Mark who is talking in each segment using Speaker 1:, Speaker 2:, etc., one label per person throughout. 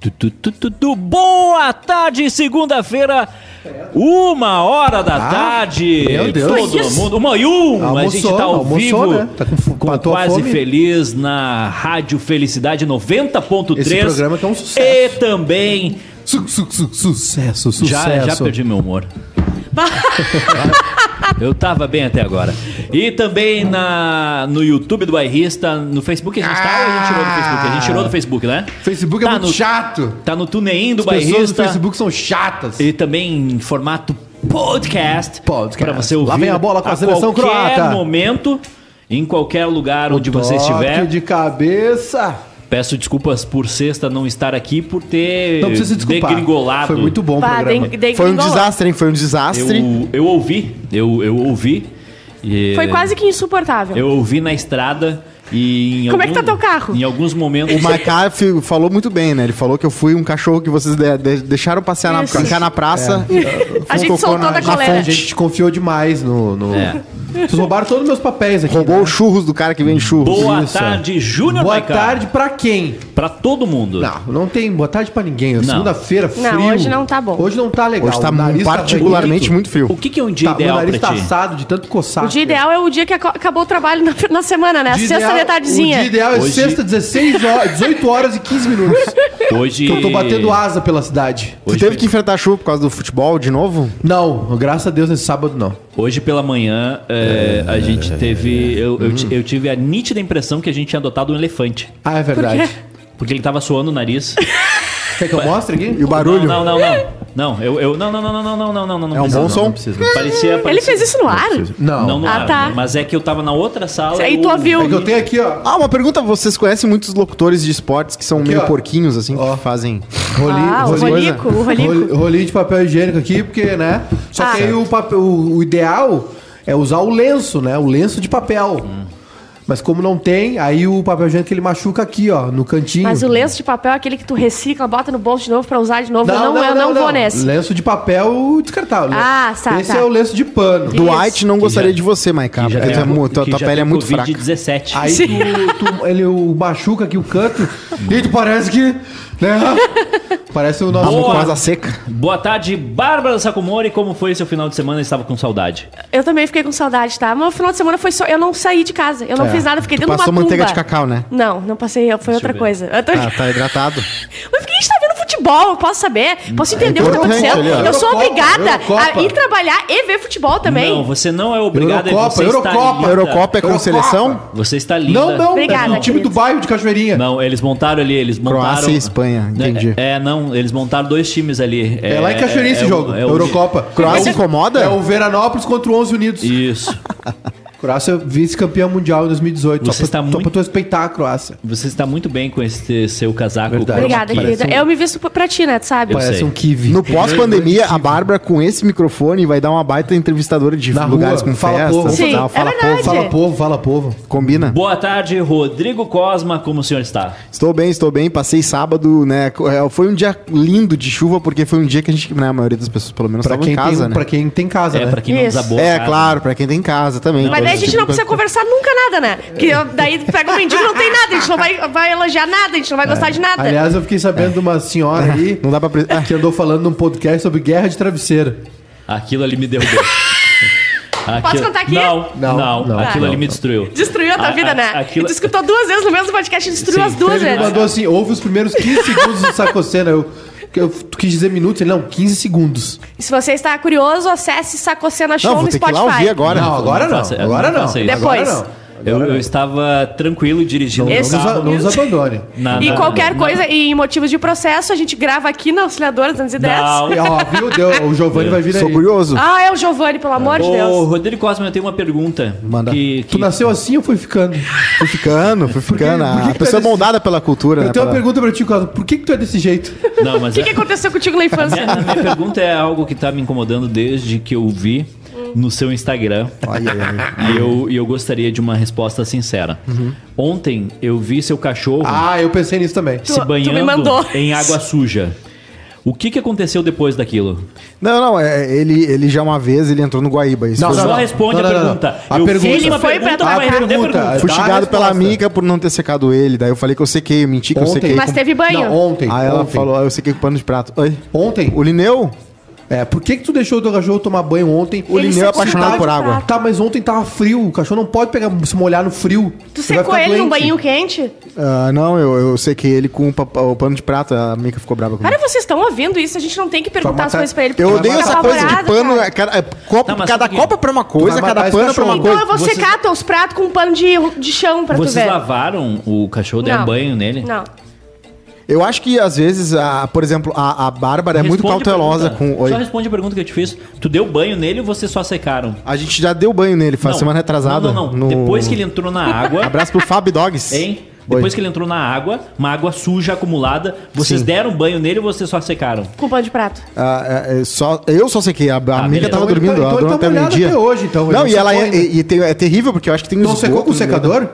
Speaker 1: Tu, tu, tu, tu. Boa tarde, segunda-feira, uma hora da tarde.
Speaker 2: Ah, meu Deus.
Speaker 1: Todo
Speaker 2: Isso.
Speaker 1: mundo. Uma e um, a gente tá ao
Speaker 2: almoçou,
Speaker 1: vivo.
Speaker 2: né? Tá com f-
Speaker 1: com
Speaker 2: matou a
Speaker 1: quase
Speaker 2: fome.
Speaker 1: feliz na Rádio Felicidade 90.3.
Speaker 2: Esse programa que é um sucesso.
Speaker 1: E também.
Speaker 2: Su- su- su- sucesso, sucesso.
Speaker 1: Já, já perdi meu humor. Eu tava bem até agora. E também na, no YouTube do Bairrista, no Facebook. A gente tá ou a gente tirou do Facebook? A gente tirou do Facebook, né?
Speaker 2: Ah. Facebook é
Speaker 1: Tá
Speaker 2: muito
Speaker 1: no-
Speaker 2: chato.
Speaker 1: Tá no TuneIn do
Speaker 2: As pessoas do
Speaker 1: Bairrista.
Speaker 2: Facebook são chatas.
Speaker 1: E também em formato podcast.
Speaker 2: Podcast.
Speaker 1: Pra você ouvir.
Speaker 2: Lá vem a bola com a seleção
Speaker 1: qualquer
Speaker 2: croata.
Speaker 1: momento, em qualquer lugar onde você
Speaker 2: Toque
Speaker 1: estiver.
Speaker 2: de cabeça.
Speaker 1: Peço desculpas por sexta não estar aqui, por ter
Speaker 2: Não precisa se desculpar.
Speaker 1: degringolado.
Speaker 2: Foi muito bom o
Speaker 3: Pá,
Speaker 2: programa.
Speaker 3: tem- tem
Speaker 4: Foi um
Speaker 3: que engolir.
Speaker 4: desastre, hein? Foi um desastre.
Speaker 1: Eu, eu ouvi, eu, eu ouvi. e-
Speaker 3: Foi quase que insuportável.
Speaker 1: né? Eu ouvi na estrada e... em
Speaker 3: Como é que tá teu carro?
Speaker 1: Em alguns momentos...
Speaker 4: O McCarthy falou muito bem, né? Ele falou que eu fui um cachorro que vocês de- de- deixaram passear na,
Speaker 3: Isso.
Speaker 4: brincar na praça.
Speaker 1: É.
Speaker 3: A gente
Speaker 4: Focou
Speaker 3: soltou
Speaker 4: na-
Speaker 3: da
Speaker 4: na
Speaker 3: colera.
Speaker 2: A gente te confiou demais no. no...
Speaker 1: É.
Speaker 2: Vocês roubaram todos os meus papéis aqui.
Speaker 4: Roubou
Speaker 2: né?
Speaker 4: os churros do cara que vende churros.
Speaker 1: Boa
Speaker 2: Isso.
Speaker 1: tarde, Júnior
Speaker 2: Boa
Speaker 1: Maiká.
Speaker 2: tarde pra quem?
Speaker 1: Pra todo mundo.
Speaker 2: Não, não tem boa tarde pra ninguém. É
Speaker 1: Não.
Speaker 2: Segunda-feira, frio.
Speaker 3: Não, hoje não tá bom.
Speaker 2: Hoje não tá legal.
Speaker 4: Hoje tá
Speaker 2: O nariz
Speaker 4: particularmente
Speaker 2: bonito.
Speaker 4: muito frio.
Speaker 1: O que, que é um dia
Speaker 2: Tá, meu
Speaker 1: ideal
Speaker 2: nariz
Speaker 1: pra
Speaker 2: tá
Speaker 1: ti?
Speaker 2: assado de tanto coçar.
Speaker 3: O dia ideal é o dia que aco- acabou o trabalho na, na semana, né? A
Speaker 2: Dia
Speaker 3: sexta
Speaker 2: ideal-
Speaker 3: de tardezinha.
Speaker 2: O dia ideal é
Speaker 1: Hoje-
Speaker 2: sexta, 16 horas, 18 horas e 15 minutos.
Speaker 1: Hoje...
Speaker 2: Que eu tô batendo asa pela cidade.
Speaker 4: Tu
Speaker 1: Hoje
Speaker 4: teve
Speaker 1: foi-
Speaker 4: que enfrentar chuva por causa do futebol de novo?
Speaker 2: Não, graças a Deus nesse sábado não.
Speaker 1: Hoje pela manhã, é, a gente teve... Eu, eu, ti- eu tive a nítida impressão que a gente tinha adotado um elefante.
Speaker 2: Ah, é verdade.
Speaker 1: Porque ele tava suando o nariz.
Speaker 2: Quer que eu mostre
Speaker 4: E
Speaker 2: aqui?
Speaker 4: o barulho?
Speaker 1: Não, não, não, não. Não, eu... eu não, não, não, não, não, não, não, não. não
Speaker 4: É um
Speaker 1: precisa,
Speaker 4: bom
Speaker 1: não,
Speaker 4: som?
Speaker 1: Não precisa. Parecia...
Speaker 3: Ele
Speaker 1: parecia-
Speaker 3: fez isso no ar?
Speaker 2: Não.
Speaker 1: é Não, não
Speaker 3: Ah,
Speaker 1: era,
Speaker 3: tá.
Speaker 1: Mas é que eu tava na outra sala.
Speaker 3: Aí tu
Speaker 1: eu-
Speaker 3: ouviu.
Speaker 2: É que eu tenho aqui, ó.
Speaker 4: Ah, uma pergunta. Vocês conhecem muitos locutores de esportes que são meio
Speaker 2: ó.
Speaker 4: porquinhos, assim,
Speaker 2: Ó.
Speaker 4: que fazem...
Speaker 2: Roli,
Speaker 3: Ah, o
Speaker 2: roli-
Speaker 3: rolico, o rolico.
Speaker 2: roli- rolinho de papel higiênico aqui, porque, né? Só
Speaker 3: Ah.
Speaker 2: que aí o, papel, o, o ideal é usar o lenço, né? O lenço de papel.
Speaker 1: Hum.
Speaker 2: Mas como não tem, aí o papel higiênico ele machuca aqui, ó, no cantinho.
Speaker 3: Mas o lenço de papel é aquele que tu recicla, bota no bolso de novo pra usar de novo. eu não, eu não, vou nesse.
Speaker 2: Lenço de papel descartável.
Speaker 3: Ah, tá,
Speaker 2: Esse
Speaker 3: tá.
Speaker 2: é o lenço de pano.
Speaker 4: Dwight não gostaria
Speaker 1: já-
Speaker 4: de você, Maiká,
Speaker 1: que já
Speaker 4: porque tu é
Speaker 1: tem-
Speaker 4: mu- tua,
Speaker 1: que
Speaker 4: tua
Speaker 1: já
Speaker 4: pele é
Speaker 1: tem
Speaker 4: muito fraca.
Speaker 1: COVID-17.
Speaker 2: Aí tu, tu- ele o machuca aqui o canto e tu parece que. Né? Parece o nosso.
Speaker 4: Tá com
Speaker 1: Boa.
Speaker 4: asa seca.
Speaker 1: Boa tarde, Bárbara Sacomori. Como foi seu final de semana? Estava com saudade.
Speaker 3: Eu também fiquei com saudade, tá? Mas o final de semana foi só. Eu não saí de casa. Eu não
Speaker 2: É.
Speaker 3: fiz nada, fiquei dentro de uma
Speaker 4: passou
Speaker 3: tumba.
Speaker 4: manteiga de cacau, né?
Speaker 3: Não, não passei, foi
Speaker 1: eu
Speaker 3: outra
Speaker 1: ver.
Speaker 3: coisa. Eu tô...
Speaker 4: Ah, tá hidratado.
Speaker 3: Mas por que a gente tá vendo futebol? Eu posso saber? Posso entender o que tá
Speaker 4: importante
Speaker 3: acontecendo?
Speaker 4: ali, ó.
Speaker 3: eu sou
Speaker 2: Eurocopa,
Speaker 3: obrigada
Speaker 2: Eurocopa.
Speaker 3: a ir trabalhar e ver futebol também.
Speaker 1: Não, você não é obrigada.
Speaker 2: Eurocopa,
Speaker 1: você está
Speaker 2: Eurocopa,
Speaker 1: linda.
Speaker 4: Eurocopa é com
Speaker 2: Eurocopa.
Speaker 4: seleção?
Speaker 1: Você está linda.
Speaker 2: Não, não,
Speaker 3: Obrigada,
Speaker 2: o time
Speaker 3: querido.
Speaker 2: do bairro de Cachoeirinha.
Speaker 1: Não, eles montaram ali, eles montaram...
Speaker 4: Croácia e Espanha, entendi.
Speaker 1: É, é, não, eles montaram dois times ali.
Speaker 2: É, lá em Cachoeirinha esse
Speaker 1: é o-
Speaker 2: jogo,
Speaker 1: é o-
Speaker 2: Eurocopa.
Speaker 4: Croácia
Speaker 2: É o-
Speaker 4: incomoda?
Speaker 2: É o Veranópolis contra o 11 Unidos.
Speaker 1: Isso.
Speaker 2: Croácia é vice-campeã mundial em 2018.
Speaker 1: Você
Speaker 2: só
Speaker 1: está
Speaker 2: pra, só
Speaker 1: muito-
Speaker 2: pra tu respeitar a Croácia.
Speaker 1: Você está muito bem com esse seu casaco.
Speaker 2: Verdade.
Speaker 3: Obrigada,
Speaker 1: chroma key.
Speaker 3: querida. Eu me visto pra ti, né? Tu sabe?
Speaker 1: Eu
Speaker 2: Parece
Speaker 1: sei.
Speaker 2: um kiwi.
Speaker 4: No pós-pandemia, a Bárbara, com esse microfone, vai dar uma baita entrevistadora de
Speaker 2: Na
Speaker 4: lugares
Speaker 2: rua,
Speaker 4: com
Speaker 2: fala
Speaker 4: festas.
Speaker 2: povo.
Speaker 3: Sim,
Speaker 4: tal,
Speaker 3: é
Speaker 4: fala
Speaker 3: verdade.
Speaker 2: Fala povo, fala povo.
Speaker 4: povo. Combina.
Speaker 1: Boa tarde, Rodrigo Cosma. Como o senhor está?
Speaker 4: Estou bem, estou bem. Passei sábado, né? co- é, Foi um dia lindo de chuva, porque foi um dia que a gente, né, a maioria das pessoas, pelo menos,
Speaker 2: Pra
Speaker 4: estava em
Speaker 2: quem,
Speaker 4: casa,
Speaker 2: tem, um
Speaker 4: né?
Speaker 2: pra quem tem casa,
Speaker 1: É,
Speaker 2: né?
Speaker 1: pra quem não
Speaker 3: Isso.
Speaker 1: desabou.
Speaker 4: É,
Speaker 1: cara.
Speaker 4: claro, pra quem tem em casa também. Tipo,
Speaker 3: Mas daí a gente não precisa
Speaker 4: conversar.
Speaker 3: conversar nunca nada, né? Porque daí tu pega o mendigo não tem nada, a gente não vai, vai elogiar nada, a gente não vai gostar de nada.
Speaker 2: É. Aliás, eu fiquei sabendo de uma senhora aí
Speaker 4: Não dá pra. pre- Ah,
Speaker 2: que andou falando num podcast sobre guerra de travesseiro.
Speaker 1: Aquilo ali me derrubou. Aquilo...
Speaker 3: Posso contar aqui?
Speaker 1: Não, não,
Speaker 2: Não, não,
Speaker 1: aquilo
Speaker 2: não,
Speaker 1: ali me
Speaker 2: não.
Speaker 1: destruiu.
Speaker 3: Destruiu a tua
Speaker 1: A-
Speaker 3: vida,
Speaker 1: a-
Speaker 3: né?
Speaker 1: aquilo-
Speaker 3: E tu escutou duas vezes no mesmo podcast, destruiu
Speaker 1: Sim.
Speaker 3: as duas
Speaker 2: Ele
Speaker 3: vezes.
Speaker 2: mandou assim, ouve os primeiros 15 segundos do Sacocena. Eu, eu tu quis dizer minutos, ele não, 15 segundos.
Speaker 3: E Se você está curioso, acesse Sacocena Show
Speaker 4: não, vou
Speaker 3: no
Speaker 4: ter que ir
Speaker 3: Spotify.
Speaker 4: lá ouvir agora.
Speaker 2: não, agora não,
Speaker 1: faça-
Speaker 2: agora
Speaker 1: não
Speaker 2: não.
Speaker 1: faça isso.
Speaker 2: agora
Speaker 3: Depois.
Speaker 2: não.
Speaker 1: Eu, eu estava tranquilo dirigindo
Speaker 2: Não
Speaker 1: o
Speaker 2: nos,
Speaker 3: Esse-
Speaker 2: a-
Speaker 1: carro.
Speaker 2: não nos abandone.
Speaker 1: na-
Speaker 3: E
Speaker 1: na-
Speaker 3: qualquer
Speaker 1: na-
Speaker 3: coisa, e em motivos de processo, a gente grava aqui na Auxiliadora 210.
Speaker 1: Não.
Speaker 2: E, ó, viu? Deu, o Giovanni vai vir aí.
Speaker 4: Sou curioso.
Speaker 3: Ah, é o Giovanni, pelo amor de
Speaker 1: Ô,
Speaker 3: Deus.
Speaker 1: Rodrigo Cosma, eu tenho uma pergunta.
Speaker 4: Manda.
Speaker 1: Que, que-
Speaker 2: Tu nasceu assim ou foi ficando?
Speaker 4: Fui ficando, fui ficando.
Speaker 2: por que
Speaker 4: A
Speaker 2: que tu
Speaker 4: pessoa é
Speaker 2: é desse-
Speaker 4: moldada pela cultura, né?
Speaker 2: Eu tenho uma
Speaker 4: pela-
Speaker 2: pergunta pra ti, Cosmo. Por que, que tu é desse jeito?
Speaker 1: Não, mas é
Speaker 3: O que, que aconteceu contigo na
Speaker 1: a, minha,
Speaker 3: infância?
Speaker 1: a minha pergunta é algo que tá me incomodando desde que eu vi no seu Instagram.
Speaker 4: Olha aí.
Speaker 1: E eu, e eu gostaria de uma resposta sincera. Ontem eu vi seu cachorro
Speaker 2: Ah, eu pensei nisso também.
Speaker 1: se
Speaker 3: Tu- tu me
Speaker 1: banhando
Speaker 3: mandou.
Speaker 1: em água suja. O que, que aconteceu depois daquilo?
Speaker 4: Não, não, é, ele, ele já uma vez ele entrou no Guaíba. Isso
Speaker 2: Não,
Speaker 4: foi-
Speaker 1: Só
Speaker 2: não,
Speaker 1: responde
Speaker 2: não,
Speaker 1: a
Speaker 2: não, não.
Speaker 1: pergunta.
Speaker 2: A
Speaker 1: eu
Speaker 2: pergunta-
Speaker 1: fiz uma
Speaker 3: Ele foi
Speaker 1: pergunta pra
Speaker 3: pra tocar.
Speaker 1: responder a pergunta.
Speaker 4: Fui
Speaker 2: Dá a
Speaker 4: xingado pela
Speaker 2: resposta.
Speaker 4: amiga por não ter secado ele. Daí eu falei que eu sequei, eu menti que eu sequei.
Speaker 3: Mas
Speaker 4: com-
Speaker 3: teve banho.
Speaker 2: Não, ontem.
Speaker 4: Aí ela
Speaker 2: ontem.
Speaker 4: falou, ah, eu sequei com pano de prato. Oi?
Speaker 2: Ontem?
Speaker 4: O Lineu?
Speaker 2: É, por que que tu deixou o teu cachorro tomar banho ontem?
Speaker 4: O
Speaker 3: Ele
Speaker 4: Lineu é
Speaker 3: secou
Speaker 4: apaixonado
Speaker 3: com
Speaker 4: por
Speaker 3: pano de
Speaker 4: água.
Speaker 3: prato.
Speaker 2: Tá, mas ontem tava frio. O cachorro não pode pegar, se molhar no frio.
Speaker 3: Tu
Speaker 2: vai
Speaker 3: secou
Speaker 2: ficar
Speaker 3: ele num
Speaker 2: doente.
Speaker 3: banho quente?
Speaker 4: Ah, não, eu, eu sequei ele com o, papa- o pano de prato. A amiga ficou brava comigo.
Speaker 3: Cara, vocês estão ouvindo isso? A gente não tem que perguntar
Speaker 2: Vai
Speaker 3: as
Speaker 2: matar-
Speaker 3: coisas pra ele. porque
Speaker 4: Eu
Speaker 3: ele
Speaker 4: odeio
Speaker 3: fica
Speaker 4: essa coisa de
Speaker 3: apavorado,
Speaker 4: pano,
Speaker 3: cara.
Speaker 4: é, cara, é copo-
Speaker 1: Tá, mas
Speaker 4: cada
Speaker 1: sabe que-
Speaker 4: copa é pra uma coisa,
Speaker 2: Tu vai
Speaker 4: cada
Speaker 2: matar esse
Speaker 4: pano é pra uma
Speaker 2: cachorro.
Speaker 3: Então
Speaker 4: coisa.
Speaker 3: eu vou
Speaker 1: Vocês-
Speaker 3: secar teus pratos com um pano de, de chão pra tu
Speaker 1: Vocês
Speaker 3: ver.
Speaker 1: lavaram o cachorro, deram
Speaker 3: Não.
Speaker 1: banho nele?
Speaker 3: Não.
Speaker 4: Eu acho que às vezes, a, por exemplo, a, a Bárbara é muito
Speaker 1: Responde a
Speaker 4: cautelosa
Speaker 1: pergunta.
Speaker 4: com. Oi.
Speaker 1: Só responde a pergunta que eu te fiz. Tu deu banho nele ou vocês só secaram?
Speaker 4: A gente já deu banho nele, faz
Speaker 1: Não.
Speaker 4: semana retrasada.
Speaker 1: Não, não, não.
Speaker 4: no-
Speaker 1: Depois que ele entrou na água.
Speaker 4: Abraço pro Fab Dogs.
Speaker 1: Hein?
Speaker 4: Oi.
Speaker 1: Depois que ele entrou na água, uma água suja acumulada, vocês
Speaker 4: Sim.
Speaker 1: deram banho nele ou vocês só secaram?
Speaker 3: Com pano de prato.
Speaker 4: Ah, é, é, só, eu só sei a, a amiga
Speaker 1: beleza.
Speaker 2: Então
Speaker 4: tava
Speaker 2: ele tá-
Speaker 4: dormindo, ela
Speaker 2: então ele
Speaker 4: dormiu
Speaker 2: tá
Speaker 4: até meio
Speaker 2: molhado
Speaker 4: dia.
Speaker 2: até hoje, então, ele
Speaker 4: Não,
Speaker 2: não
Speaker 4: e ela
Speaker 2: secou
Speaker 4: é,
Speaker 2: ainda.
Speaker 4: e- e tem- é terrível, porque eu acho que tem um
Speaker 2: Não secou com o
Speaker 4: no meio da-
Speaker 2: secador?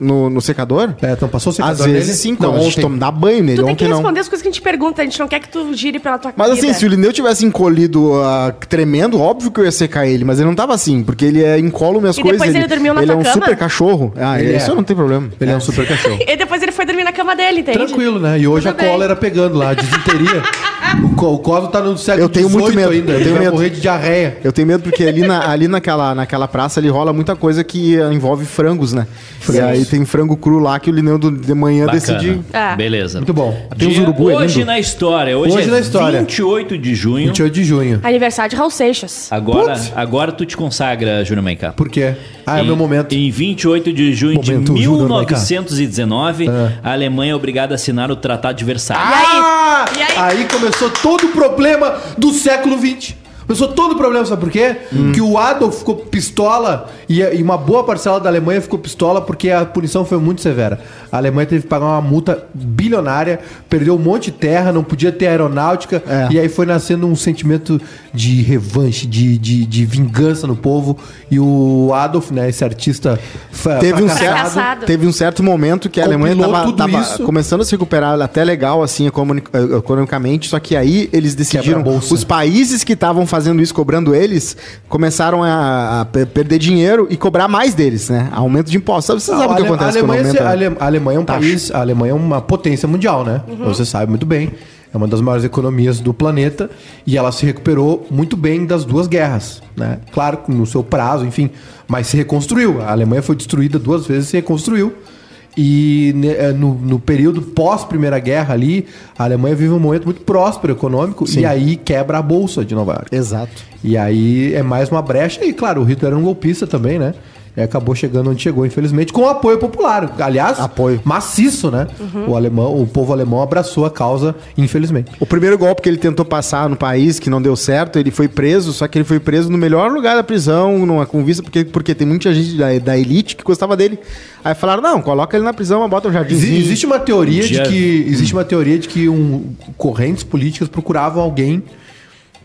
Speaker 4: No, no secador?
Speaker 2: É, então passou o secador
Speaker 4: Às vezes
Speaker 2: nele?
Speaker 4: sim,
Speaker 2: Não,
Speaker 4: quando a gente
Speaker 2: ontem.
Speaker 4: toma, dá banho nele,
Speaker 3: Tu tem
Speaker 4: ontem
Speaker 3: que
Speaker 4: não.
Speaker 3: responder as coisas que a gente pergunta. A gente não quer que tu gire pela tua
Speaker 4: Mas
Speaker 3: comida.
Speaker 4: assim, se o Lineu tivesse encolhido ah, tremendo, óbvio que eu ia secar ele, mas ele não tava assim, porque ele é incólume as
Speaker 3: E
Speaker 4: coisas.
Speaker 3: depois ele dormiu na
Speaker 4: ele é
Speaker 3: tua
Speaker 4: um
Speaker 3: cama?
Speaker 4: super cachorro. Ah,
Speaker 2: Ele
Speaker 4: isso
Speaker 2: é.
Speaker 4: não tem problema.
Speaker 2: Ele é um super cachorro.
Speaker 3: E depois ele foi dormir na cama dele, entende?
Speaker 2: Tranquilo, né? E hoje a
Speaker 3: Tudo bem.
Speaker 2: cólera pegando lá, a disenteria. o, co- o Cosmo tá no século
Speaker 4: Eu tenho muito
Speaker 2: 18
Speaker 4: medo,
Speaker 2: ainda.
Speaker 4: eu
Speaker 2: Ele
Speaker 4: tenho
Speaker 2: vai
Speaker 4: medo.
Speaker 2: morrer de diarreia.
Speaker 4: Eu tenho medo porque ali, na, ali naquela, naquela praça ali rola muita coisa que eh, envolve frangos, né? E aí tem frango cru lá que o Lineu do- de manhã
Speaker 1: Bacana.
Speaker 4: decide.
Speaker 3: Ah.
Speaker 1: Beleza.
Speaker 2: Muito bom.
Speaker 4: Tem uns
Speaker 1: Dia-
Speaker 4: urubu, é
Speaker 1: hoje
Speaker 4: lindo.
Speaker 1: na história. Hoje,
Speaker 2: né, Hoje
Speaker 1: é
Speaker 2: na história.
Speaker 1: 28 de junho.
Speaker 2: 28 de junho.
Speaker 3: Aniversário de Raul Seixas.
Speaker 1: Agora,
Speaker 2: Putz.
Speaker 1: agora tu te consagra, Júnior Maiká.
Speaker 2: Por quê? Ah, é o
Speaker 1: Em-
Speaker 2: meu momento.
Speaker 1: Em 28 de junho
Speaker 2: Momento,
Speaker 1: de
Speaker 2: Júnior Maiká.
Speaker 1: 1919, a Alemanha é obrigada a assinar o Tratado de Versalhes.
Speaker 2: Ah!
Speaker 3: E aí?
Speaker 2: aí? começou todo o problema do século XX. Começou todo o problema, sabe por quê?
Speaker 4: Hum.
Speaker 2: Que o Adolf ficou pistola e, e uma boa parcela da Alemanha ficou pistola porque a punição foi muito severa. A Alemanha teve que pagar uma multa bilionária, perdeu um monte de terra, não podia ter aeronáutica,
Speaker 4: É.
Speaker 2: e aí foi nascendo um sentimento de revanche, de, de, de vingança no povo. E o Adolf, né, esse artista fa-
Speaker 4: Teve um,
Speaker 3: Fracassado.
Speaker 4: certo, teve um certo momento que a
Speaker 2: Tá Compilou
Speaker 4: Alemanha tava,
Speaker 2: tudo
Speaker 4: tava
Speaker 2: isso.
Speaker 4: começando a se recuperar até legal, assim, economic- eh, economicamente, só que aí eles decidiram.
Speaker 2: Quebra a bolsa.
Speaker 4: Os países que estavam fazendo isso, cobrando eles, começaram a, a pe- perder dinheiro e cobrar mais deles, né? Aumento de impostos. Sabe- Você
Speaker 2: Não,
Speaker 4: sabe o que
Speaker 2: Ale-
Speaker 4: acontece
Speaker 2: a Alemanha,
Speaker 4: quando aumenta?
Speaker 2: a Ale- a Alemanha é um país, a Alemanha é uma potência mundial, né? Você sabe muito bem. É uma das maiores economias do planeta e ela se recuperou muito bem das duas guerras, né? Claro, que no seu prazo, enfim, mas se reconstruiu. A Alemanha foi destruída duas vezes, se reconstruiu. E ne- eh, no, no período pós Primeira Guerra ali, a Alemanha vive um momento muito próspero econômico e aí quebra a bolsa de Nova York.
Speaker 4: Exato.
Speaker 2: E aí é mais uma brecha. E claro, o Hitler era um golpista também, né? E acabou chegando onde chegou, infelizmente, com apoio popular. Aliás,
Speaker 4: Apoio.
Speaker 2: maciço, né? O alemão, o povo alemão abraçou a causa, infelizmente.
Speaker 4: O primeiro golpe que ele tentou passar no país, que não deu certo, ele foi preso, só que ele foi preso no melhor lugar da prisão, numa convista, porque, porque tem muita gente da, da elite que gostava dele. Aí falaram, não, coloca ele na prisão, mas bota um
Speaker 2: Exi-
Speaker 4: jardimzinho.
Speaker 2: Existe uma teoria de
Speaker 1: Um Dia-
Speaker 2: que existe uma teoria de que um, correntes políticas procuravam alguém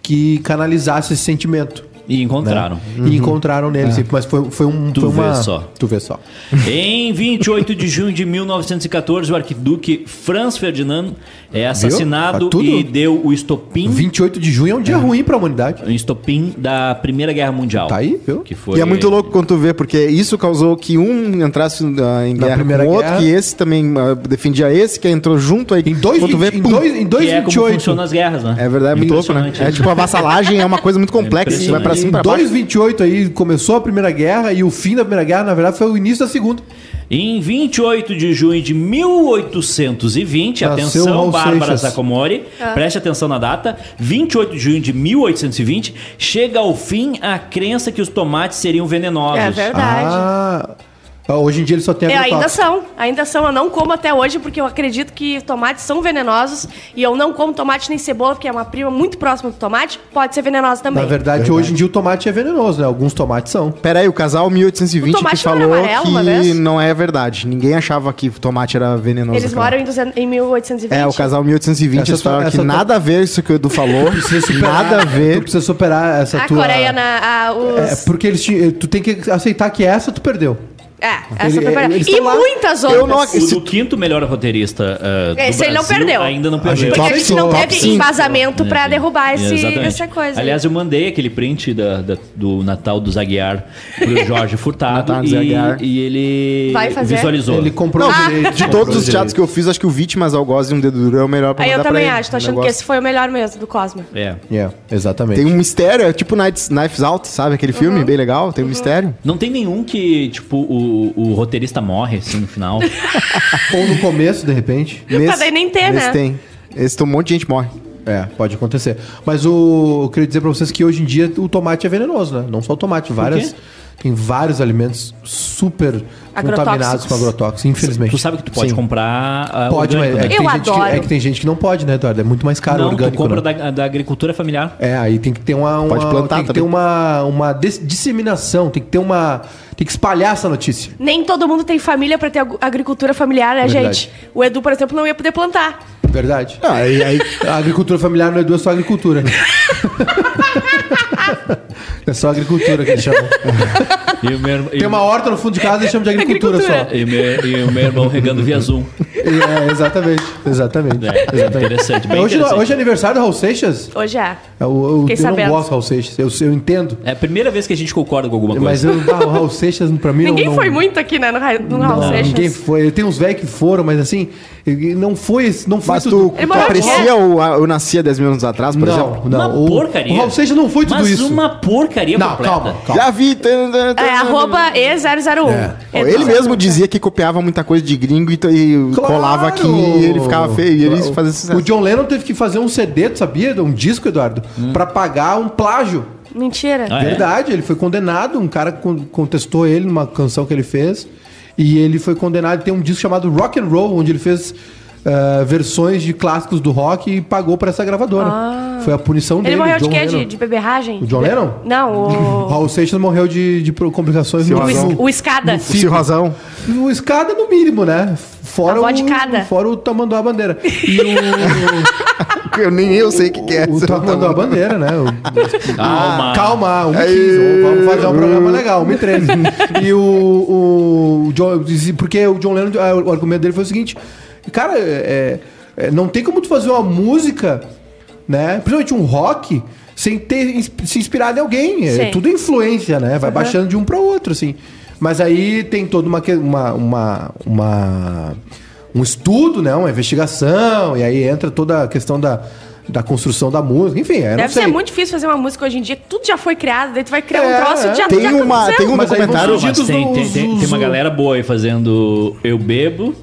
Speaker 2: que canalizasse esse sentimento.
Speaker 1: E encontraram.
Speaker 2: E encontraram nele, sempre. mas foi, foi um.
Speaker 1: Uhum. É. Tu
Speaker 2: foi uma-
Speaker 1: vê só.
Speaker 2: Tu vê só.
Speaker 1: Em 28 de junho de 1914, o arquiduque Franz Ferdinand é assassinado
Speaker 2: Tá tudo.
Speaker 1: e deu o estopim,
Speaker 2: 28 de junho é um dia ruim pra humanidade.
Speaker 1: o estopim da Primeira Guerra Mundial.
Speaker 2: Tá aí, viu?
Speaker 1: Que foi...
Speaker 4: E é muito louco quando tu vê, porque isso causou que um entrasse ah, em
Speaker 2: Na
Speaker 4: guerra
Speaker 2: Primeira
Speaker 4: com o outro,
Speaker 2: Guerra.
Speaker 4: que esse também ah, defendia esse, que entrou junto aí.
Speaker 2: Em dois,
Speaker 4: quando tu vê,
Speaker 2: em
Speaker 4: pum.
Speaker 2: dois, em dois
Speaker 1: que é como
Speaker 2: 28.
Speaker 1: funcionam as guerras, né?
Speaker 4: É verdade, é muito louco, né?
Speaker 1: Impressionante.
Speaker 4: É tipo, a vassalagem é uma coisa muito complexa,
Speaker 1: É
Speaker 4: vai pra cima e
Speaker 2: Em
Speaker 4: pra baixo.
Speaker 2: 2,28 aí começou a Primeira Guerra e o fim da Primeira Guerra, na verdade, foi o início da Segunda.
Speaker 1: Em 28 de junho de 1820,
Speaker 2: Nasceu
Speaker 1: atenção,
Speaker 2: Raul
Speaker 1: Bárbara
Speaker 2: Seixas.
Speaker 1: Sacomori,
Speaker 3: Ah.
Speaker 1: preste atenção na data. 28 de junho de 1820, chega ao fim a crença que os tomates seriam venenosos.
Speaker 3: É verdade.
Speaker 2: Ah, ah, hoje em dia ele só tem
Speaker 3: Eu ainda
Speaker 2: agrotóxico.
Speaker 3: são, ainda são. Eu não como até hoje porque eu acredito que tomates são venenosos e eu não como tomate nem cebola porque é uma prima muito próxima do tomate, pode ser venenosa também.
Speaker 2: Na verdade, hoje em dia o tomate é venenoso, né? Alguns tomates são.
Speaker 4: Pera aí, o casal 1820
Speaker 3: O
Speaker 4: que
Speaker 3: tomate não era
Speaker 4: falou
Speaker 3: amarelo uma
Speaker 4: que
Speaker 3: vez?
Speaker 4: não é verdade. Ninguém achava que tomate era venenoso.
Speaker 3: Eles
Speaker 4: cara.
Speaker 3: moram em, 200 em 1820.
Speaker 4: É, o casal 1820,
Speaker 2: Essa
Speaker 4: eles falaram
Speaker 2: tua-
Speaker 4: que
Speaker 2: essa tua-
Speaker 4: nada a ver isso que o Edu falou. nada a
Speaker 2: Tu
Speaker 4: ver.
Speaker 2: precisa superar essa
Speaker 3: A
Speaker 2: tua...
Speaker 3: Coreia né? na. a- os-
Speaker 2: É, porque eles te- tu tem que aceitar que essa tu perdeu.
Speaker 3: É, essa
Speaker 4: Ele-
Speaker 3: preparada.
Speaker 4: eles
Speaker 3: E
Speaker 4: estão lá.
Speaker 3: muitas
Speaker 4: Eu
Speaker 3: outras.
Speaker 4: não
Speaker 1: O
Speaker 4: Esse-
Speaker 1: do quinto melhor roteirista ah, do
Speaker 3: Esse ele não
Speaker 1: Brasil
Speaker 3: perdeu.
Speaker 1: Ainda não
Speaker 2: A gente
Speaker 1: perdeu.
Speaker 3: Porque
Speaker 2: Top
Speaker 3: a gente não
Speaker 2: cinco,
Speaker 3: teve
Speaker 2: top cinco.
Speaker 3: embasamento pra
Speaker 1: É,
Speaker 3: derrubar esse-
Speaker 1: exatamente.
Speaker 3: essa coisa. né?
Speaker 1: Aliás, eu mandei aquele print da- da- do Natal do Zaguiar pro Jorge Furtado
Speaker 4: Natal do Zaguiar.
Speaker 1: e, e ele
Speaker 3: Vai fazer?
Speaker 1: visualizou.
Speaker 2: Ele comprou
Speaker 3: Ah.
Speaker 2: o direito.
Speaker 4: De todos os teatros que eu fiz, acho que o Vítimas, Algoz e um Dedo Duro é o melhor pra
Speaker 3: Aí eu
Speaker 4: mandar pra
Speaker 3: também
Speaker 4: ele. um
Speaker 3: acho, tô achando
Speaker 4: Eu
Speaker 3: que
Speaker 4: gosto.
Speaker 3: esse foi o melhor mesmo do Cosmo.
Speaker 1: É.
Speaker 2: É, exatamente.
Speaker 4: Tem um mistério, é tipo Knives, Knives Out, sabe? Aquele filme
Speaker 3: Uhum.
Speaker 4: bem legal, tem um mistério.
Speaker 1: Não tem nenhum que, tipo, o, o roteirista morre, assim, no final.
Speaker 2: Ou no começo, de repente.
Speaker 4: Nesse-
Speaker 3: daí nem ter,
Speaker 4: nesse
Speaker 3: né?
Speaker 4: tem. Esse tem um monte de gente morre.
Speaker 2: É, pode acontecer. Mas o, eu queria dizer pra vocês que hoje em dia o tomate é venenoso, né? Não só o tomate, várias.
Speaker 1: quê?
Speaker 2: Tem vários alimentos super
Speaker 3: Agrotóxicos.
Speaker 2: contaminados com agrotóxicos, infelizmente.
Speaker 1: tu sabe que tu pode
Speaker 2: Sim.
Speaker 1: comprar ah,
Speaker 2: Pode, mas
Speaker 1: orgânico,
Speaker 2: é
Speaker 1: né?
Speaker 2: que, tem
Speaker 3: Eu
Speaker 2: gente que,
Speaker 3: adoro.
Speaker 2: é que tem gente que não pode, né, Eduardo? É muito mais caro o
Speaker 1: Não, tu
Speaker 2: orgânico.
Speaker 1: compra
Speaker 2: né?
Speaker 1: da, da agricultura familiar.
Speaker 2: É, aí tem que ter uma, uma
Speaker 4: Pode plantar
Speaker 2: tem que ter
Speaker 4: também.
Speaker 2: uma, uma dis- disseminação, tem que ter uma tem que espalhar essa notícia.
Speaker 3: Nem todo mundo tem família pra ter ag- agricultura familiar, né,
Speaker 2: Verdade.
Speaker 3: gente? O Edu, por exemplo, não ia poder plantar.
Speaker 2: Verdade.
Speaker 1: Ah,
Speaker 4: Aí, aí,
Speaker 2: A agricultura familiar não é duas só agricultura. é só agricultura que eles chamam.
Speaker 1: E o meu, irmão- e
Speaker 2: Tem
Speaker 1: o-
Speaker 2: uma horta no fundo de casa e chama de agricultura, só.
Speaker 1: E o meu, e o meu irmão regando via Zoom.
Speaker 2: É, exatamente, exatamente.
Speaker 1: É, interessante, bem
Speaker 2: hoje,
Speaker 1: interessante.
Speaker 2: hoje é aniversário do Raul Seixas?
Speaker 3: Hoje é.
Speaker 2: Eu, eu, eu
Speaker 3: Fiquei
Speaker 2: não
Speaker 3: sabendo.
Speaker 2: gosto do Raul Seixas, eu, eu entendo.
Speaker 1: É a primeira vez que a gente concorda com alguma
Speaker 2: Mas
Speaker 1: coisa.
Speaker 2: eu, ah, o Raul Seixas, pra mim,
Speaker 3: Ninguém
Speaker 2: não, não,
Speaker 3: foi muito aqui, né, no, Ra- no Raul
Speaker 2: Não,
Speaker 3: Seixas.
Speaker 2: ninguém foi. Tem uns velhos que foram, mas assim, não foi, esse- não foi
Speaker 4: mas tu,
Speaker 2: tudo.
Speaker 4: tu
Speaker 3: Ele morava
Speaker 4: aprecia o a- Eu Nascia 10 mil anos atrás, por
Speaker 2: Não,
Speaker 4: exemplo?
Speaker 2: não.
Speaker 1: uma
Speaker 2: o,
Speaker 1: porcaria.
Speaker 2: O Raul Seixas não foi tudo
Speaker 1: Mas
Speaker 2: isso.
Speaker 1: uma porcaria
Speaker 2: Não,
Speaker 1: completa.
Speaker 2: calma, calma.
Speaker 4: Já vi. tan, tan, tan,
Speaker 3: É,
Speaker 4: tan,
Speaker 3: arroba E001.
Speaker 2: É.
Speaker 4: Ó, Ele mesmo dizia que copiava muita coisa de gringo e, t- e
Speaker 2: Claro.
Speaker 4: colava aqui e ele ficava feio. E ele fazia sucesso.
Speaker 2: O John Lennon teve que fazer um CD, tu sabia? Um disco, Eduardo,
Speaker 4: Hum.
Speaker 2: pra pagar um plágio.
Speaker 3: Mentira.
Speaker 1: Ah, é?
Speaker 2: Verdade, ele foi condenado. Um cara con- contestou ele numa canção que ele fez. E ele foi condenado. Tem um disco chamado Rock and Roll, onde ele fez ah, versões de clássicos do rock e pagou pra essa gravadora. Foi a punição dele.
Speaker 3: Ah. Ele morreu de
Speaker 2: John
Speaker 3: quê?
Speaker 2: Lennon.
Speaker 3: De, de beberragem?
Speaker 2: O John Lennon?
Speaker 3: Não, o...
Speaker 2: Raul Seixas morreu de, de pro- complicações
Speaker 4: Seu
Speaker 2: no
Speaker 3: o,
Speaker 4: Razão.
Speaker 3: es- o escada.
Speaker 4: O Cirrosão.
Speaker 2: No escada, no mínimo, né? Fora
Speaker 3: Avó
Speaker 2: o,
Speaker 3: de cada.
Speaker 2: Fora o Tamanduá Bandeira. E o,
Speaker 4: Eu nem eu sei o que, que é.
Speaker 2: o, o Tamanduá Bandeira, né? O-
Speaker 1: Calma.
Speaker 2: calma, 1
Speaker 4: Aí.
Speaker 2: 15 Vamos fazer um programa legal, 1 13 E o, o John... Porque o John Lennon, ah, o argumento dele foi o seguinte. Cara, é- é, não tem como tu fazer uma música, né? Principalmente um rock... Sem ter ins- se inspirado em alguém. É
Speaker 3: Sim.
Speaker 2: tudo influência, né? Vai baixando de um para outro, assim. Mas aí tem toda uma, que- uma, uma, uma- um estudo, né? Uma investigação, e aí entra toda a questão da, da construção da música. Enfim, é, não
Speaker 3: Deve
Speaker 2: sei.
Speaker 3: ser muito difícil fazer uma música hoje em dia, que tudo já foi criado, daí tu vai criar
Speaker 2: É,
Speaker 3: um troço e já,
Speaker 4: tem
Speaker 3: já
Speaker 4: uma-
Speaker 3: aconteceu.
Speaker 4: tem uma-
Speaker 2: Mas aí vão
Speaker 4: comentário-
Speaker 1: Não,
Speaker 2: surgir
Speaker 1: mas
Speaker 2: dos-
Speaker 1: tem, tem,
Speaker 2: os-
Speaker 1: tem, tem uma
Speaker 2: os-
Speaker 1: galera boa aí fazendo eu bebo,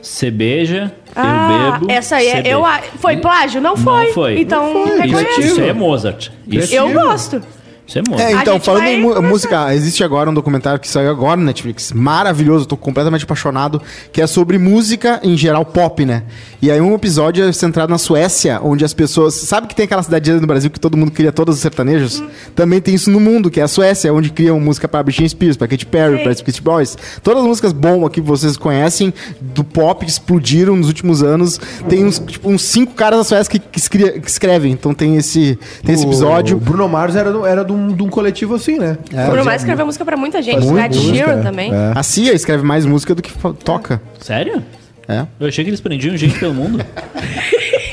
Speaker 1: você beija, eu
Speaker 3: Ah,
Speaker 1: bebo.
Speaker 3: essa aí
Speaker 1: cê
Speaker 3: é,
Speaker 1: beija.
Speaker 3: eu, a- foi plágio? Não foi.
Speaker 1: Não foi.
Speaker 3: Então,
Speaker 2: Não foi.
Speaker 1: Isso,
Speaker 3: reconheço.
Speaker 1: isso é Mozart. Isso,
Speaker 3: Eu
Speaker 2: Criativo.
Speaker 3: gosto.
Speaker 1: isso é Mozart.
Speaker 4: É,
Speaker 3: A
Speaker 4: então,
Speaker 3: gente
Speaker 4: falando
Speaker 3: vai
Speaker 4: em mu-
Speaker 3: conversar.
Speaker 4: música, existe agora um documentário que saiu agora no Netflix, maravilhoso, tô completamente apaixonado, que é sobre música em geral pop, né? E aí um episódio é centrado na Suécia, onde as pessoas. Sabe que tem aquela cidadezinha no Brasil que todo mundo cria todos os sertanejos?
Speaker 3: Uhum.
Speaker 4: Também tem isso no mundo, que é a Suécia, onde criam música pra Britney Spears, pra Katy Perry,
Speaker 3: Sim.
Speaker 4: pra Spice Boys. Todas as músicas bombas que vocês conhecem do pop que explodiram nos últimos anos. Tem uns, tipo, uns cinco caras da Suécia que, que escri- que escrevem. Então tem esse, tem esse episódio. É.
Speaker 2: O Bruno Mars era, do- era de, um, de um coletivo assim, né?
Speaker 3: O Bruno Mars escreveu música pra muita gente.
Speaker 2: Fazia
Speaker 3: Ed Sheeran
Speaker 2: música,
Speaker 3: também.
Speaker 2: é.
Speaker 4: A Cia escreve mais música do que fa- toca.
Speaker 1: Sério?
Speaker 4: É.
Speaker 1: Eu achei que eles prendiam gente pelo mundo.
Speaker 2: É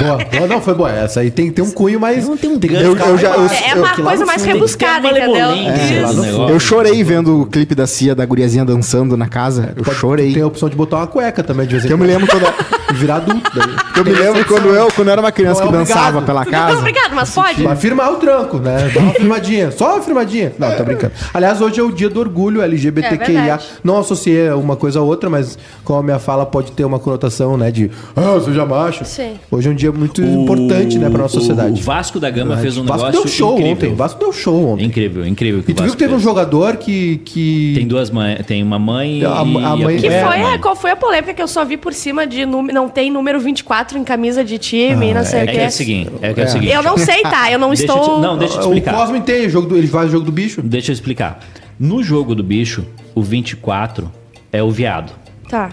Speaker 2: Boa, boa, não, foi boa. Essa aí tem, tem um cunho, mas. Não tem um
Speaker 4: gancho, cara, eu-
Speaker 3: É uma
Speaker 2: que lá
Speaker 3: coisa
Speaker 2: no
Speaker 3: mais
Speaker 2: fundo-
Speaker 3: rebuscada,
Speaker 1: Tem que ter uma
Speaker 3: entendeu?
Speaker 1: malevolência
Speaker 2: lá
Speaker 3: Isso.
Speaker 2: no
Speaker 1: no
Speaker 2: fundo.
Speaker 1: um negócio.
Speaker 4: Eu chorei vendo o clipe da Cia, da guriazinha dançando na casa. Eu chorei.
Speaker 2: Tem a opção de botar uma cueca também de vez em
Speaker 4: Que eu me lembro quando
Speaker 2: E virar adulto. né? Daí.
Speaker 4: eu me lembro quando eu, quando eu era uma criança
Speaker 2: Não
Speaker 4: que
Speaker 2: é
Speaker 4: dançava
Speaker 2: obrigado.
Speaker 4: pela
Speaker 3: Não,
Speaker 4: casa.
Speaker 3: obrigado, mas pode.
Speaker 2: Vai firmar o tranco, né? Dá uma firmadinha. Só uma firmadinha. Não, tô brincando. Aliás, hoje é o dia do orgulho
Speaker 3: É
Speaker 2: LGBTQIA.
Speaker 3: verdade.
Speaker 2: não associei uma coisa a outra, mas como a minha fala pode ter uma conotação, né? De, ah, seja macho.
Speaker 3: Sim.
Speaker 2: Hoje é um dia muito
Speaker 1: O-
Speaker 2: importante, né, pra nossa
Speaker 1: o- O
Speaker 2: sociedade.
Speaker 1: Vasco da Gama fez um
Speaker 2: O Vasco
Speaker 1: negócio
Speaker 2: deu show
Speaker 1: incrível.
Speaker 2: ontem. O Vasco deu show ontem.
Speaker 1: Incrível, incrível.
Speaker 2: E tu viu
Speaker 1: Vasco
Speaker 2: que teve um
Speaker 1: fez.
Speaker 2: jogador que. que...
Speaker 1: Tem duas mães, tem uma mãe
Speaker 2: A- a
Speaker 1: e
Speaker 2: mãe-
Speaker 3: Que
Speaker 1: outra
Speaker 2: É,
Speaker 3: foi,
Speaker 1: mãe.
Speaker 3: é, qual foi a polêmica que eu só vi por cima de num- não tem número 24 em camisa de time, não sei
Speaker 1: É
Speaker 3: o
Speaker 1: que
Speaker 3: quê.
Speaker 1: é o seguinte, é que é o
Speaker 2: É.
Speaker 1: seguinte.
Speaker 3: Eu não sei, tá? Eu não
Speaker 1: Deixa eu te-
Speaker 3: estou.
Speaker 1: não, deixa eu te
Speaker 2: o
Speaker 1: explicar.
Speaker 2: Cosmo tem, o jogo do, ele faz o jogo do bicho.
Speaker 1: Deixa eu explicar. No jogo do bicho, o 24 é o viado.
Speaker 3: Tá.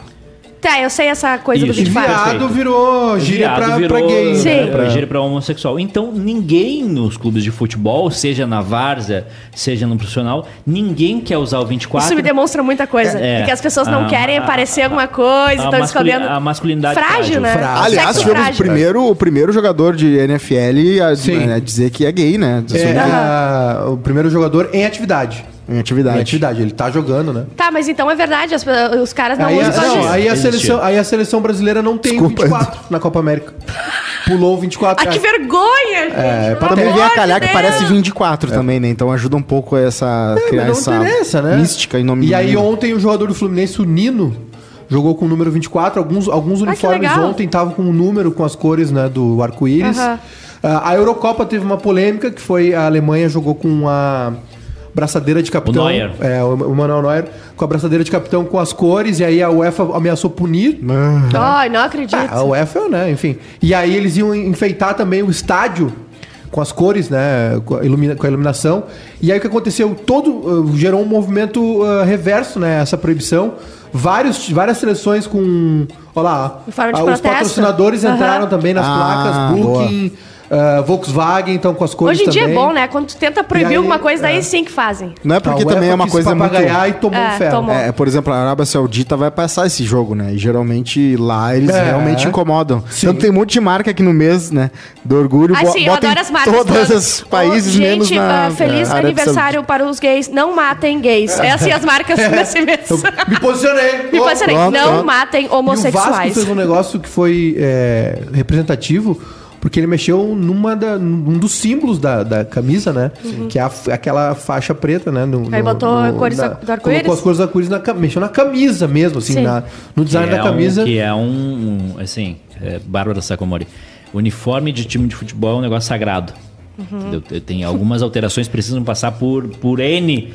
Speaker 3: Tá, eu sei essa coisa
Speaker 1: Isso.
Speaker 3: do Big Five.
Speaker 1: Viado
Speaker 2: viado virou gíria
Speaker 1: Viado
Speaker 2: pra,
Speaker 1: virou,
Speaker 2: pra gay.
Speaker 3: Sim.
Speaker 1: né,
Speaker 2: né?
Speaker 1: pra-
Speaker 2: Pra-
Speaker 1: Gíria pra homossexual. Então, ninguém nos clubes de futebol, seja na várzea, seja no profissional, ninguém quer usar o 24.
Speaker 3: Isso me demonstra muita coisa.
Speaker 1: É.
Speaker 3: Porque as pessoas
Speaker 1: A-
Speaker 3: não querem
Speaker 1: a-
Speaker 3: aparecer
Speaker 1: a-
Speaker 3: alguma coisa,
Speaker 1: ah. a
Speaker 3: estão
Speaker 1: masculin-
Speaker 3: escondendo.
Speaker 1: a masculinidade frágil,
Speaker 3: frágil, né?
Speaker 2: frágil.
Speaker 4: Aliás,
Speaker 3: Sexo
Speaker 4: tivemos o
Speaker 3: frágil.
Speaker 4: primeiro, o primeiro jogador de NFL a,
Speaker 2: Sim.
Speaker 4: né, dizer que é gay, né?
Speaker 2: É,
Speaker 4: Assumir
Speaker 2: a- o primeiro jogador em atividade.
Speaker 4: Em atividade.
Speaker 2: Em atividade, ele tá jogando, né?
Speaker 3: Tá, mas então é verdade, as pe- os caras não
Speaker 2: Aí, a-
Speaker 3: usam só
Speaker 1: existe.
Speaker 2: não,
Speaker 3: disso.
Speaker 2: aí a
Speaker 1: Existe.
Speaker 2: seleção, aí a seleção brasileira não tem o
Speaker 4: Desculpa.
Speaker 2: 24 na Copa América. Pulou o 24.
Speaker 3: Ah, que vergonha, gente!
Speaker 2: É, pra
Speaker 3: pelo
Speaker 4: Também
Speaker 3: amor
Speaker 4: vem a
Speaker 3: de
Speaker 4: calhar que
Speaker 3: Deus.
Speaker 4: parece 24 também, né? Então ajuda um pouco essa
Speaker 2: É,
Speaker 4: criar
Speaker 2: mas
Speaker 4: essa
Speaker 2: É. não interessa, né?
Speaker 4: mística em nome
Speaker 2: E
Speaker 4: do
Speaker 2: aí
Speaker 4: menino.
Speaker 2: ontem o jogador do Fluminense, o Nino, jogou com o número 24. Alguns, alguns uniformes
Speaker 3: Ah, legal.
Speaker 2: ontem estavam com o número, com as cores né, do arco-íris.
Speaker 3: Aham.
Speaker 2: Ah, a Eurocopa teve uma polêmica, que foi a Alemanha jogou com a braçadeira de capitão.
Speaker 1: Neuer.
Speaker 2: É, o o Manuel Neuer, com a braçadeira de capitão com as cores, e aí a UEFA ameaçou punir.
Speaker 3: Ai, não acredito.
Speaker 2: Ah, a UEFA, né? Enfim. E aí eles iam enfeitar também o estádio com as cores, né? Com a, ilumina- com a iluminação. E aí o que aconteceu? Todo uh, gerou um movimento uh, reverso, né? Essa proibição. Vários, várias seleções com. Olha lá.
Speaker 3: Em forma de
Speaker 2: ah, os
Speaker 3: protesto.
Speaker 2: patrocinadores
Speaker 3: Aham.
Speaker 2: entraram também nas
Speaker 4: Ah,
Speaker 2: placas, Booking, uh, Volkswagen, então com as cores
Speaker 3: Hoje em dia
Speaker 2: também.
Speaker 3: é bom, né? Quando tu tenta proibir
Speaker 2: E aí,
Speaker 3: alguma coisa, daí
Speaker 2: é.
Speaker 3: sim que fazem.
Speaker 4: Não é porque
Speaker 2: Tá, A
Speaker 4: também é
Speaker 2: UEFA
Speaker 4: uma
Speaker 2: quis
Speaker 4: coisa muito...
Speaker 2: papagaiar e tomou
Speaker 3: É,
Speaker 2: um ferro.
Speaker 3: tomou.
Speaker 4: É, por exemplo, a Arábia Saudita vai passar esse jogo, né? E geralmente lá eles
Speaker 2: É.
Speaker 4: realmente incomodam.
Speaker 2: Sim.
Speaker 4: Tanto tem um monte de marca aqui no mês, né? Do orgulho.
Speaker 3: Ah,
Speaker 4: bo-
Speaker 3: sim, eu
Speaker 4: bota em
Speaker 3: adoro as marcas.
Speaker 4: Todas
Speaker 3: falando,
Speaker 4: os países
Speaker 3: "Ô,
Speaker 4: menos
Speaker 3: Gente,
Speaker 4: na
Speaker 3: ah, feliz
Speaker 4: na Arábia
Speaker 3: aniversário para os gays. Não matem gays. É assim as marcas desse mês.
Speaker 2: Me posicionei!
Speaker 3: Me
Speaker 2: Opa!
Speaker 3: posicionei.
Speaker 4: pronto,
Speaker 3: Não
Speaker 4: pronto.
Speaker 3: matem
Speaker 2: E o Vasco
Speaker 3: homossexuais.
Speaker 2: fez um negócio que foi é, representativo, porque ele mexeu numa da, num dos símbolos da, da camisa, né? Que é a f- aquela faixa preta, né? No,
Speaker 3: Aí
Speaker 2: no-
Speaker 3: botou
Speaker 2: no-
Speaker 3: cores
Speaker 2: na-
Speaker 3: do arco-íris?
Speaker 2: Colocou as cores do arco-íris, na ca- mexeu na camisa mesmo, assim,
Speaker 3: Sim.
Speaker 2: na-
Speaker 1: Que
Speaker 2: no design
Speaker 1: é
Speaker 2: da
Speaker 1: um-
Speaker 2: camisa.
Speaker 1: que é um, um, assim, é, Bárbara Sacomori. Uniforme de time de futebol é um negócio sagrado.
Speaker 3: Uhum.
Speaker 1: Entendeu? Tem- Tem algumas alterações que precisam passar por, por N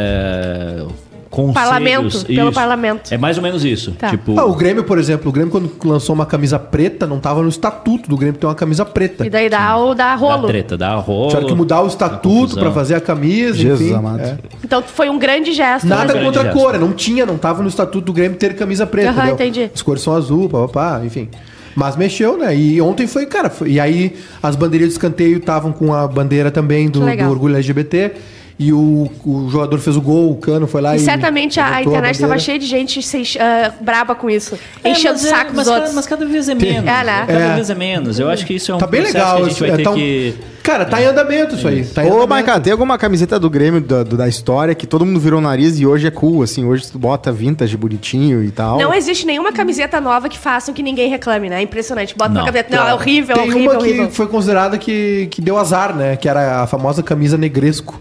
Speaker 1: é, conselhos.
Speaker 3: Parlamento, pelo
Speaker 1: Isso.
Speaker 3: parlamento.
Speaker 1: É mais ou menos isso.
Speaker 3: Tá.
Speaker 1: Tipo,
Speaker 2: Ah, o Grêmio, por exemplo, o Grêmio quando lançou uma camisa preta, não tava no estatuto do Grêmio ter uma camisa preta.
Speaker 3: E daí dá, o- dá
Speaker 1: da
Speaker 3: rolo.
Speaker 1: treta, da rolo.
Speaker 2: Tiveram que mudar o estatuto
Speaker 1: tá confusão.
Speaker 2: pra fazer a camisa,
Speaker 4: Jesus
Speaker 2: enfim.
Speaker 4: amado.
Speaker 2: é.
Speaker 3: Então foi um grande gesto.
Speaker 2: Nada
Speaker 1: grande
Speaker 2: contra a
Speaker 1: gesto.
Speaker 2: cor, não tinha, não tava no estatuto do Grêmio ter camisa preta.
Speaker 3: Aham,
Speaker 2: entendeu?
Speaker 3: entendi.
Speaker 2: As cores são azul, papapá, enfim. Mas mexeu, né? E ontem foi, cara. foi- e aí as bandeiras de escanteio estavam com a bandeira também do,
Speaker 3: Que legal.
Speaker 2: do orgulho LGBT. E o, o jogador fez o gol, o cano foi lá e.
Speaker 3: E certamente a
Speaker 2: levantou
Speaker 3: internet estava
Speaker 2: bandeira.
Speaker 3: cheia de gente se enche- ah, braba com isso.
Speaker 1: É,
Speaker 3: enchendo o
Speaker 1: mas é-
Speaker 3: saco
Speaker 1: mas
Speaker 3: dos
Speaker 1: cada-
Speaker 3: outros.
Speaker 1: Mas cada vez é menos.
Speaker 3: É, né?
Speaker 1: Cada
Speaker 2: É.
Speaker 1: vez é menos. Eu acho que isso é um
Speaker 2: Tá bem
Speaker 1: processo
Speaker 2: legal.
Speaker 1: que a gente vai
Speaker 2: é,
Speaker 1: ter
Speaker 2: tá um-
Speaker 1: que... É.
Speaker 2: Cara, tá em andamento isso aí. Tá em
Speaker 4: Ô,
Speaker 2: andamento.
Speaker 4: Maica, tem alguma camiseta do Grêmio, da, do- da história, que todo mundo virou o nariz e hoje é cool, assim, hoje tu bota vintage bonitinho e tal.
Speaker 3: Não é- existe nenhuma camiseta nova que façam que ninguém reclame, né? É impressionante. Bota
Speaker 1: Não.
Speaker 3: uma camiseta. Não, é horrível,
Speaker 2: Tem
Speaker 3: horrível,
Speaker 2: uma que
Speaker 3: horrível.
Speaker 2: foi considerada que, que deu azar, né? Que era a famosa camisa negresco.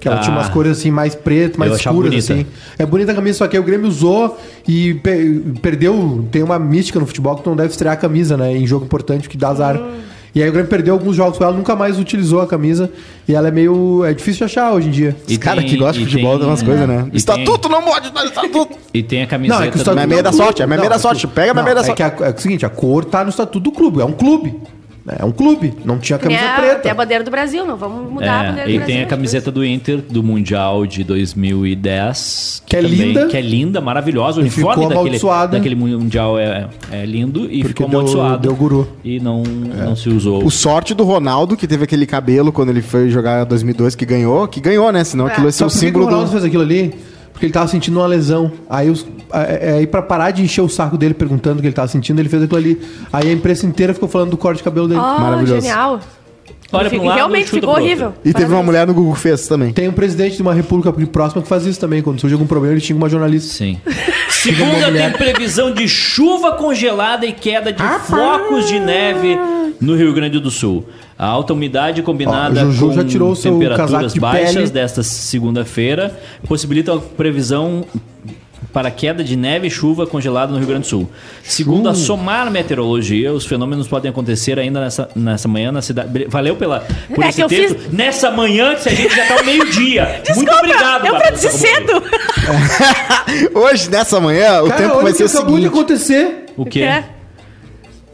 Speaker 2: Que ela
Speaker 1: Ah.
Speaker 2: tinha umas cores assim mais pretas, mais
Speaker 1: Eu achava
Speaker 2: escuras,
Speaker 1: bonita.
Speaker 2: assim. É bonita a camisa, só que aí o Grêmio usou e pe- perdeu. Tem uma mística no futebol que tu não deve estrear a camisa, né? Em jogo importante que dá azar.
Speaker 3: Hum.
Speaker 2: E aí o Grêmio perdeu alguns jogos com ela, nunca mais utilizou a camisa. E ela é meio. É difícil de achar hoje em dia.
Speaker 1: E
Speaker 4: Os caras
Speaker 1: tem-
Speaker 4: que gostam
Speaker 1: e
Speaker 4: de futebol
Speaker 1: tem-
Speaker 4: tem umas coisas, né?
Speaker 1: e
Speaker 4: Estatuto não pode dar estatuto!
Speaker 1: E tem a camiseta...
Speaker 2: Não, é que o
Speaker 1: do-
Speaker 2: estatuto-
Speaker 4: Mas é meia da sorte, é meia
Speaker 2: Não,
Speaker 4: da sorte. Pega a
Speaker 2: Não,
Speaker 4: meia da
Speaker 2: é, que
Speaker 4: sorte.
Speaker 2: a, é o seguinte, a cor tá no estatuto do clube, é um clube. né? É um clube, não tinha
Speaker 3: Tem
Speaker 2: camisa
Speaker 3: a,
Speaker 2: preta.
Speaker 3: tem É, a bandeira do Brasil, não vamos
Speaker 1: É,
Speaker 3: mudar a bandeira do
Speaker 1: e
Speaker 3: Brasil.
Speaker 1: tem a camiseta do Inter do Mundial de 2010.
Speaker 2: Que é linda.
Speaker 1: Que é linda, maravilhosa. O
Speaker 2: E
Speaker 1: uniforme
Speaker 2: ficou
Speaker 1: daquele,
Speaker 2: amaldiçoada.
Speaker 1: daquele Mundial é, é lindo e
Speaker 2: Porque
Speaker 1: ficou
Speaker 2: deu-
Speaker 1: amaldiçoado.
Speaker 2: deu guru. É.
Speaker 1: E não, não se usou.
Speaker 4: O sorte do Ronaldo, que teve aquele cabelo quando ele foi jogar em 2002, que ganhou, que ganhou, né?
Speaker 3: É.
Speaker 4: Senão aquilo ia ser
Speaker 2: Sabe
Speaker 4: o
Speaker 2: por que que
Speaker 4: símbolo
Speaker 2: é o Ronaldo
Speaker 4: do...
Speaker 2: fez aquilo ali? Porque ele tava sentindo uma lesão. Aí, os, é- é- aí pra parar de encher o saco dele perguntando o que ele tava sentindo, ele fez aquilo ali. Aí a imprensa inteira ficou falando do corte de cabelo dele.
Speaker 3: Oh,
Speaker 4: Maravilhoso.
Speaker 3: genial.
Speaker 1: Olha
Speaker 3: Fica-
Speaker 1: pra um lado,
Speaker 3: Realmente
Speaker 1: chuta
Speaker 3: ficou
Speaker 1: pro outro.
Speaker 3: horrível.
Speaker 4: E teve uma mulher no Google que fez também.
Speaker 2: Tem um presidente de uma república próxima que faz isso também. Quando surge algum problema, ele tinha uma jornalista.
Speaker 1: Sim. Segunda tem previsão de chuva congelada e queda de flocos de neve no Rio Grande do Sul. A alta umidade combinada
Speaker 2: Ó, o Juju
Speaker 1: com
Speaker 2: já tirou o seu casaco
Speaker 1: temperaturas
Speaker 2: de
Speaker 1: baixas
Speaker 2: pele.
Speaker 1: desta segunda-feira possibilita a previsão para queda de neve e chuva congelada no Rio Grande do Sul. Segundo a Somar Meteorologia, os fenômenos podem acontecer ainda nessa, nessa manhã na cidade. Bri- Valeu pela, por
Speaker 3: É
Speaker 1: esse
Speaker 3: que eu
Speaker 1: texto. Nessa manhã, que a gente já tá ao meio-dia. Muito obrigado,
Speaker 3: eu
Speaker 1: Bárbara
Speaker 3: produzi
Speaker 1: Sacomori.
Speaker 3: cedo.
Speaker 4: Hoje, nessa manhã, o
Speaker 2: Ah, Cara,
Speaker 4: tempo
Speaker 2: olha
Speaker 4: vai
Speaker 2: o
Speaker 4: ser
Speaker 2: que
Speaker 4: o
Speaker 2: acabou de
Speaker 4: seguinte...
Speaker 2: acontecer.
Speaker 1: O quê?
Speaker 3: É.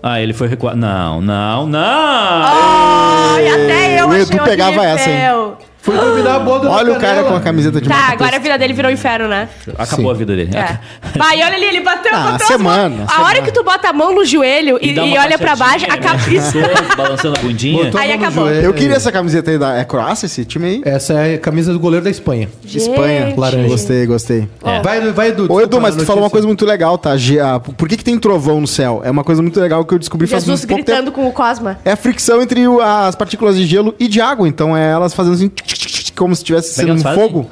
Speaker 1: Ah, ele foi recuado. Não, não, não!
Speaker 2: Ah!
Speaker 3: Ai, até eu
Speaker 4: O
Speaker 3: achei
Speaker 4: Edu pegava
Speaker 3: horrível.
Speaker 4: essa, hein?
Speaker 2: Foi terminar a boda
Speaker 4: Olha o cara com a camiseta de
Speaker 3: Tá,
Speaker 4: Mato
Speaker 3: agora a vida dele virou inferno, né?
Speaker 1: Acabou
Speaker 2: Sim.
Speaker 1: a vida dele.
Speaker 3: É. Vai, olha ali, ele bateu,
Speaker 4: Ah,
Speaker 3: botou as
Speaker 4: semana,
Speaker 3: mãos. A
Speaker 4: semana.
Speaker 3: hora que tu bota a mão no joelho e,
Speaker 1: dá
Speaker 3: e
Speaker 1: uma
Speaker 3: olha pra baixo,
Speaker 1: passadinha, né?
Speaker 3: acaba
Speaker 1: mexe
Speaker 3: isso.
Speaker 1: o corpo, Balançando a bundinha.
Speaker 2: Botou
Speaker 3: Aí
Speaker 2: a mão no
Speaker 3: acabou.
Speaker 2: joelho.
Speaker 4: Eu queria essa camiseta aí da. É Croácia esse time aí?
Speaker 2: Essa é a camisa do goleiro da Espanha.
Speaker 4: Espanha.
Speaker 3: Gente.
Speaker 2: Laranja.
Speaker 4: Gostei, gostei.
Speaker 1: É.
Speaker 2: Vai, Edu, vai, Edu.
Speaker 4: Ô, Edu,
Speaker 2: desculpa,
Speaker 4: mas tu
Speaker 2: notícia.
Speaker 4: falou uma coisa muito legal, tá? Ge- ah, Por que, que tem trovão no céu? É uma coisa muito legal que eu descobri faz
Speaker 3: Jesus
Speaker 4: muito pouco tempo.
Speaker 3: gritando com o Cosma.
Speaker 4: É a fricção entre o- as partículas de gelo e de água. Então é elas fazendo assim, tch, tch, tch, tch, como se estivesse
Speaker 1: Como é que
Speaker 4: sendo um
Speaker 1: elas fazem?
Speaker 4: fogo.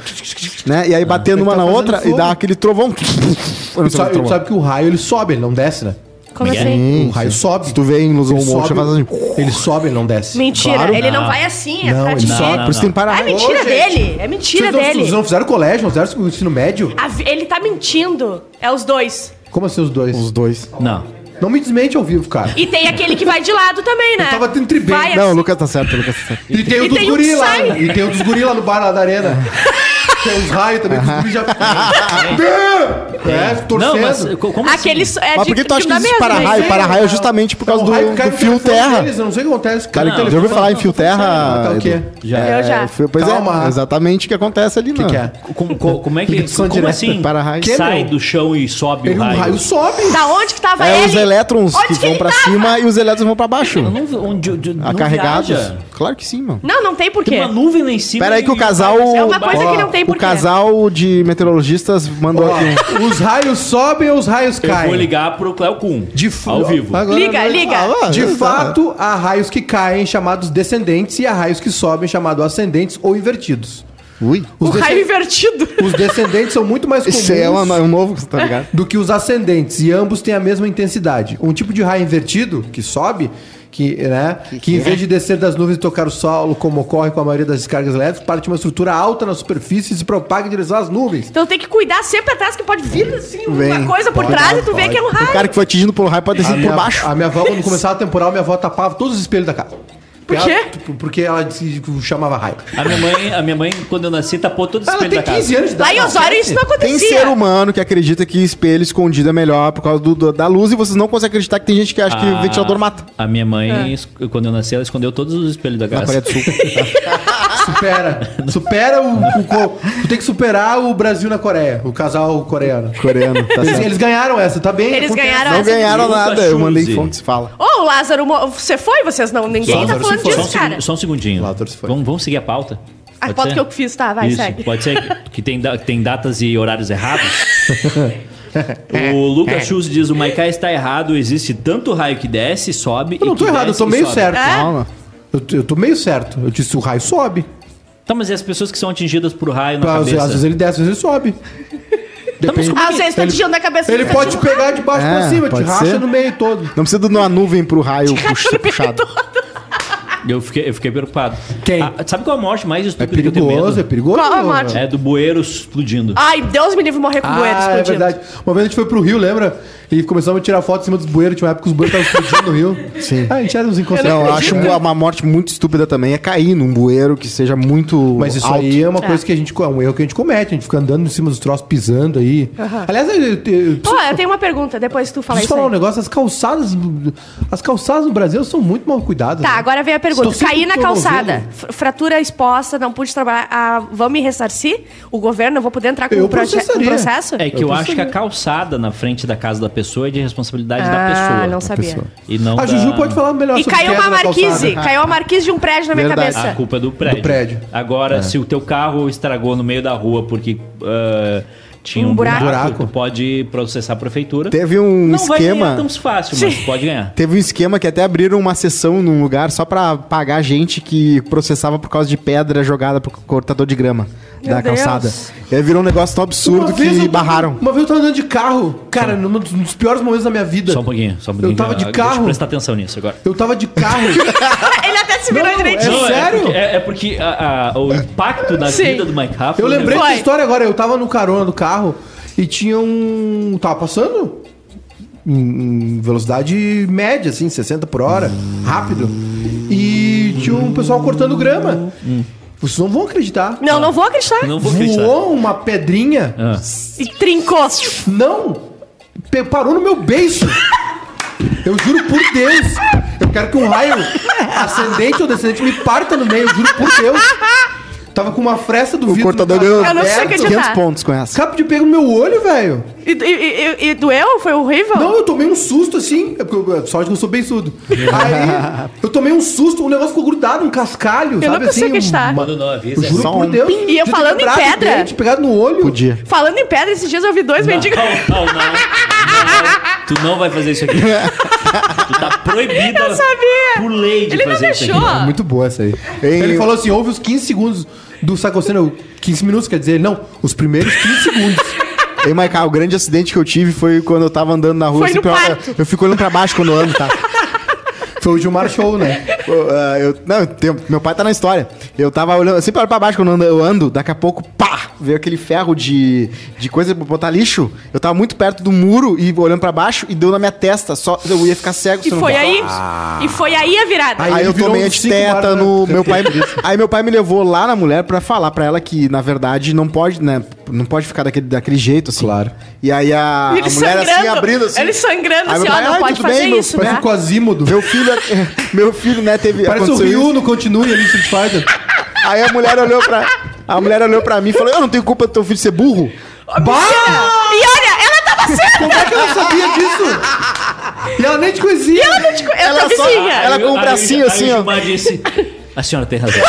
Speaker 4: Né?
Speaker 1: Ah.
Speaker 4: E aí batendo
Speaker 2: Como é
Speaker 4: uma
Speaker 2: que tá
Speaker 4: na
Speaker 2: fazendo
Speaker 4: outra e
Speaker 2: fogo?
Speaker 4: dá aquele trovão. Eu não
Speaker 2: Tu
Speaker 4: sei o
Speaker 2: sabe, tu
Speaker 4: trovão.
Speaker 2: sabe que o raio ele sobe, ele não desce, né?
Speaker 3: Como
Speaker 1: Miguel?
Speaker 3: assim?
Speaker 2: O raio sobe.
Speaker 4: Se tu vê em Luz
Speaker 2: Ele
Speaker 4: ou Motion,
Speaker 2: sobe,
Speaker 4: faz assim.
Speaker 2: ele sobe, ele não desce.
Speaker 3: Mentira,
Speaker 4: Claro.
Speaker 3: ele não,
Speaker 1: Não.
Speaker 3: vai assim, é
Speaker 2: Não,
Speaker 3: pra
Speaker 2: ele
Speaker 3: te
Speaker 1: não,
Speaker 3: ver.
Speaker 1: não,
Speaker 4: Por isso tem
Speaker 3: Ah, é
Speaker 4: para.
Speaker 3: mentira
Speaker 2: Ô, gente.
Speaker 3: dele, é mentira
Speaker 2: Vocês não,
Speaker 3: dele.
Speaker 2: vocês não fizeram colégio, não fizeram o ensino médio?
Speaker 3: A vi- Ele tá mentindo, é os dois.
Speaker 2: Como assim os dois?
Speaker 4: Os dois.
Speaker 1: Não.
Speaker 2: Não me desmente ao vivo, cara.
Speaker 3: E tem aquele que vai de lado também, né?
Speaker 2: Eu tava tendo tribem.
Speaker 3: Vai
Speaker 4: Não, o
Speaker 3: assim.
Speaker 4: Lucas tá certo, o Lucas tá certo.
Speaker 2: E, tem o
Speaker 3: E
Speaker 2: dos
Speaker 3: tem um que
Speaker 2: guri lá.
Speaker 3: sai.
Speaker 2: E tem o dos guri lá no bar lá da arena. tem os raios também, que os guri já. é, torcendo.
Speaker 1: Não, mas co- como
Speaker 3: Aquele
Speaker 1: assim?
Speaker 3: so- é
Speaker 4: Mas por
Speaker 3: de-
Speaker 4: que tu acha
Speaker 3: de-
Speaker 4: que
Speaker 3: da
Speaker 4: existe
Speaker 3: mesma,
Speaker 4: para-raio?
Speaker 3: né?
Speaker 4: Para-raio é justamente por
Speaker 2: Então,
Speaker 4: causa
Speaker 2: o raio
Speaker 4: do,
Speaker 2: cai
Speaker 4: do
Speaker 2: no
Speaker 4: fio
Speaker 2: telefone
Speaker 4: terra.
Speaker 2: deles, eu não sei o que acontece.
Speaker 4: Cara,
Speaker 1: Não,
Speaker 4: que já ouviu falar em fio terra?
Speaker 2: Tá o quê?
Speaker 4: Edu?
Speaker 2: Já.
Speaker 3: Eu já.
Speaker 4: Fio- Pois
Speaker 2: Calma.
Speaker 4: é, exatamente o que acontece ali, não.
Speaker 2: que é?
Speaker 1: Como, co- como é que.
Speaker 2: Ligação
Speaker 1: Como
Speaker 2: direta,
Speaker 1: assim?
Speaker 4: para-raio.
Speaker 1: Sai
Speaker 2: Que, meu?
Speaker 1: do chão e sobe
Speaker 4: Um
Speaker 2: Ele,
Speaker 1: o raio.
Speaker 2: O um raio sobe.
Speaker 3: Da onde que tava
Speaker 4: É
Speaker 3: ele?
Speaker 4: os elétrons
Speaker 3: Onde
Speaker 4: que vão
Speaker 3: ele
Speaker 4: pra
Speaker 3: tava?
Speaker 4: cima e os elétrons vão pra baixo.
Speaker 1: Eu não- onde- onde- não
Speaker 4: A carregados.
Speaker 1: viaja.
Speaker 4: Claro que sim, mano.
Speaker 3: Não, não tem porquê.
Speaker 1: Tem uma nuvem lá em cima.
Speaker 4: Pera aí que o
Speaker 1: e-
Speaker 4: casal.
Speaker 1: É
Speaker 3: uma coisa
Speaker 4: Ó,
Speaker 3: que não tem
Speaker 4: O
Speaker 3: porquê.
Speaker 4: casal de meteorologistas mandou aqui um.
Speaker 2: Ó, os raios sobem ou os raios
Speaker 1: Eu
Speaker 2: caem?
Speaker 1: vou ligar pro Cléo Kuhn.
Speaker 2: De f-
Speaker 1: Ao vivo.
Speaker 2: Agora
Speaker 3: Liga,
Speaker 2: nós-
Speaker 3: liga.
Speaker 2: Ah, De
Speaker 4: tá.
Speaker 2: fato, há raios que caem, chamados descendentes, e há raios que sobem, chamados ascendentes ou invertidos.
Speaker 4: Ui.
Speaker 3: O
Speaker 2: Os, desce-
Speaker 3: raio invertido.
Speaker 2: os descendentes são muito mais comuns
Speaker 4: Esse é um, é um novo, você tá ligado?
Speaker 2: do que os ascendentes, e ambos têm a mesma intensidade. Um tipo de raio invertido, que sobe, que, né, que, em vez de descer das nuvens e tocar o solo, como ocorre com a maioria das descargas elétricas, parte de uma estrutura alta na superfície e se propaga em direção às nuvens.
Speaker 3: Então tem que cuidar sempre atrás, que pode vir assim, uma
Speaker 4: Vem.
Speaker 3: coisa por
Speaker 2: Pode,
Speaker 3: trás e tu
Speaker 2: pode.
Speaker 3: vê que é um
Speaker 4: O
Speaker 3: raio.
Speaker 4: cara que foi atingido pelo raio pode ter
Speaker 2: A
Speaker 4: sido
Speaker 2: minha,
Speaker 4: por baixo.
Speaker 2: a minha avó, quando começava a temporal, minha avó tapava todos os espelhos da casa.
Speaker 3: Por
Speaker 2: Ela-
Speaker 3: quê?
Speaker 2: tipo, porque ela disse que chamava raio.
Speaker 1: A minha mãe, a minha mãe, quando eu nasci, tapou todo o
Speaker 2: Ela
Speaker 1: espelho da
Speaker 2: tem
Speaker 1: casa.
Speaker 2: 15 anos de idade.
Speaker 3: Lá em
Speaker 2: ela
Speaker 3: Osório
Speaker 2: cresce.
Speaker 3: isso não é
Speaker 4: Tem
Speaker 3: acontecia.
Speaker 4: ser humano que acredita que espelho escondido é melhor por causa do- do- da luz e vocês não conseguem acreditar que tem gente que acha que
Speaker 1: A-
Speaker 4: ventilador mata.
Speaker 1: Ah, A minha
Speaker 3: É.
Speaker 1: mãe, es- quando eu nasci, ela escondeu todos os espelhos da
Speaker 4: Na
Speaker 1: casa.
Speaker 4: Coreia do Sul.
Speaker 2: Supera. Supera o, o co- Tu tem que superar o Brasil na Coreia. O casal coreano.
Speaker 4: Coreano, tá
Speaker 2: Eles,
Speaker 4: certo.
Speaker 2: eles ganharam essa, tá bem?
Speaker 3: Eles
Speaker 2: acontece.
Speaker 3: ganharam
Speaker 4: Não
Speaker 3: essa.
Speaker 4: ganharam
Speaker 1: Nunca
Speaker 4: nada. Eu mandei
Speaker 1: chuse.
Speaker 4: fontes, fala.
Speaker 3: Ô, Lázaro, Mo- você foi? Vocês não. Ninguém
Speaker 2: Lázaro
Speaker 3: tá
Speaker 2: se
Speaker 3: falando
Speaker 2: foi.
Speaker 1: Só um,
Speaker 3: disso,
Speaker 1: segundo,
Speaker 3: cara.
Speaker 1: só um segundinho.
Speaker 2: Lá, todos foi.
Speaker 1: Vamos, vamos seguir a pauta?
Speaker 3: A
Speaker 1: Pode
Speaker 3: pauta
Speaker 1: ser?
Speaker 3: que eu que fiz, tá, vai,
Speaker 1: Isso,
Speaker 3: segue.
Speaker 1: Pode ser que tem, da- que tem datas e horários errados. o Lucas Schultz diz: o Maikai está errado, existe tanto raio que desce, sobe.
Speaker 2: Eu não
Speaker 1: e
Speaker 2: tô
Speaker 1: que
Speaker 2: errado, eu
Speaker 1: desce
Speaker 2: tô
Speaker 1: e
Speaker 2: meio
Speaker 1: sobe.
Speaker 2: certo.
Speaker 3: É?
Speaker 4: Calma.
Speaker 2: Eu, t- eu tô meio certo. Eu disse, o raio sobe.
Speaker 1: Tá, mas e as pessoas que são atingidas por raio na
Speaker 2: Às,
Speaker 1: cabeça?
Speaker 2: às vezes ele desce, às vezes ele sobe. Depende.
Speaker 3: Ah, vocês estão tirando da cabeça
Speaker 2: um Ele
Speaker 3: do
Speaker 2: pode te
Speaker 3: cachorro.
Speaker 2: pegar de baixo
Speaker 4: É,
Speaker 2: pra cima, te
Speaker 4: pode
Speaker 2: racha
Speaker 4: ser.
Speaker 2: no meio todo.
Speaker 4: Não precisa de uma nuvem pro raio puxa- puxado.
Speaker 1: Eu fiquei, eu fiquei preocupado.
Speaker 2: Quem?
Speaker 1: Ah, sabe qual é a morte mais
Speaker 2: É
Speaker 1: estúpida que eu tenho
Speaker 2: perigoso, é
Speaker 1: medo?
Speaker 2: perigoso.
Speaker 3: Qual a
Speaker 2: meu.
Speaker 3: morte?
Speaker 1: É do bueiro explodindo.
Speaker 3: Ai, Deus me livre morrer com o bueiro
Speaker 2: Ah, é
Speaker 3: explodindo.
Speaker 2: verdade. Uma vez a gente foi pro Rio, lembra? E começamos a tirar foto em cima dos bueiros. Tinha uma época que os bueiros estavam explodindo no Rio.
Speaker 4: Sim.
Speaker 2: Ah, a gente era uns encostados.
Speaker 4: Não, eu acho um uma, uma morte muito estúpida também é cair num bueiro que seja muito
Speaker 2: Mas isso
Speaker 4: alto.
Speaker 2: aí é uma coisa que a gente. É um erro que a gente comete. A gente fica andando em cima dos troços, pisando aí. Aliás, eu, eu, eu preciso,
Speaker 3: Pô, eu tenho uma pergunta, depois tu fala
Speaker 2: preciso
Speaker 3: isso.
Speaker 2: falar um
Speaker 3: aí.
Speaker 2: negócio. As calçadas. As calçadas no Brasil são muito mal cuidadas.
Speaker 3: Tá,
Speaker 2: né?
Speaker 3: agora vem a pergunta.
Speaker 2: Estou
Speaker 3: Caí
Speaker 2: sempre
Speaker 3: na
Speaker 2: com
Speaker 3: calçada,
Speaker 2: tornozelo.
Speaker 3: fr- fratura exposta, não pude trabalhar. Ah, vão me ressarcir? O governo, eu vou poder entrar com
Speaker 2: Eu
Speaker 3: um, proje- um
Speaker 2: processaria.
Speaker 3: processo?
Speaker 1: É que eu,
Speaker 2: Eu tô
Speaker 1: acho que a
Speaker 2: sabendo.
Speaker 1: calçada na frente da casa da pessoa é de responsabilidade da
Speaker 3: Ah,
Speaker 1: pessoa.
Speaker 3: não sabia.
Speaker 1: pessoa. E não
Speaker 2: A
Speaker 1: da-
Speaker 2: Juju pode falar melhor
Speaker 3: E
Speaker 2: sobre
Speaker 3: caiu
Speaker 2: queda
Speaker 3: uma
Speaker 2: na calçada.
Speaker 3: marquise, caiu a marquise de um prédio na minha
Speaker 4: Verdade.
Speaker 1: A
Speaker 3: cabeça.
Speaker 1: culpa é do prédio.
Speaker 2: Do prédio. É.
Speaker 1: Agora, se o teu carro estragou no meio da rua porque ah, tinha um,
Speaker 3: Um
Speaker 1: buraco,
Speaker 3: buraco.
Speaker 2: Buraco.
Speaker 1: tu pode processar a prefeitura.
Speaker 4: Teve um
Speaker 1: não vai ganhar
Speaker 4: esquema.
Speaker 1: tão fácil, mas tu pode ganhar.
Speaker 4: Teve um esquema que até abriram uma sessão num lugar só pra pagar gente que processava por causa de pedra jogada pro cortador de grama da
Speaker 3: Deus.
Speaker 4: calçada. E aí virou um negócio tão absurdo
Speaker 2: eu
Speaker 4: que
Speaker 2: tava-
Speaker 4: barraram.
Speaker 2: Uma vez eu tava andando de carro. Cara, num dos- um dos piores momentos da minha vida.
Speaker 1: Só um pouquinho, só um pouquinho.
Speaker 2: Eu tava de
Speaker 1: Ah, Deixa eu
Speaker 2: carro.
Speaker 1: prestar atenção nisso agora.
Speaker 2: Eu tava de carro.
Speaker 3: Ele até se virou
Speaker 2: Não, não, é
Speaker 3: direitinho.
Speaker 1: Não,
Speaker 2: sério? É.
Speaker 1: É porque, é- é porque a- a- o impacto na
Speaker 3: Sim.
Speaker 1: vida do Mike Rafa. é
Speaker 2: Eu lembrei
Speaker 3: Foi.
Speaker 2: dessa história agora. Eu tava no carona do carro e tinha um. Tava passando em em velocidade média, assim, 60 por hora, rápido. E tinha um pessoal cortando grama. Vocês não vão acreditar.
Speaker 3: Não, não vou acreditar.
Speaker 1: Hum. Não vou acreditar.
Speaker 2: Voou uma pedrinha.
Speaker 1: Ah.
Speaker 3: E trincou.
Speaker 2: Não! Pe- Parou no meu beiço! Eu juro por Deus! Eu quero que um raio ascendente ou descendente me parta no meio, eu juro por Deus! Tava com uma fresta do
Speaker 4: O
Speaker 2: vidro.
Speaker 4: cortador
Speaker 2: do
Speaker 4: ganhou
Speaker 3: Eu não sei
Speaker 2: aberto.
Speaker 3: acreditar.
Speaker 4: 500 pontos com essa.
Speaker 2: Capo de pego no meu olho, velho.
Speaker 3: E, e- e- e doeu? Foi horrível?
Speaker 2: Não, eu tomei um susto assim. É porque eu, sorte que eu sou beiçudo. Aí eu tomei um susto, o negócio ficou grudado, um cascalho,
Speaker 3: Eu não
Speaker 2: sabe assim?
Speaker 3: consigo acreditar.
Speaker 2: uma-
Speaker 1: Quando não avisa,
Speaker 2: Eu
Speaker 1: é
Speaker 2: juro
Speaker 1: só
Speaker 2: por
Speaker 4: um
Speaker 2: Deus.
Speaker 3: pim. E eu
Speaker 2: de ter
Speaker 3: falando em
Speaker 2: quebrado o
Speaker 3: pedra.
Speaker 2: Dente, pegado no olho.
Speaker 4: Podia.
Speaker 3: Falando em pedra, esses dias eu vi dois mendigos.
Speaker 1: Não, não, assim, não. Não. Tu não vai fazer isso aqui. Tu tá proibido.
Speaker 3: Eu sabia.
Speaker 1: Por lei de
Speaker 3: Ele não
Speaker 1: fazer isso
Speaker 3: deixou.
Speaker 1: aqui. tá
Speaker 2: Muito boa essa aí.
Speaker 4: Ei,
Speaker 2: ele
Speaker 4: eu-
Speaker 2: falou assim: houve os 15 segundos do Sacocena, 15 minutos, quer dizer, ele, não, os primeiros 15 segundos.
Speaker 4: Ei, Maiká, o grande acidente que eu tive foi quando eu tava andando na rua.
Speaker 3: Foi no
Speaker 4: eu-
Speaker 3: parto.
Speaker 4: eu, fico olhando pra baixo quando eu ando, tá?
Speaker 2: Foi o Gilmar Show, né?
Speaker 4: Eu, ah, eu- não, tem- meu pai tá na história. Eu tava olhando, eu sempre olho pra baixo quando eu ando, eu ando, daqui a pouco, pá, veio aquele ferro de, de coisa pra botar lixo. Eu tava muito perto do muro e olhando pra baixo e deu na minha testa, só eu ia ficar cego.
Speaker 3: E
Speaker 4: se eu não
Speaker 3: foi
Speaker 4: botasse.
Speaker 3: aí. E foi aí a virada.
Speaker 2: Aí
Speaker 4: Aí,
Speaker 2: ele
Speaker 4: eu
Speaker 2: virou
Speaker 4: tomei
Speaker 2: uns cinco
Speaker 4: antitétano,
Speaker 2: barras, né?
Speaker 4: meu pai. aí meu pai me levou lá na mulher pra falar pra ela que, na verdade, não pode, né? Não pode ficar daquele, daquele jeito, assim.
Speaker 2: Claro.
Speaker 4: E aí a,
Speaker 3: Ele
Speaker 4: a mulher assim
Speaker 3: sangrando,
Speaker 4: abrindo assim.
Speaker 3: ele sangrando,
Speaker 4: Aí
Speaker 3: assim,
Speaker 4: meu
Speaker 3: ó,
Speaker 4: pai,
Speaker 3: não
Speaker 4: "Ai,
Speaker 3: pode
Speaker 4: tudo
Speaker 3: fazer
Speaker 4: meu-
Speaker 3: isso,
Speaker 4: meu-
Speaker 2: Parece
Speaker 3: né?"
Speaker 2: um Quasímodo.
Speaker 4: Meu filho, é, meu filho, né, teve.
Speaker 2: Parece um o
Speaker 4: aconteceu
Speaker 2: Ryu
Speaker 4: isso.
Speaker 2: no Continue ali, Street Fighter.
Speaker 4: Aí a mulher olhou pra. A mulher olhou pra mim e falou: Eu não tenho culpa do teu filho ser burro.
Speaker 2: Bah!
Speaker 3: E olha, ela tava certa.
Speaker 2: Como é que ela sabia disso? E ela nem te conhecia.
Speaker 3: Ela não te co- Eu
Speaker 4: Ela
Speaker 3: tô
Speaker 4: só-
Speaker 3: vizinha.
Speaker 4: ela- com o
Speaker 1: Aí
Speaker 4: bracinho
Speaker 1: aí
Speaker 4: assim,
Speaker 1: o
Speaker 4: ó.
Speaker 1: Gilmar disse, a senhora tem razão.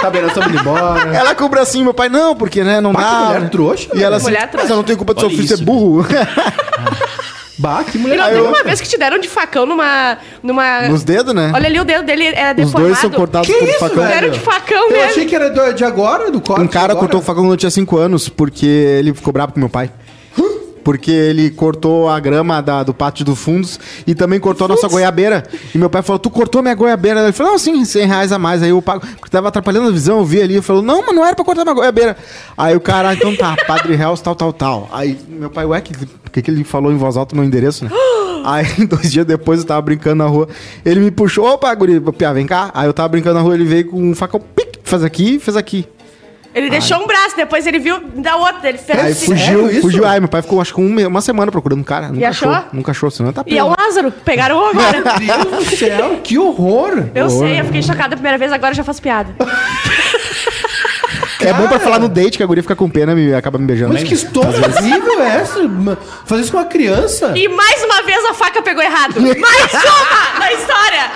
Speaker 2: Tá bem, nós estamos indo embora.
Speaker 4: Ela com o bracinho, meu pai, não, porque né, não
Speaker 2: Pai, que
Speaker 4: dá.
Speaker 2: mulher trouxa,
Speaker 4: E ela assim,
Speaker 3: Mulher trouxa.
Speaker 4: mas eu não tenho culpa do seu
Speaker 1: Olha
Speaker 4: filho
Speaker 1: isso,
Speaker 4: ser burro.
Speaker 2: Bah, que
Speaker 3: E
Speaker 2: mulher.
Speaker 3: não
Speaker 4: Aí
Speaker 3: teve
Speaker 4: eu-
Speaker 3: uma vez que te deram de facão numa. numa...
Speaker 4: Nos dedos, né?
Speaker 3: Olha ali o dedo dele é
Speaker 4: Os
Speaker 3: deformado.
Speaker 4: dois são cortados
Speaker 2: Que
Speaker 4: por
Speaker 2: isso,
Speaker 4: facão.
Speaker 2: velho?
Speaker 3: Deram de facão
Speaker 2: Eu
Speaker 3: mesmo.
Speaker 2: achei que era do- de agora, do corte.
Speaker 4: Um cara
Speaker 2: agora.
Speaker 4: cortou o facão quando eu tinha 5 anos, porque ele ficou bravo com meu pai. Porque ele cortou a grama da- do pátio dos fundos e também cortou a nossa goiabeira. E meu pai falou: Tu cortou minha goiabeira? Ele falou: Não, sim, 100 reais a mais. Aí eu pago. Porque tava atrapalhando a visão, eu vi ali. Ele falou: Não, mas não era pra cortar minha goiabeira. Aí o cara, "Ah, então tá, Padre Reus, tal, tal, tal. Aí meu pai, ué, que, que, que ele falou em voz alta o meu endereço, né? Aí dois dias depois eu tava brincando na rua. Ele me puxou: Opa, guri, piá, vem cá. Aí eu tava brincando na rua, ele veio com um facão, pic, fez aqui, fez aqui.
Speaker 3: Ele deixou um braço, depois ele viu da outra. Ele fez
Speaker 4: Aí
Speaker 3: assim.
Speaker 4: fugiu,
Speaker 2: isso?
Speaker 4: fugiu. Aí meu pai ficou acho que um me- uma semana procurando o cara. Nunca
Speaker 3: achou?
Speaker 4: Nunca achou, senão tá
Speaker 3: E é o Lázaro. Pegaram o agora.
Speaker 2: Meu Deus do céu, que horror.
Speaker 3: Eu sei, eu fiquei chocada a primeira vez, agora eu já faço piada.
Speaker 4: É bom pra falar no date que a guria fica com pena e me- acaba me beijando.
Speaker 2: Mas que história horrível é essa? Ma- Fazer isso com uma criança?
Speaker 3: E mais uma vez a faca pegou errado. Mais uma na história.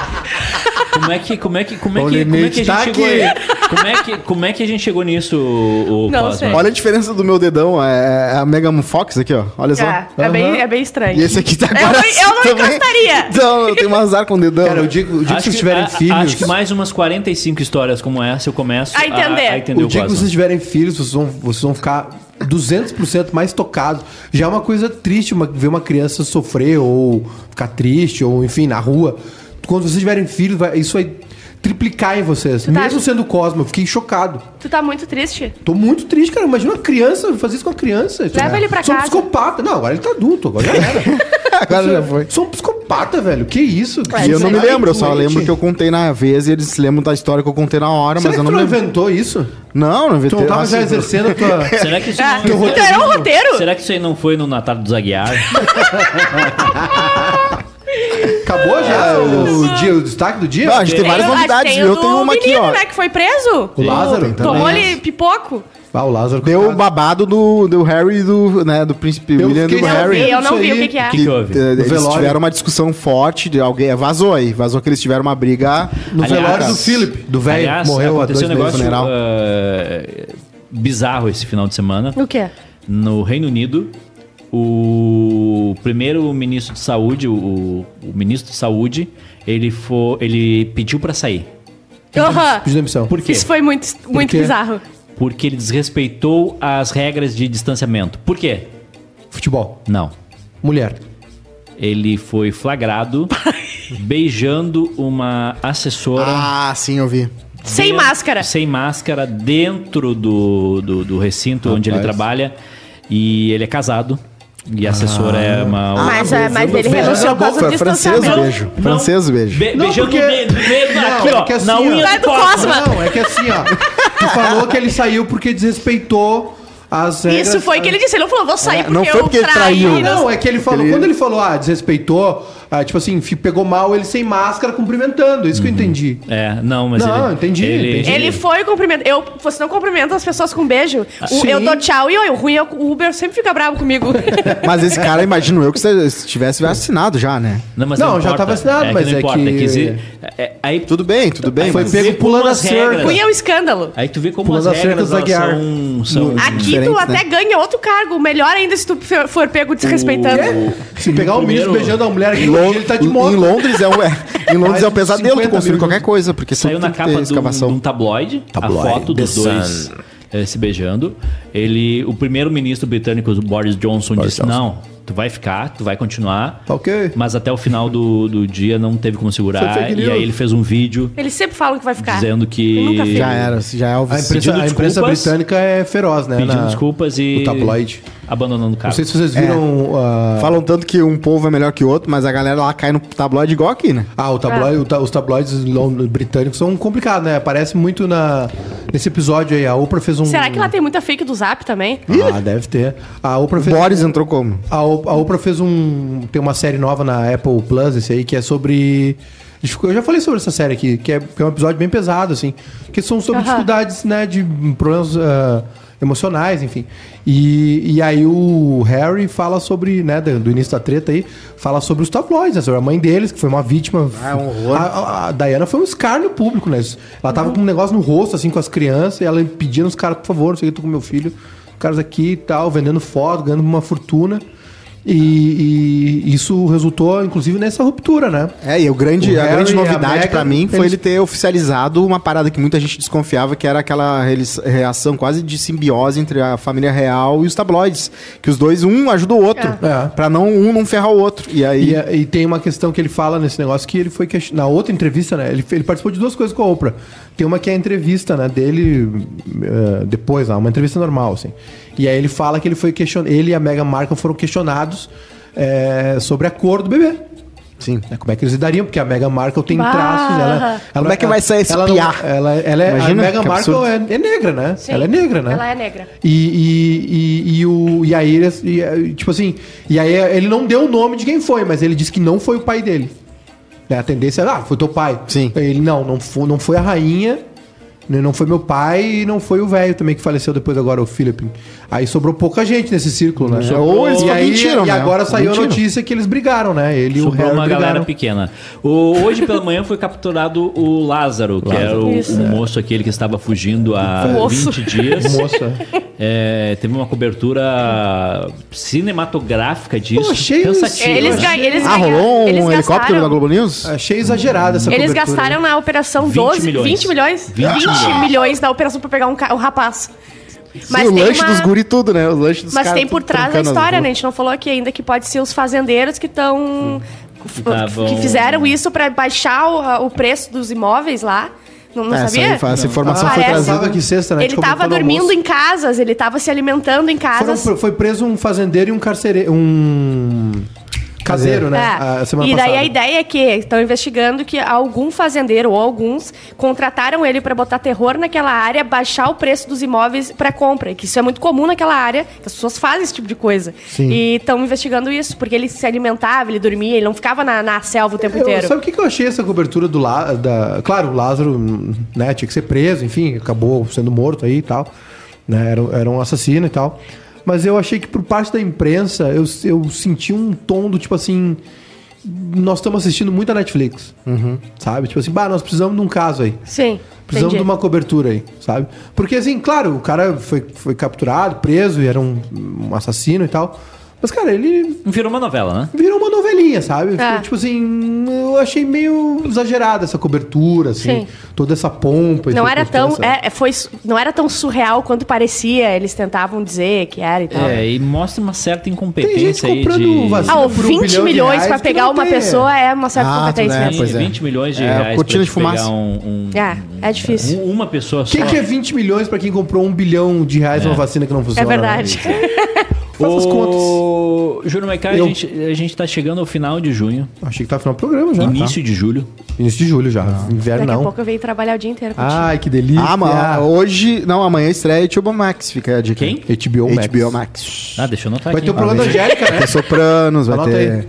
Speaker 1: Como é que, como é que, como é
Speaker 2: O
Speaker 1: que, como é que a
Speaker 2: limite
Speaker 1: gente
Speaker 2: tá
Speaker 1: chegou
Speaker 2: aqui.
Speaker 1: aí? Como é que, como é que a gente chegou nisso, o, o
Speaker 3: Não
Speaker 1: Cosma?
Speaker 3: sei.
Speaker 4: Olha a diferença do meu dedão, é é a Megan Fox aqui, ó. Olha só.
Speaker 3: É, é bem, é bem estranho.
Speaker 4: E esse aqui tá agora.
Speaker 3: não- eu não
Speaker 4: assim também.
Speaker 3: encostaria.
Speaker 4: Então, eu tenho um azar com o dedão.
Speaker 2: Cara, o dia, o dia que vocês tiverem
Speaker 1: a-
Speaker 2: filhos.
Speaker 1: Acho que mais umas 45 histórias como essa eu começo
Speaker 3: A entender.
Speaker 1: A, entender
Speaker 2: O
Speaker 1: o,
Speaker 2: dia que
Speaker 1: Cosma.
Speaker 2: vocês tiverem filhos, vocês vão, vocês vão ficar 200% mais tocados. Já é uma coisa triste uma- ver uma criança sofrer ou ficar triste, ou enfim, na rua. Quando vocês tiverem filhos, vai- isso vai triplicar em vocês.
Speaker 3: tá
Speaker 2: Mesmo
Speaker 3: ach-
Speaker 2: sendo Cosmo, eu fiquei chocado.
Speaker 3: Tu tá muito triste?
Speaker 2: Tô muito triste, cara. Imagina uma criança fazer isso com a criança. Isso
Speaker 3: Leva ele pra
Speaker 2: Sou um
Speaker 3: casa.
Speaker 2: psicopata. Não, agora ele tá adulto, agora já era.
Speaker 4: Agora já foi. é
Speaker 2: Sou um psicopata, velho. Que isso?
Speaker 3: Ué,
Speaker 4: E eu
Speaker 3: isso
Speaker 4: não
Speaker 3: aí.
Speaker 4: me lembro, eu só
Speaker 2: Doente.
Speaker 4: lembro que eu contei na vez e eles se lembram da história que eu contei na hora,
Speaker 2: Será
Speaker 4: mas
Speaker 2: que
Speaker 4: eu não
Speaker 2: tu
Speaker 4: me
Speaker 2: não
Speaker 4: lembro.
Speaker 2: inventou isso?
Speaker 4: Não, não
Speaker 2: Tu
Speaker 4: inventei.
Speaker 2: não tava já
Speaker 4: Nossa,
Speaker 2: exercendo a tua...
Speaker 1: Será que isso
Speaker 3: Ah,
Speaker 1: não...
Speaker 3: tu era um roteiro?
Speaker 1: Será que isso aí não foi no Natal dos Aguiar?
Speaker 2: Acabou já o, dia, o destaque do dia?
Speaker 4: Não, Ah, a gente tem várias
Speaker 3: Eu-
Speaker 4: novidades,
Speaker 3: tem
Speaker 4: viu?
Speaker 3: o
Speaker 4: Eu
Speaker 3: do
Speaker 4: tenho uma aqui,
Speaker 3: menino,
Speaker 4: ó.
Speaker 3: né, que foi preso.
Speaker 2: O Lázaro?
Speaker 4: Também
Speaker 3: Tomou-lhe pipoco.
Speaker 2: Ah, o Lázaro.
Speaker 4: Deu o
Speaker 2: coitado.
Speaker 4: babado do, do Harry e do, né, do príncipe
Speaker 2: Eu
Speaker 4: William e do
Speaker 2: fiquei
Speaker 3: Eu não
Speaker 4: Harry.
Speaker 3: vi, eu não
Speaker 2: isso
Speaker 3: vi o
Speaker 2: aí.
Speaker 3: que que é.
Speaker 1: Que que houve?
Speaker 4: Eh, Eles
Speaker 2: velório.
Speaker 4: tiveram uma discussão forte de alguém. eh, Vazou aí, vazou que eles tiveram uma briga.
Speaker 2: No
Speaker 1: Aliás,
Speaker 2: velório do Philip, do velho,
Speaker 1: Aliás,
Speaker 2: morreu há dois
Speaker 1: aconteceu um
Speaker 2: meses.
Speaker 1: negócio
Speaker 2: funeral.
Speaker 1: ah, bizarro esse final de semana.
Speaker 3: O quê?
Speaker 1: No Reino Unido, o primeiro ministro de saúde, o, o ministro de saúde, ele, foi, ele pediu pra sair.
Speaker 3: Aham.
Speaker 2: Pediu demissão.
Speaker 1: Por quê?
Speaker 3: Isso foi muito, muito
Speaker 2: quê?
Speaker 3: bizarro.
Speaker 1: Porque ele desrespeitou as regras de distanciamento. Por quê?
Speaker 2: Futebol.
Speaker 1: Não.
Speaker 2: Mulher.
Speaker 1: Ele foi flagrado beijando uma assessora
Speaker 4: Ah, sim, eu vi.
Speaker 3: Sem máscara.
Speaker 1: sem máscara dentro do, do, do recinto onde ele trabalha. E ele é casado. E a assessora é uma.
Speaker 3: Mas, é, mas ele
Speaker 2: Beijando
Speaker 3: renunciou por causa do
Speaker 4: é francês
Speaker 3: distanciamento.
Speaker 4: beijo. Francês beijo.
Speaker 1: Be
Speaker 2: Não,
Speaker 1: beijando
Speaker 2: porque-
Speaker 1: o dedo, o dedo
Speaker 2: Não,
Speaker 1: aqui,
Speaker 2: é
Speaker 1: ó.
Speaker 2: que assim,
Speaker 1: na
Speaker 2: ó.
Speaker 1: unha
Speaker 3: Vai
Speaker 1: do
Speaker 3: do
Speaker 1: Cosma.
Speaker 3: Cosma.
Speaker 2: Não, é que assim, ó. Tu falou que ele saiu porque desrespeitou as regras.
Speaker 3: Isso foi o que ele disse. Ele não falou, vou sair
Speaker 4: É,
Speaker 3: porque
Speaker 4: não foi porque
Speaker 3: eu
Speaker 4: ele
Speaker 3: traí.
Speaker 4: traiu.
Speaker 3: não
Speaker 2: Não, é que ele falou,
Speaker 4: Ele-
Speaker 2: quando ele falou, ah, desrespeitou ah, tipo assim, fi- pegou mal ele sem máscara cumprimentando. Isso que eu entendi.
Speaker 1: É, não, mas
Speaker 2: Não,
Speaker 1: ele,
Speaker 2: entendi,
Speaker 1: Ele,
Speaker 2: entendi.
Speaker 3: Ele foi cumprimentar. Eu, você não cumprimenta as pessoas com beijo. O-
Speaker 2: sim.
Speaker 3: eu dou tchau e oi. O ruim é que o Uber sempre fica bravo comigo.
Speaker 4: Mas esse cara, imagino eu, que se tivesse vacinado já, né?
Speaker 1: Não, mas
Speaker 2: Não, já
Speaker 1: importa.
Speaker 2: tava assinado,
Speaker 1: que
Speaker 2: mas
Speaker 1: não
Speaker 2: é
Speaker 1: importa,
Speaker 2: que-
Speaker 1: se- é- é- aí
Speaker 4: Tudo bem, tudo bem.
Speaker 2: Foi
Speaker 4: mas-
Speaker 2: pego
Speaker 1: como
Speaker 2: pulando
Speaker 1: as
Speaker 2: a cerca.
Speaker 1: regras-
Speaker 3: ruim é o escândalo.
Speaker 1: Aí tu vê como
Speaker 2: Pulas
Speaker 1: as
Speaker 2: as
Speaker 1: regras
Speaker 2: cercas da
Speaker 1: elas
Speaker 2: Guiar.
Speaker 1: são, são
Speaker 3: Aqui tu
Speaker 4: diferente, né?
Speaker 3: até ganha outro cargo. Melhor ainda se tu fe- for pego desrespeitando.
Speaker 2: Se pegar um
Speaker 1: Primeiro-
Speaker 2: ministro beijando uma mulher aqui,
Speaker 4: Em, Lon-
Speaker 2: ele tá de
Speaker 4: em
Speaker 2: moto.
Speaker 4: Londres é um, é- em
Speaker 2: Mais
Speaker 4: Londres é um
Speaker 2: de
Speaker 4: pesadelo
Speaker 2: 50
Speaker 4: tu construir
Speaker 2: mil
Speaker 4: qualquer coisa, porque
Speaker 1: Saiu
Speaker 4: tu
Speaker 1: na
Speaker 4: tem que ter
Speaker 1: capa de um, de
Speaker 4: escavação.
Speaker 1: um tabloide,
Speaker 5: Tabloide,
Speaker 1: a foto
Speaker 5: The
Speaker 1: dos dois
Speaker 5: Sun.
Speaker 1: eh, se beijando. Ele, o primeiro-ministro britânico, o Boris Johnson,
Speaker 5: Boris
Speaker 1: disse:
Speaker 5: Johnson.
Speaker 1: Não, tu vai ficar, tu vai continuar.
Speaker 2: Tá ok.
Speaker 1: Mas até o final do, do dia não teve como segurar.
Speaker 2: Foi fake
Speaker 1: E
Speaker 2: news.
Speaker 1: aí ele fez um vídeo
Speaker 3: Eles sempre falam que vai ficar.
Speaker 1: dizendo que.
Speaker 3: Nunca fez.
Speaker 4: Já era, já é
Speaker 2: A
Speaker 4: Elvis.
Speaker 2: imprensa, a imprensa
Speaker 1: desculpas.
Speaker 2: britânica é feroz, né?
Speaker 1: Pedindo
Speaker 2: na-
Speaker 1: desculpas e.
Speaker 2: O tabloide.
Speaker 1: Abandonando o
Speaker 2: Não
Speaker 1: carro.
Speaker 2: sei se vocês viram. ah,
Speaker 4: Falam tanto que um povo é melhor que o outro, mas a galera lá cai no tabloide igual aqui, né?
Speaker 2: Ah, o tabloide, o ta- os tabloides lon- britânicos são complicados, né? Aparece muito na, nesse episódio aí. A Oprah fez um.
Speaker 3: Será que lá tem muita fake do Zap também?
Speaker 2: Ah, deve ter. A Oprah fez.
Speaker 4: Boris entrou como?
Speaker 2: A, O- a Oprah fez um. Tem uma série nova na Apple Plus, esse aí, que é sobre. Eu já falei sobre essa série aqui, que é, que é um episódio bem pesado, assim. Que são sobre
Speaker 3: Aham.
Speaker 2: dificuldades, né? De problemas ah, emocionais, enfim. E, e aí o Harry fala sobre, né, do, do início da treta aí, fala sobre os tabloides, né, sobre a mãe deles, que foi uma vítima.
Speaker 4: Ah, é um horror.
Speaker 2: A, a, a Diana foi um escárnio público, né? Ela tava com um negócio no rosto, assim, com as crianças, e ela pedindo os caras, por favor, não sei o que, tô com meu filho, os caras aqui e tal, vendendo foto, ganhando uma fortuna. E, e isso resultou, inclusive, nessa ruptura, né?
Speaker 4: É, e o grande,
Speaker 2: O
Speaker 4: a
Speaker 2: Harry
Speaker 4: grande
Speaker 2: e a
Speaker 4: novidade
Speaker 2: Meghan,
Speaker 4: pra mim foi
Speaker 2: eles-
Speaker 4: ele ter oficializado uma parada que muita gente desconfiava, que era aquela relis- reação quase de simbiose entre a família real e os tabloides, que os dois um ajuda o outro,
Speaker 2: É.
Speaker 4: Pra não um não ferrar o outro. E é- aí
Speaker 2: E, é, e tem uma questão que ele fala nesse negócio que ele foi queix- na outra entrevista, né? Ele, ele participou de duas coisas com a Oprah. Tem uma que é a entrevista, né, dele eh, depois lá, uma entrevista normal, assim. E aí ele fala que ele foi questionado, ele e a Meghan Markle foram questionados eh, sobre a cor do bebê.
Speaker 4: sim.
Speaker 2: né? Como é que eles lidariam? Porque a Meghan Markle tem
Speaker 3: Bah!
Speaker 2: traços. Ela, ela-
Speaker 4: Como é que vai sair esse
Speaker 2: ela não-
Speaker 4: piá?
Speaker 2: ela, ela é,
Speaker 4: Imagina,
Speaker 2: a Meghan
Speaker 4: que
Speaker 2: Markle
Speaker 4: absurdo.
Speaker 2: é, é negra, né?
Speaker 3: Sim.
Speaker 2: Ela é negra, né?
Speaker 3: Ela é negra.
Speaker 2: E, e, e, e o, e aí, eles- e, eh, tipo assim, e aí ele não deu o nome de quem foi, mas ele disse que não foi o pai dele. Né, A tendência era, ah, foi teu pai.
Speaker 4: Sim.
Speaker 2: Ele, não, não foi, não foi a rainha, né, não foi meu pai e não foi o velho também que faleceu depois agora, o Philip. Aí sobrou pouca gente nesse círculo, né?
Speaker 4: Ou eles
Speaker 2: e, aí,
Speaker 4: mentiram,
Speaker 2: e
Speaker 4: né?
Speaker 2: agora saiu a
Speaker 4: Mentiram.
Speaker 2: notícia que eles brigaram, né? Ele e o
Speaker 1: Sobrou
Speaker 2: Harry
Speaker 1: uma galera
Speaker 2: brigaram.
Speaker 1: pequena. O- hoje pela manhã foi capturado o Lázaro, que era o,
Speaker 3: Isso.
Speaker 1: o moço aquele que estava fugindo há
Speaker 3: O osso.
Speaker 1: 20 dias.
Speaker 2: Moça.
Speaker 1: É, teve uma cobertura cinematográfica disso.
Speaker 2: Pô, cheio de-
Speaker 1: Pensativa.
Speaker 3: É, Eles,
Speaker 2: achei-
Speaker 3: ga- eles
Speaker 4: Ah, rolou um
Speaker 3: eles
Speaker 4: helicóptero
Speaker 3: gastaram-
Speaker 4: da Globo né? News?
Speaker 2: Achei exagerada essa
Speaker 3: Eles
Speaker 2: cobertura.
Speaker 3: gastaram na operação
Speaker 1: 20
Speaker 3: 12,
Speaker 1: milhões.
Speaker 3: 20 milhões?
Speaker 1: 20 milhões.
Speaker 3: milhões na operação pra pegar um, ca- um rapaz.
Speaker 4: Sim, o lanche dos guri tudo, né? O lanche dos
Speaker 3: Mas
Speaker 4: caras
Speaker 3: tem por
Speaker 4: tudo
Speaker 3: trás a
Speaker 4: trancando as
Speaker 3: história,
Speaker 4: ruas.
Speaker 3: né? A gente não falou aqui ainda que pode ser os fazendeiros que estão.
Speaker 1: Que tavam-
Speaker 3: Que fizeram isso pra baixar o, o preço dos imóveis lá. Não, não
Speaker 4: É, essa,
Speaker 3: sabia?
Speaker 4: infa- essa informação
Speaker 2: Ah,
Speaker 4: foi
Speaker 3: Parece-
Speaker 4: trazida.
Speaker 2: que sexta, né? A
Speaker 3: Ele
Speaker 2: gente
Speaker 3: tava
Speaker 4: tá
Speaker 2: comentou no
Speaker 3: dormindo
Speaker 2: almoço.
Speaker 3: em casas, ele tava se alimentando em
Speaker 2: Foram-
Speaker 3: casas.
Speaker 2: foi preso um fazendeiro e um carcereiro. Um. Caseiro, né?
Speaker 3: É.
Speaker 2: A semana
Speaker 3: e daí
Speaker 2: passada.
Speaker 3: a ideia é que estão investigando que algum fazendeiro ou alguns contrataram ele pra botar terror naquela área, baixar o preço dos imóveis pra compra, que isso é muito comum naquela área, que as pessoas fazem esse tipo de coisa. E estão investigando isso, porque ele se alimentava, ele dormia, ele não ficava na, na selva o tempo
Speaker 2: Eu-
Speaker 3: inteiro.
Speaker 2: sabe o que, que eu achei essa cobertura do Lá, da, Claro, o Lázaro, né, tinha que ser preso, enfim, acabou sendo morto aí e tal. Né, era, era um assassino e tal. Mas eu achei que por parte da imprensa, eu, eu senti um tom do tipo assim. Nós estamos assistindo muito a Netflix. Sabe? Tipo assim, bah, nós precisamos de um caso aí.
Speaker 3: Sim.
Speaker 2: Precisamos
Speaker 3: entendi.
Speaker 2: de uma cobertura aí, sabe? Porque, assim, claro, o cara foi, foi capturado, preso, e era um, um assassino e tal. Mas, cara, ele
Speaker 1: Virou uma novela, né?
Speaker 2: virou uma novelinha, sabe?
Speaker 3: Tá.
Speaker 2: Ficou, Tipo assim, eu achei meio exagerada essa cobertura, assim.
Speaker 3: Sim.
Speaker 2: Toda essa pompa. e
Speaker 3: Não era tão,
Speaker 2: circunstância.
Speaker 3: é, é, foi, su- não era tão surreal quanto parecia, eles tentavam dizer que era e tal.
Speaker 1: É, e mostra uma certa
Speaker 2: Tem gente
Speaker 1: incompetência aí
Speaker 2: comprando
Speaker 1: de...
Speaker 2: vacina
Speaker 3: Ah, ou
Speaker 2: por um
Speaker 3: 20
Speaker 2: bilhão de
Speaker 3: milhões
Speaker 2: reais
Speaker 3: pra
Speaker 2: que não
Speaker 3: pegar uma
Speaker 2: tem. né?
Speaker 3: pessoa é uma certa
Speaker 4: Ah, tu
Speaker 3: competência.
Speaker 4: deve-
Speaker 3: né?
Speaker 1: Sim,
Speaker 4: pois é.
Speaker 1: 20 milhões de
Speaker 4: É,
Speaker 1: reais
Speaker 4: cortina de
Speaker 1: te
Speaker 4: fumaça.
Speaker 1: pegar um, um-
Speaker 3: É, é difícil.
Speaker 1: um- uma pessoa só.
Speaker 2: Quem que é 20 milhões pra quem comprou um bilhão de reais numa vacina que não
Speaker 3: É
Speaker 2: funciona?
Speaker 3: verdade.
Speaker 2: né? Faça as contas.
Speaker 1: O Júnior Maicá, a
Speaker 2: Eu.
Speaker 1: gente, a gente tá chegando ao final de junho,
Speaker 2: Achei que tá final do programa já.
Speaker 1: início de julho.
Speaker 2: tá? Início de julho já. Inverno
Speaker 3: Daqui a
Speaker 2: não.
Speaker 3: pouco eu venho trabalhar o dia inteiro contigo.
Speaker 2: Ai, que delícia.
Speaker 4: Ah, mano, hoje... Não, amanhã estreia HBO Max, fica a dica.
Speaker 1: Quem?
Speaker 2: HBO Max.
Speaker 4: HBO Max.
Speaker 1: Ah, deixa eu anotar
Speaker 2: Vai
Speaker 1: aqui.
Speaker 2: ter o programa da Angélica, né?
Speaker 4: Sopranos, vai
Speaker 2: Anota
Speaker 4: ter...
Speaker 2: aí.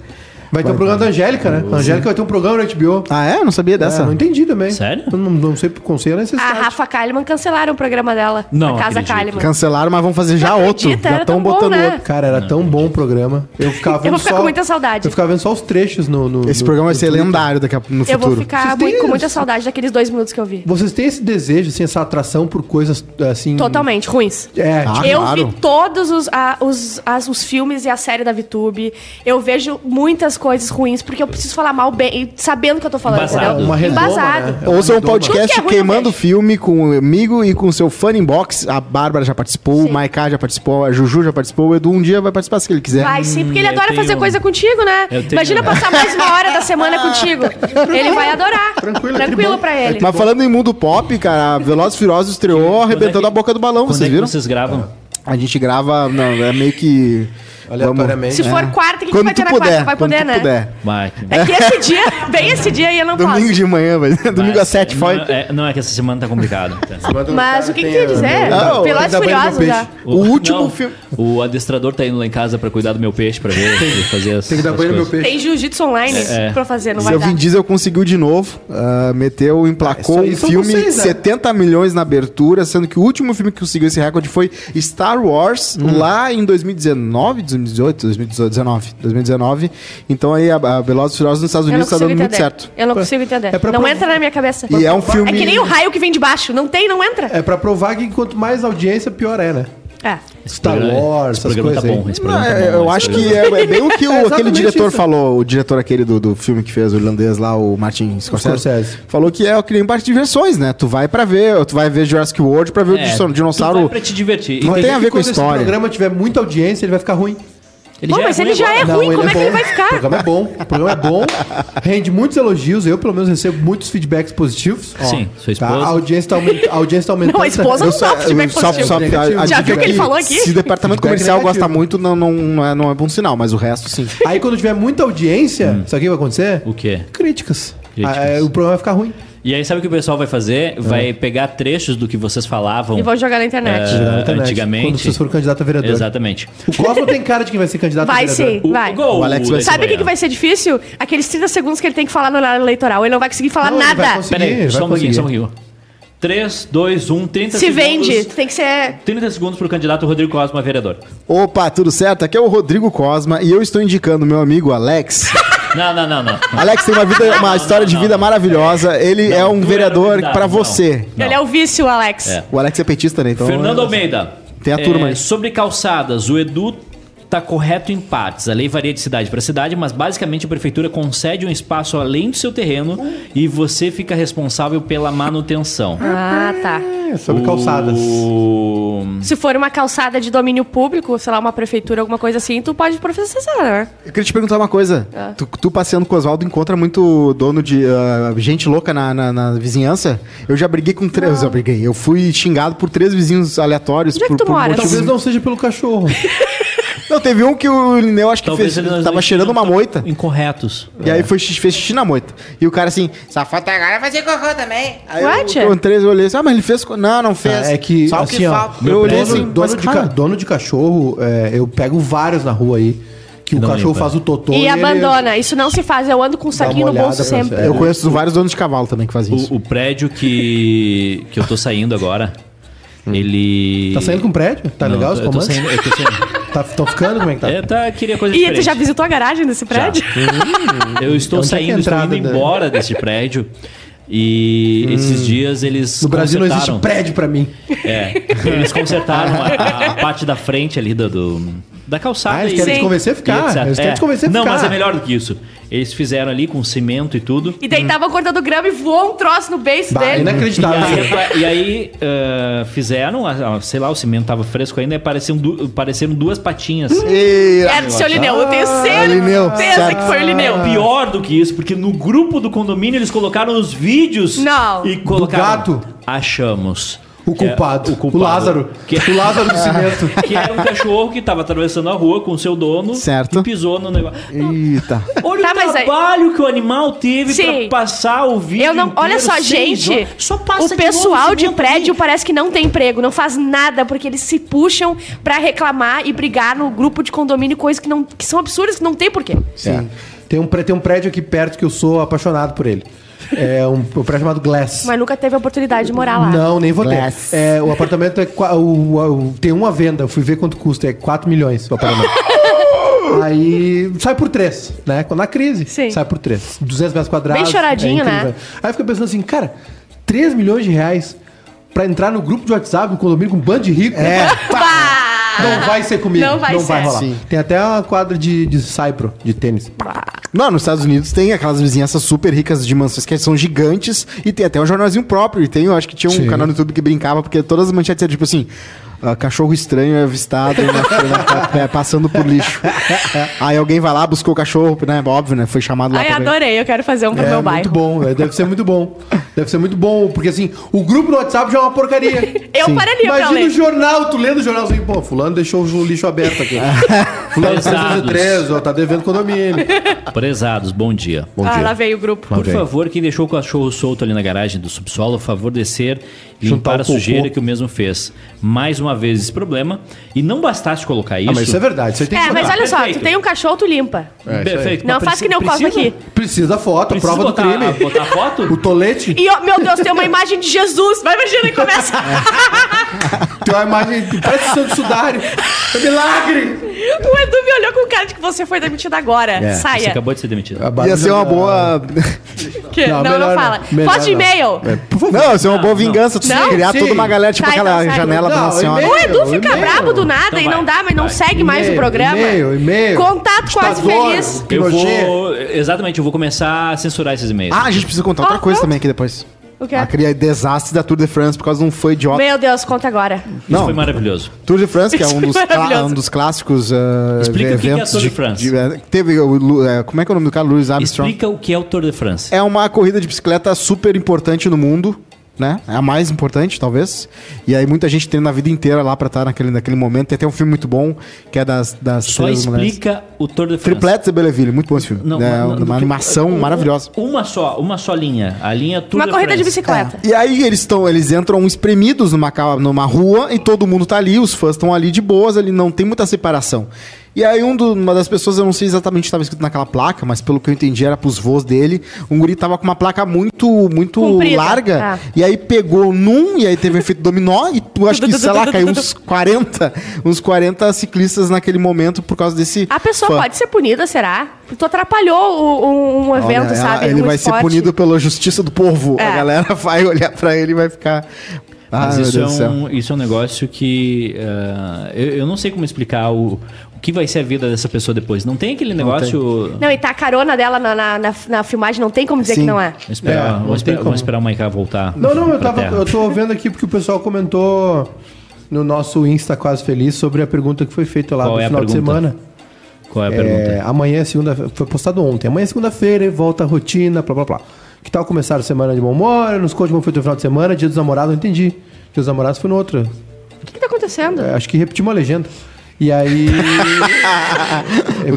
Speaker 2: Vai ter um programa da Angélica, né? A Angélica vai ter um programa no HBO.
Speaker 4: Ah, é? Não sabia dessa.
Speaker 2: É, não entendi também.
Speaker 1: Sério?
Speaker 2: Eu Não, não sei por conselho é
Speaker 3: A
Speaker 2: necessidade.
Speaker 3: Ah, Rafa Kalimann cancelaram o programa dela.
Speaker 1: Não
Speaker 3: a Casa
Speaker 1: acredito.
Speaker 3: Kalimann.
Speaker 4: Cancelaram, mas vão fazer já
Speaker 3: Não
Speaker 4: outro.
Speaker 3: acredita,
Speaker 4: já
Speaker 3: era
Speaker 4: estão
Speaker 3: tão bom,
Speaker 4: botando
Speaker 3: né?
Speaker 4: outro.
Speaker 2: Cara, era tão bom o programa. Eu ficava
Speaker 3: Eu vou
Speaker 2: vendo
Speaker 3: ficar
Speaker 2: só-
Speaker 3: com muita saudade.
Speaker 2: Eu ficava vendo só os trechos no. no-
Speaker 4: Esse
Speaker 2: no-
Speaker 4: programa vai
Speaker 2: no
Speaker 4: ser
Speaker 2: Twitter.
Speaker 4: lendário daqui a, no
Speaker 3: Eu
Speaker 4: futuro.
Speaker 3: vou ficar
Speaker 2: Vocês têm
Speaker 3: muito- com muita
Speaker 2: isso? Hum.
Speaker 3: saudade daqueles dois minutos que eu vi.
Speaker 2: Vocês têm esse desejo, assim, essa atração por coisas assim.
Speaker 3: Totalmente ruins.
Speaker 2: É,
Speaker 4: Ah,
Speaker 2: tipo,
Speaker 3: eu
Speaker 4: claro.
Speaker 3: vi todos os, a- os, as- os filmes e a série da VTube. Eu vejo muitas coisas ruins, porque eu preciso falar mal bem, sabendo o que eu tô falando,
Speaker 1: Embasado.
Speaker 3: entendeu?
Speaker 2: uma redoma,
Speaker 3: Embasado.
Speaker 2: né? É uma
Speaker 4: Ouça um
Speaker 2: redoma.
Speaker 3: Tudo que
Speaker 4: podcast
Speaker 3: é ruim,
Speaker 4: queimando
Speaker 3: eu
Speaker 4: o filme comigo e com o seu Fun Inbox. A Bárbara já participou, o Maiká já participou, a Juju já participou. O Edu um dia vai participar se ele quiser.
Speaker 3: Vai sim, porque ele
Speaker 1: eu
Speaker 3: adora
Speaker 1: tenho-
Speaker 3: fazer coisa contigo, né?
Speaker 1: Eu tenho-
Speaker 3: Imagina passar mais uma hora da semana contigo. Ele vai adorar.
Speaker 2: Tranquilo,
Speaker 3: Tranquilo,
Speaker 2: é tribom.
Speaker 3: pra ele.
Speaker 4: Mas falando em mundo pop, cara, a Velozes e Furiosos estreou arrebentando
Speaker 1: é que-
Speaker 4: a boca do balão,
Speaker 1: Quando
Speaker 4: vocês
Speaker 1: é que
Speaker 4: viram?
Speaker 1: vocês gravam?
Speaker 4: A gente grava, não, é meio que...
Speaker 2: Aleatoriamente. né?
Speaker 3: Se for quarta, o que, que vai ter na quarta? Vai poder,
Speaker 4: quando tu
Speaker 3: né?
Speaker 4: É. puder.
Speaker 1: Vai. que-
Speaker 3: É que esse dia, bem esse dia aí eu não
Speaker 4: Domingo
Speaker 3: posso.
Speaker 4: de manhã, vai. Domingo
Speaker 1: Vai.
Speaker 4: às sete, foi.
Speaker 1: Não é, não, é que essa semana tá complicado. Tá.
Speaker 3: Mas o que, que tu ia dizer?
Speaker 4: Ah, o-
Speaker 3: É, Velozes
Speaker 2: da
Speaker 3: e
Speaker 2: banho no
Speaker 3: Furiosos
Speaker 2: peixe.
Speaker 3: já.
Speaker 4: O último
Speaker 1: não,
Speaker 4: filme-
Speaker 1: O adestrador tá indo lá em casa pra cuidar do meu peixe, pra ver, pra fazer as
Speaker 2: Tem que dar
Speaker 1: as
Speaker 2: banho no meu
Speaker 1: coisas.
Speaker 2: peixe.
Speaker 3: Tem jiu-jitsu online
Speaker 1: É.
Speaker 3: pra fazer, não vai
Speaker 4: Seu
Speaker 3: dar.
Speaker 4: Vin Diesel conseguiu de novo, ah, meteu, emplacou
Speaker 2: Ah, isso aí
Speaker 4: um
Speaker 2: são
Speaker 4: filme
Speaker 2: vocês, né?
Speaker 4: 70 milhões na abertura, sendo que o último filme que conseguiu esse recorde foi Star Wars,
Speaker 2: Hum.
Speaker 4: lá em 2019, 2018, 2019, 2019. Então aí a, a Velozes e Furiosos nos Estados
Speaker 3: Eu não
Speaker 4: Unidos tá
Speaker 3: consigo
Speaker 4: dando muito
Speaker 3: entender.
Speaker 4: certo.
Speaker 3: Eu não consigo entender.
Speaker 2: É pra
Speaker 3: não
Speaker 2: provar-
Speaker 3: entra na minha cabeça.
Speaker 4: E é um filme...
Speaker 3: É que nem o raio que vem de baixo. Não tem, não entra.
Speaker 2: É pra provar que quanto mais audiência, pior é, né?
Speaker 3: É.
Speaker 1: Esse
Speaker 2: Star
Speaker 1: programa-
Speaker 2: Wars,
Speaker 1: esse
Speaker 2: essas
Speaker 1: programa tá
Speaker 2: coisas
Speaker 1: bom.
Speaker 2: aí.
Speaker 1: Esse
Speaker 4: Não,
Speaker 1: programa tá bom.
Speaker 4: é, eu
Speaker 1: esse
Speaker 4: acho
Speaker 1: programa
Speaker 4: que é, é bem o que
Speaker 2: É
Speaker 4: o, aquele
Speaker 2: exatamente
Speaker 4: diretor
Speaker 2: isso.
Speaker 4: falou, o diretor aquele do, do filme que fez o irlandês lá, o Martin Scorsese,
Speaker 2: Scorsese.
Speaker 4: falou que é que nem um parque de diversões, né? Tu vai pra ver, tu vai ver Jurassic World pra ver
Speaker 1: É,
Speaker 4: o
Speaker 1: tu vai
Speaker 4: dinossauro.
Speaker 1: pra te divertir.
Speaker 4: Não
Speaker 1: E
Speaker 4: tem a ver com
Speaker 2: Quando esse
Speaker 4: história.
Speaker 2: programa tiver muita audiência, ele vai ficar ruim.
Speaker 1: Ele
Speaker 3: Bom,
Speaker 1: já é
Speaker 3: mas
Speaker 1: ruim
Speaker 3: ele já
Speaker 1: agora.
Speaker 3: é ruim, como é que ele vai ficar?
Speaker 2: O programa é bom, o programa é bom, rende muitos elogios, eu pelo menos recebo muitos feedbacks positivos. Ó,
Speaker 1: Sim, sua esposa.
Speaker 2: Tá? A audiência tá, aument- a audiência tá aumentando.
Speaker 3: Não, a esposa não dá
Speaker 1: é
Speaker 3: feedback
Speaker 4: só-
Speaker 3: positivo.
Speaker 4: só- a- a-
Speaker 3: Já viu o que ele falou aqui?
Speaker 4: Se o departamento
Speaker 2: Feedback
Speaker 4: comercial
Speaker 2: negativo.
Speaker 4: gosta muito, não, não, não, é, não é bom sinal, mas o resto sim.
Speaker 2: Aí quando tiver muita audiência, sabe o que vai
Speaker 3: é-
Speaker 2: acontecer?
Speaker 1: Hum. O quê?
Speaker 2: Críticas.
Speaker 1: Críticas.
Speaker 2: Ah, o programa vai ficar ruim.
Speaker 1: E aí, sabe o que o pessoal vai fazer? Vai pegar trechos do que vocês falavam.
Speaker 3: E vão jogar na internet.
Speaker 1: eh,
Speaker 2: na internet,
Speaker 1: antigamente.
Speaker 2: Quando vocês foram candidato a vereador.
Speaker 1: Exatamente.
Speaker 2: O Cosmo tem cara de quem vai ser candidato a
Speaker 3: Vai
Speaker 2: vereador.
Speaker 3: sim, vai.
Speaker 1: gol
Speaker 4: O Alex vai
Speaker 1: desse
Speaker 3: Sabe o que, que
Speaker 1: manhã.
Speaker 3: vai ser difícil? Aqueles 30 segundos que ele tem que falar no horário eleitoral. Ele não vai conseguir falar
Speaker 2: Não, ele vai
Speaker 3: nada.
Speaker 2: conseguir.
Speaker 1: Peraí,
Speaker 2: Vai
Speaker 1: só um pouquinho,
Speaker 2: conseguir.
Speaker 1: só um pouquinho. 3, 2, 1, 30
Speaker 3: Se
Speaker 1: segundos.
Speaker 3: vende. Tem que ser.
Speaker 1: 30 segundos pro candidato Rodrigo Cosma a vereador.
Speaker 4: Opa, tudo certo? Aqui é o Rodrigo Cosma e eu estou indicando meu amigo Alex.
Speaker 1: Não, não, não, não.
Speaker 4: Alex tem uma, vida- uma história de
Speaker 1: não,
Speaker 4: vida
Speaker 1: não.
Speaker 4: maravilhosa. Ele
Speaker 1: Não,
Speaker 4: é um
Speaker 1: tu era
Speaker 4: vereador
Speaker 1: convidado,
Speaker 4: pra
Speaker 1: não.
Speaker 4: você.
Speaker 1: Não.
Speaker 3: Ele é o vício, Alex.
Speaker 1: É.
Speaker 4: O Alex é petista, né? Então,
Speaker 1: Fernando Almeida. É,
Speaker 4: Tem a turma aí.
Speaker 1: Sobre calçadas, o Edu tá correto em partes. A lei varia de cidade para cidade, mas basicamente a prefeitura concede um espaço além do seu terreno e você fica responsável pela manutenção.
Speaker 3: Ah, tá.
Speaker 2: É, sobre calçadas.
Speaker 1: O...
Speaker 3: Se for uma calçada de domínio público, sei lá, uma prefeitura, alguma coisa assim, tu pode processar, né?
Speaker 4: Eu queria te perguntar uma coisa.
Speaker 3: Ah.
Speaker 4: Tu, tu passeando com o Oswaldo encontra muito dono de ah, gente louca na, na- na vizinhança. Eu já briguei com três. Eu briguei. Eu fui xingado por três vizinhos aleatórios.
Speaker 3: Onde é que
Speaker 4: por,
Speaker 3: tu
Speaker 4: por
Speaker 3: mora?
Speaker 4: motivos-
Speaker 2: Talvez não seja pelo cachorro.
Speaker 4: Não, teve um que o Lineu acho que
Speaker 1: Talvez
Speaker 4: fez,
Speaker 1: ele né?
Speaker 4: tava cheirando uma moita.
Speaker 1: Incorretos.
Speaker 4: E aí foi, xixi- fez xixi na moita. E o cara assim, safado.
Speaker 5: Até agora vai ser cocô também.
Speaker 4: Aí
Speaker 3: What?
Speaker 4: eu, eu entrei e olhei assim, ah, mas ele fez. co- Não, não fez.
Speaker 2: É que,
Speaker 4: Só o
Speaker 2: assim,
Speaker 4: que
Speaker 2: ó,
Speaker 4: falta.
Speaker 2: meu
Speaker 4: Eu olhei
Speaker 2: dono,
Speaker 4: assim,
Speaker 2: dono,
Speaker 4: dono
Speaker 2: de, ca- dono de cachorro, é, eu pego vários na rua aí, que o
Speaker 1: não
Speaker 2: cachorro
Speaker 1: limpa.
Speaker 2: faz o totô
Speaker 3: E
Speaker 2: ele-
Speaker 3: abandona. Isso não se faz. Eu ando com um
Speaker 2: uma
Speaker 3: saquinho no
Speaker 2: olhada
Speaker 3: bolso
Speaker 2: pra você.
Speaker 3: sempre.
Speaker 2: É.
Speaker 4: Eu conheço vários donos de cavalo também que fazem isso.
Speaker 1: O, o prédio que, que eu tô saindo agora, ele...
Speaker 2: Tá saindo com o prédio? Tá
Speaker 1: Não,
Speaker 2: legal os
Speaker 1: eu tô
Speaker 2: comandos?
Speaker 1: saindo, eu tô saindo.
Speaker 2: Tá, tão ficando? Como é que tá?
Speaker 1: É, tá, queria coisa
Speaker 3: E tu
Speaker 1: diferente.
Speaker 3: já visitou a garagem desse prédio?
Speaker 1: Já. Eu estou
Speaker 2: Então tinha
Speaker 1: saindo,
Speaker 2: que
Speaker 1: estou
Speaker 2: entrar,
Speaker 1: indo
Speaker 2: né? Hum.
Speaker 1: embora deste prédio. E esses dias eles
Speaker 2: No Brasil não existe
Speaker 1: consertaram.
Speaker 2: prédio pra mim.
Speaker 1: É, eles consertaram a, a parte da frente ali do, do- da calçada.
Speaker 2: Ah, eles
Speaker 1: e-
Speaker 2: querem te
Speaker 1: Sim.
Speaker 2: convencer a
Speaker 1: e
Speaker 2: ficar,
Speaker 1: etc.
Speaker 2: eles querem te convencer a
Speaker 1: Não,
Speaker 2: ficar.
Speaker 1: mas é melhor do que isso. Eles fizeram ali com cimento e tudo.
Speaker 3: E
Speaker 2: Hum.
Speaker 3: daí tava cortando grama e voou um troço no base
Speaker 2: Bah,
Speaker 3: dele.
Speaker 1: E
Speaker 2: É inacreditável.
Speaker 1: aí, apa- e aí, ah, fizeram, ah, sei lá, o cimento tava fresco ainda, e apareciam du- pareceram duas patinhas.
Speaker 4: E-
Speaker 3: Era do É, seu Lineu. Eu tenho
Speaker 2: Ah,
Speaker 4: Lineu,
Speaker 3: certeza
Speaker 4: certo.
Speaker 3: que foi o Lineu.
Speaker 2: É
Speaker 1: Pior do que isso, porque no grupo do condomínio eles colocaram os vídeos
Speaker 3: Não.
Speaker 1: e colocaram.
Speaker 2: gato?
Speaker 1: Achamos.
Speaker 2: O culpado.
Speaker 1: É,
Speaker 2: o Lázaro.
Speaker 1: Que, é
Speaker 2: O Lázaro do cimento.
Speaker 1: que era um cachorro que tava atravessando a rua com seu dono
Speaker 4: Certo.
Speaker 1: e pisou no negócio.
Speaker 4: Eita.
Speaker 1: Olha
Speaker 3: Tá,
Speaker 1: o
Speaker 3: mas aí-
Speaker 1: trabalho que o animal teve
Speaker 3: Sim.
Speaker 1: pra passar o vídeo.
Speaker 3: Eu não, olha
Speaker 1: inteiro,
Speaker 3: só,
Speaker 1: seis
Speaker 3: gente.
Speaker 1: horas. Só passa
Speaker 3: o
Speaker 1: de
Speaker 3: pessoal
Speaker 1: novo
Speaker 3: de
Speaker 1: cimento
Speaker 3: prédio
Speaker 1: ali.
Speaker 3: parece que não tem emprego, não faz nada porque eles se puxam pra reclamar e brigar no grupo de condomínio coisas que não que são absurdas que não tem porquê.
Speaker 4: Sim.
Speaker 2: Tem um, pré- tem um prédio aqui perto que eu sou apaixonado por ele. É um, um prédio chamado Glass.
Speaker 3: Mas nunca teve a oportunidade de morar lá.
Speaker 2: Não, nem vou ter.
Speaker 4: Glass.
Speaker 2: É, o apartamento é. qua- O, o- tem uma venda, eu fui ver quanto custa, é 4 milhões o apartamento. Aí sai por 3, né? Quando Na crise,
Speaker 3: Sim.
Speaker 2: sai por 3. 200 metros quadrados.
Speaker 3: Bem choradinho,
Speaker 2: é incrível.
Speaker 3: né?
Speaker 2: Aí fica pensando assim, cara, 3 milhões de reais pra entrar no grupo de WhatsApp, no condomínio com um bando de rico. É. Não vai ser comigo.
Speaker 3: Não vai ser.
Speaker 2: rolar.
Speaker 4: Sim.
Speaker 2: Tem até uma quadra de, de saibro, de tênis.
Speaker 4: Não, nos Estados Unidos tem aquelas vizinhanças super ricas de mansões que são gigantes e tem até um jornalzinho próprio. E tem, eu acho que tinha um
Speaker 2: Sim.
Speaker 4: canal no YouTube que brincava, porque todas as manchetes eram tipo assim. ah, cachorro estranho é avistado na- na- na- passando por lixo. Aí alguém vai lá, buscou o cachorro, né? Óbvio, né? Foi chamado lá
Speaker 3: Ai,
Speaker 4: pra ver.
Speaker 3: adorei, eu quero fazer um pro
Speaker 2: É
Speaker 3: meu
Speaker 2: muito
Speaker 3: bairro.
Speaker 2: bom, é, deve ser muito bom. Deve ser muito bom, porque assim, o grupo no WhatsApp já é uma porcaria.
Speaker 3: Eu pararia pra
Speaker 2: Imagina
Speaker 3: ler.
Speaker 2: o jornal, tu lendo o jornal assim, pô, fulano deixou o lixo aberto aqui. fulano fez
Speaker 1: Pesados.
Speaker 2: 3, ó, tá devendo condomínio.
Speaker 1: Prezados, bom dia.
Speaker 2: Bom
Speaker 3: ah,
Speaker 2: dia.
Speaker 3: lá veio o grupo.
Speaker 1: Por
Speaker 2: Ok.
Speaker 1: favor, quem deixou o cachorro solto ali na garagem do subsolo, a favor descer e
Speaker 2: Juntar
Speaker 1: limpar
Speaker 2: o
Speaker 1: a sujeira
Speaker 2: cocô.
Speaker 1: que o mesmo fez. Mais uma vez esse problema. E não bastasse colocar isso.
Speaker 2: Ah, mas isso é verdade, você tem que
Speaker 3: É, mas
Speaker 2: botar.
Speaker 3: olha só, tu
Speaker 1: Perfeito.
Speaker 3: tem um cachorro, tu limpa.
Speaker 2: É, isso aí.
Speaker 1: Perfeito.
Speaker 3: Não,
Speaker 1: Mas
Speaker 3: faz que nem o Cosmo
Speaker 1: precisa-
Speaker 3: aqui.
Speaker 2: Precisa da foto,
Speaker 1: Precisa
Speaker 2: prova
Speaker 1: botar,
Speaker 2: do crime.
Speaker 1: Botar foto?
Speaker 2: O tolete,
Speaker 3: E, ó, meu Deus, tem uma imagem de Jesus. Vai, imagina, e começa.
Speaker 2: tem uma imagem que parece Santo Sudário. É milagre!
Speaker 3: o Edu me olhou com cara de que você foi demitido agora.
Speaker 1: Você
Speaker 3: Saia.
Speaker 1: acabou de ser demitido.
Speaker 4: Ia ser uma boa.
Speaker 3: Que- Não, não,
Speaker 2: melhor
Speaker 3: fala.
Speaker 2: não. Melhor
Speaker 3: Poste
Speaker 2: não.
Speaker 3: e-mail.
Speaker 4: É. Não, ia ser uma boa vingança. Tu
Speaker 3: Não?
Speaker 4: criar
Speaker 2: Sim.
Speaker 4: toda uma galera, tipo
Speaker 3: Sai,
Speaker 4: aquela
Speaker 3: não, sai.
Speaker 4: janela da
Speaker 2: Não,
Speaker 4: Nossa senhora.
Speaker 2: e-mail.
Speaker 3: O Edu fica
Speaker 2: e-mail.
Speaker 3: brabo do nada
Speaker 1: Então
Speaker 3: e
Speaker 1: vai,
Speaker 3: não dá, mas não
Speaker 1: vai.
Speaker 3: segue mais o
Speaker 2: E-mail,
Speaker 3: programa.
Speaker 2: e-mail, e-mail.
Speaker 3: Contato quase
Speaker 2: Ditador.
Speaker 3: feliz.
Speaker 1: Eu
Speaker 2: Pinochet.
Speaker 1: vou. Exatamente, eu vou começar a censurar esses e-mails.
Speaker 4: Ah, a gente precisa contar outra
Speaker 3: Ah,
Speaker 4: coisa
Speaker 3: pronto.
Speaker 4: também aqui depois.
Speaker 3: O quê?
Speaker 4: Ah, cria desastre da Tour de France por causa de um fã idiota.
Speaker 3: Meu Deus, conta agora.
Speaker 1: Isso
Speaker 4: Não,
Speaker 1: foi maravilhoso.
Speaker 4: Tour de France, que é um
Speaker 3: Isso
Speaker 4: dos,
Speaker 3: é
Speaker 4: cla-
Speaker 3: maravilhoso.
Speaker 4: um dos clássicos uh,
Speaker 1: Explica o que que é
Speaker 4: eventos
Speaker 1: a Tour de
Speaker 4: de-
Speaker 1: France.
Speaker 4: de- eh, teve o Lu- eh, como é que é o nome do cara? Louis Armstrong.
Speaker 1: Explica o que é o Tour de France.
Speaker 4: É uma corrida de bicicleta super importante no mundo, né? É a mais importante, talvez. E aí muita gente treina a vida inteira lá pra estar naquele, naquele momento. Tem até um filme muito bom, que é das, das
Speaker 1: Só
Speaker 4: Estrelas
Speaker 2: né?
Speaker 4: Mulheres.
Speaker 1: explica o Tour de France.
Speaker 4: Tripletes de Belleville, muito bom esse filme. é
Speaker 1: não,
Speaker 4: uma
Speaker 1: não,
Speaker 4: animação
Speaker 1: um-
Speaker 4: maravilhosa.
Speaker 1: Uma só, uma só linha. A linha Tour
Speaker 3: Uma
Speaker 1: de
Speaker 3: corrida de
Speaker 1: France.
Speaker 3: bicicleta.
Speaker 4: É. E aí eles estão, eles entram espremidos numa, ca- numa rua e todo mundo tá ali, os fãs estão ali de boas, ali não tem muita separação. E aí um do- uma das pessoas, eu não sei exatamente o que estava escrito naquela placa, mas pelo que eu entendi era pros vôs dele, um guri tava com uma placa muito muito
Speaker 3: Comprida.
Speaker 4: larga,
Speaker 3: Ah.
Speaker 4: e aí pegou num, e aí teve um efeito dominó, e tu acho que, sei lá, caiu uns 40, uns 40 ciclistas naquele momento por causa desse
Speaker 3: A pessoa
Speaker 4: fã.
Speaker 3: pode ser punida, será? Tu atrapalhou o- um, um
Speaker 4: Olha,
Speaker 3: evento,
Speaker 4: ela-
Speaker 3: sabe?
Speaker 4: Ele
Speaker 3: um
Speaker 4: vai ser
Speaker 3: esporte.
Speaker 4: punido pela justiça do povo.
Speaker 3: É.
Speaker 4: A galera vai olhar pra ele e vai ficar. Ah,
Speaker 1: Mas
Speaker 4: meu
Speaker 1: isso, é
Speaker 4: Deus do céu.
Speaker 1: um, isso é um negócio que. eh, eu, eu não sei como explicar o, o que vai ser a vida dessa pessoa depois. Não tem aquele negócio.
Speaker 3: Não, e tá a carona dela na, na, na- na filmagem, não tem como dizer
Speaker 4: Sim.
Speaker 3: que não é.
Speaker 1: Vamos esperar,
Speaker 2: É, não
Speaker 1: vamos
Speaker 2: tem
Speaker 1: esperar,
Speaker 2: como.
Speaker 1: vamos esperar o Maiká voltar.
Speaker 2: Não, não, eu,
Speaker 1: pra
Speaker 2: tava,
Speaker 1: terra.
Speaker 2: eu tô vendo aqui porque o pessoal comentou no nosso Insta Quase Feliz sobre a pergunta que foi feita lá
Speaker 1: Qual
Speaker 2: no
Speaker 1: é a
Speaker 2: final de
Speaker 1: pergunta?
Speaker 2: semana.
Speaker 1: Qual é a
Speaker 2: É,
Speaker 1: pergunta?
Speaker 2: amanhã é segunda Foi postado ontem. Amanhã é segunda-feira, e volta a rotina, blá blá blá. Que tal começar a semana de bom humor? Nos conte como foi o teu final de semana, dia dos namorados, não entendi. Dia dos namorados foi no outro.
Speaker 3: O que, que tá acontecendo?
Speaker 2: É, acho que repetiu uma legenda. E aí.
Speaker 4: O
Speaker 2: eu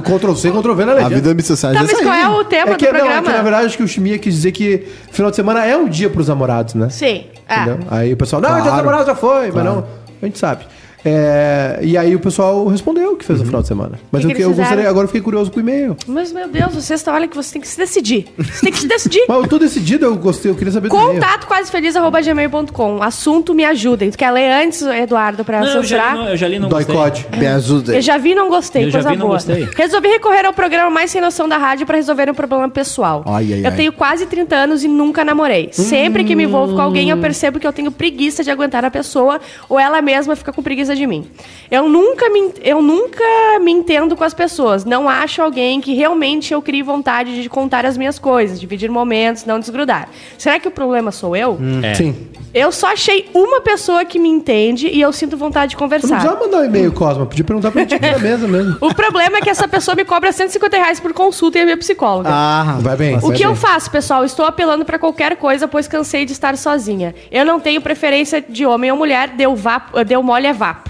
Speaker 2: clássico, Ctrl C, Ctrl V na legenda.
Speaker 4: A vida é me social.
Speaker 3: Tá, mas qual é o tema
Speaker 2: é que,
Speaker 3: do
Speaker 2: não, é que,
Speaker 3: programa?
Speaker 2: na verdade, acho que o Chimia quis dizer que final de semana é um dia pros namorados, né?
Speaker 3: Sim.
Speaker 2: Entendeu?
Speaker 3: É.
Speaker 2: Aí o pessoal, não,
Speaker 4: Claro.
Speaker 2: dia dos namorados já foi, mas não, a gente sabe. É, e aí o pessoal respondeu o que fez no final de semana. Mas
Speaker 3: Que
Speaker 2: eu
Speaker 3: que
Speaker 2: fiquei- eu,
Speaker 3: eles
Speaker 2: gostaria,
Speaker 3: fizeram?
Speaker 2: agora eu fiquei curioso com o e-mail.
Speaker 3: Mas, meu Deus, vocês estão. Olha que você tem que se decidir. Você tem que se decidir.
Speaker 2: Mas eu tô decidido, eu gostei, eu queria saber do e-mail.
Speaker 3: Contato quase feliz arroba gmail.com. Assunto me ajudem. Tu quer ler antes, Eduardo, pra
Speaker 1: Não, eu já,
Speaker 3: censurar?
Speaker 1: li, não, eu já li não gostei.
Speaker 2: Doicode.
Speaker 3: Eu já vi e não gostei,
Speaker 1: Eu já
Speaker 3: coisa
Speaker 1: vi e não
Speaker 3: boa.
Speaker 1: gostei.
Speaker 3: Resolvi recorrer ao programa mais sem noção da rádio pra resolver um problema pessoal.
Speaker 4: Ai, ai,
Speaker 3: eu
Speaker 4: ai.
Speaker 3: tenho quase 30 anos e nunca namorei. Sempre que me envolvo com alguém,
Speaker 1: Hum.
Speaker 3: eu percebo que eu tenho preguiça de aguentar a pessoa ou ela mesma fica com preguiça de mim. Eu nunca me, en- eu nunca me entendo com as pessoas. Não acho alguém que realmente eu crie vontade de contar as minhas coisas, dividir momentos, não desgrudar. Será que o problema sou eu?
Speaker 1: É.
Speaker 2: Sim.
Speaker 3: Eu só achei uma pessoa que me entende e eu sinto vontade de
Speaker 2: Eu não
Speaker 3: conversar.
Speaker 2: precisava mandar um e-mail, Cosma. Podia perguntar pra gente aqui na mesa mesmo.
Speaker 3: O problema é que essa pessoa me cobra 150 reais por consulta e é minha psicóloga.
Speaker 4: Ah,
Speaker 2: Vai bem.
Speaker 3: O
Speaker 2: vai
Speaker 3: que eu
Speaker 2: bem.
Speaker 3: faço, pessoal? Estou apelando pra qualquer coisa, pois cansei de estar sozinha. Eu não tenho preferência de homem ou mulher, deu, vapo, deu mole é vapo.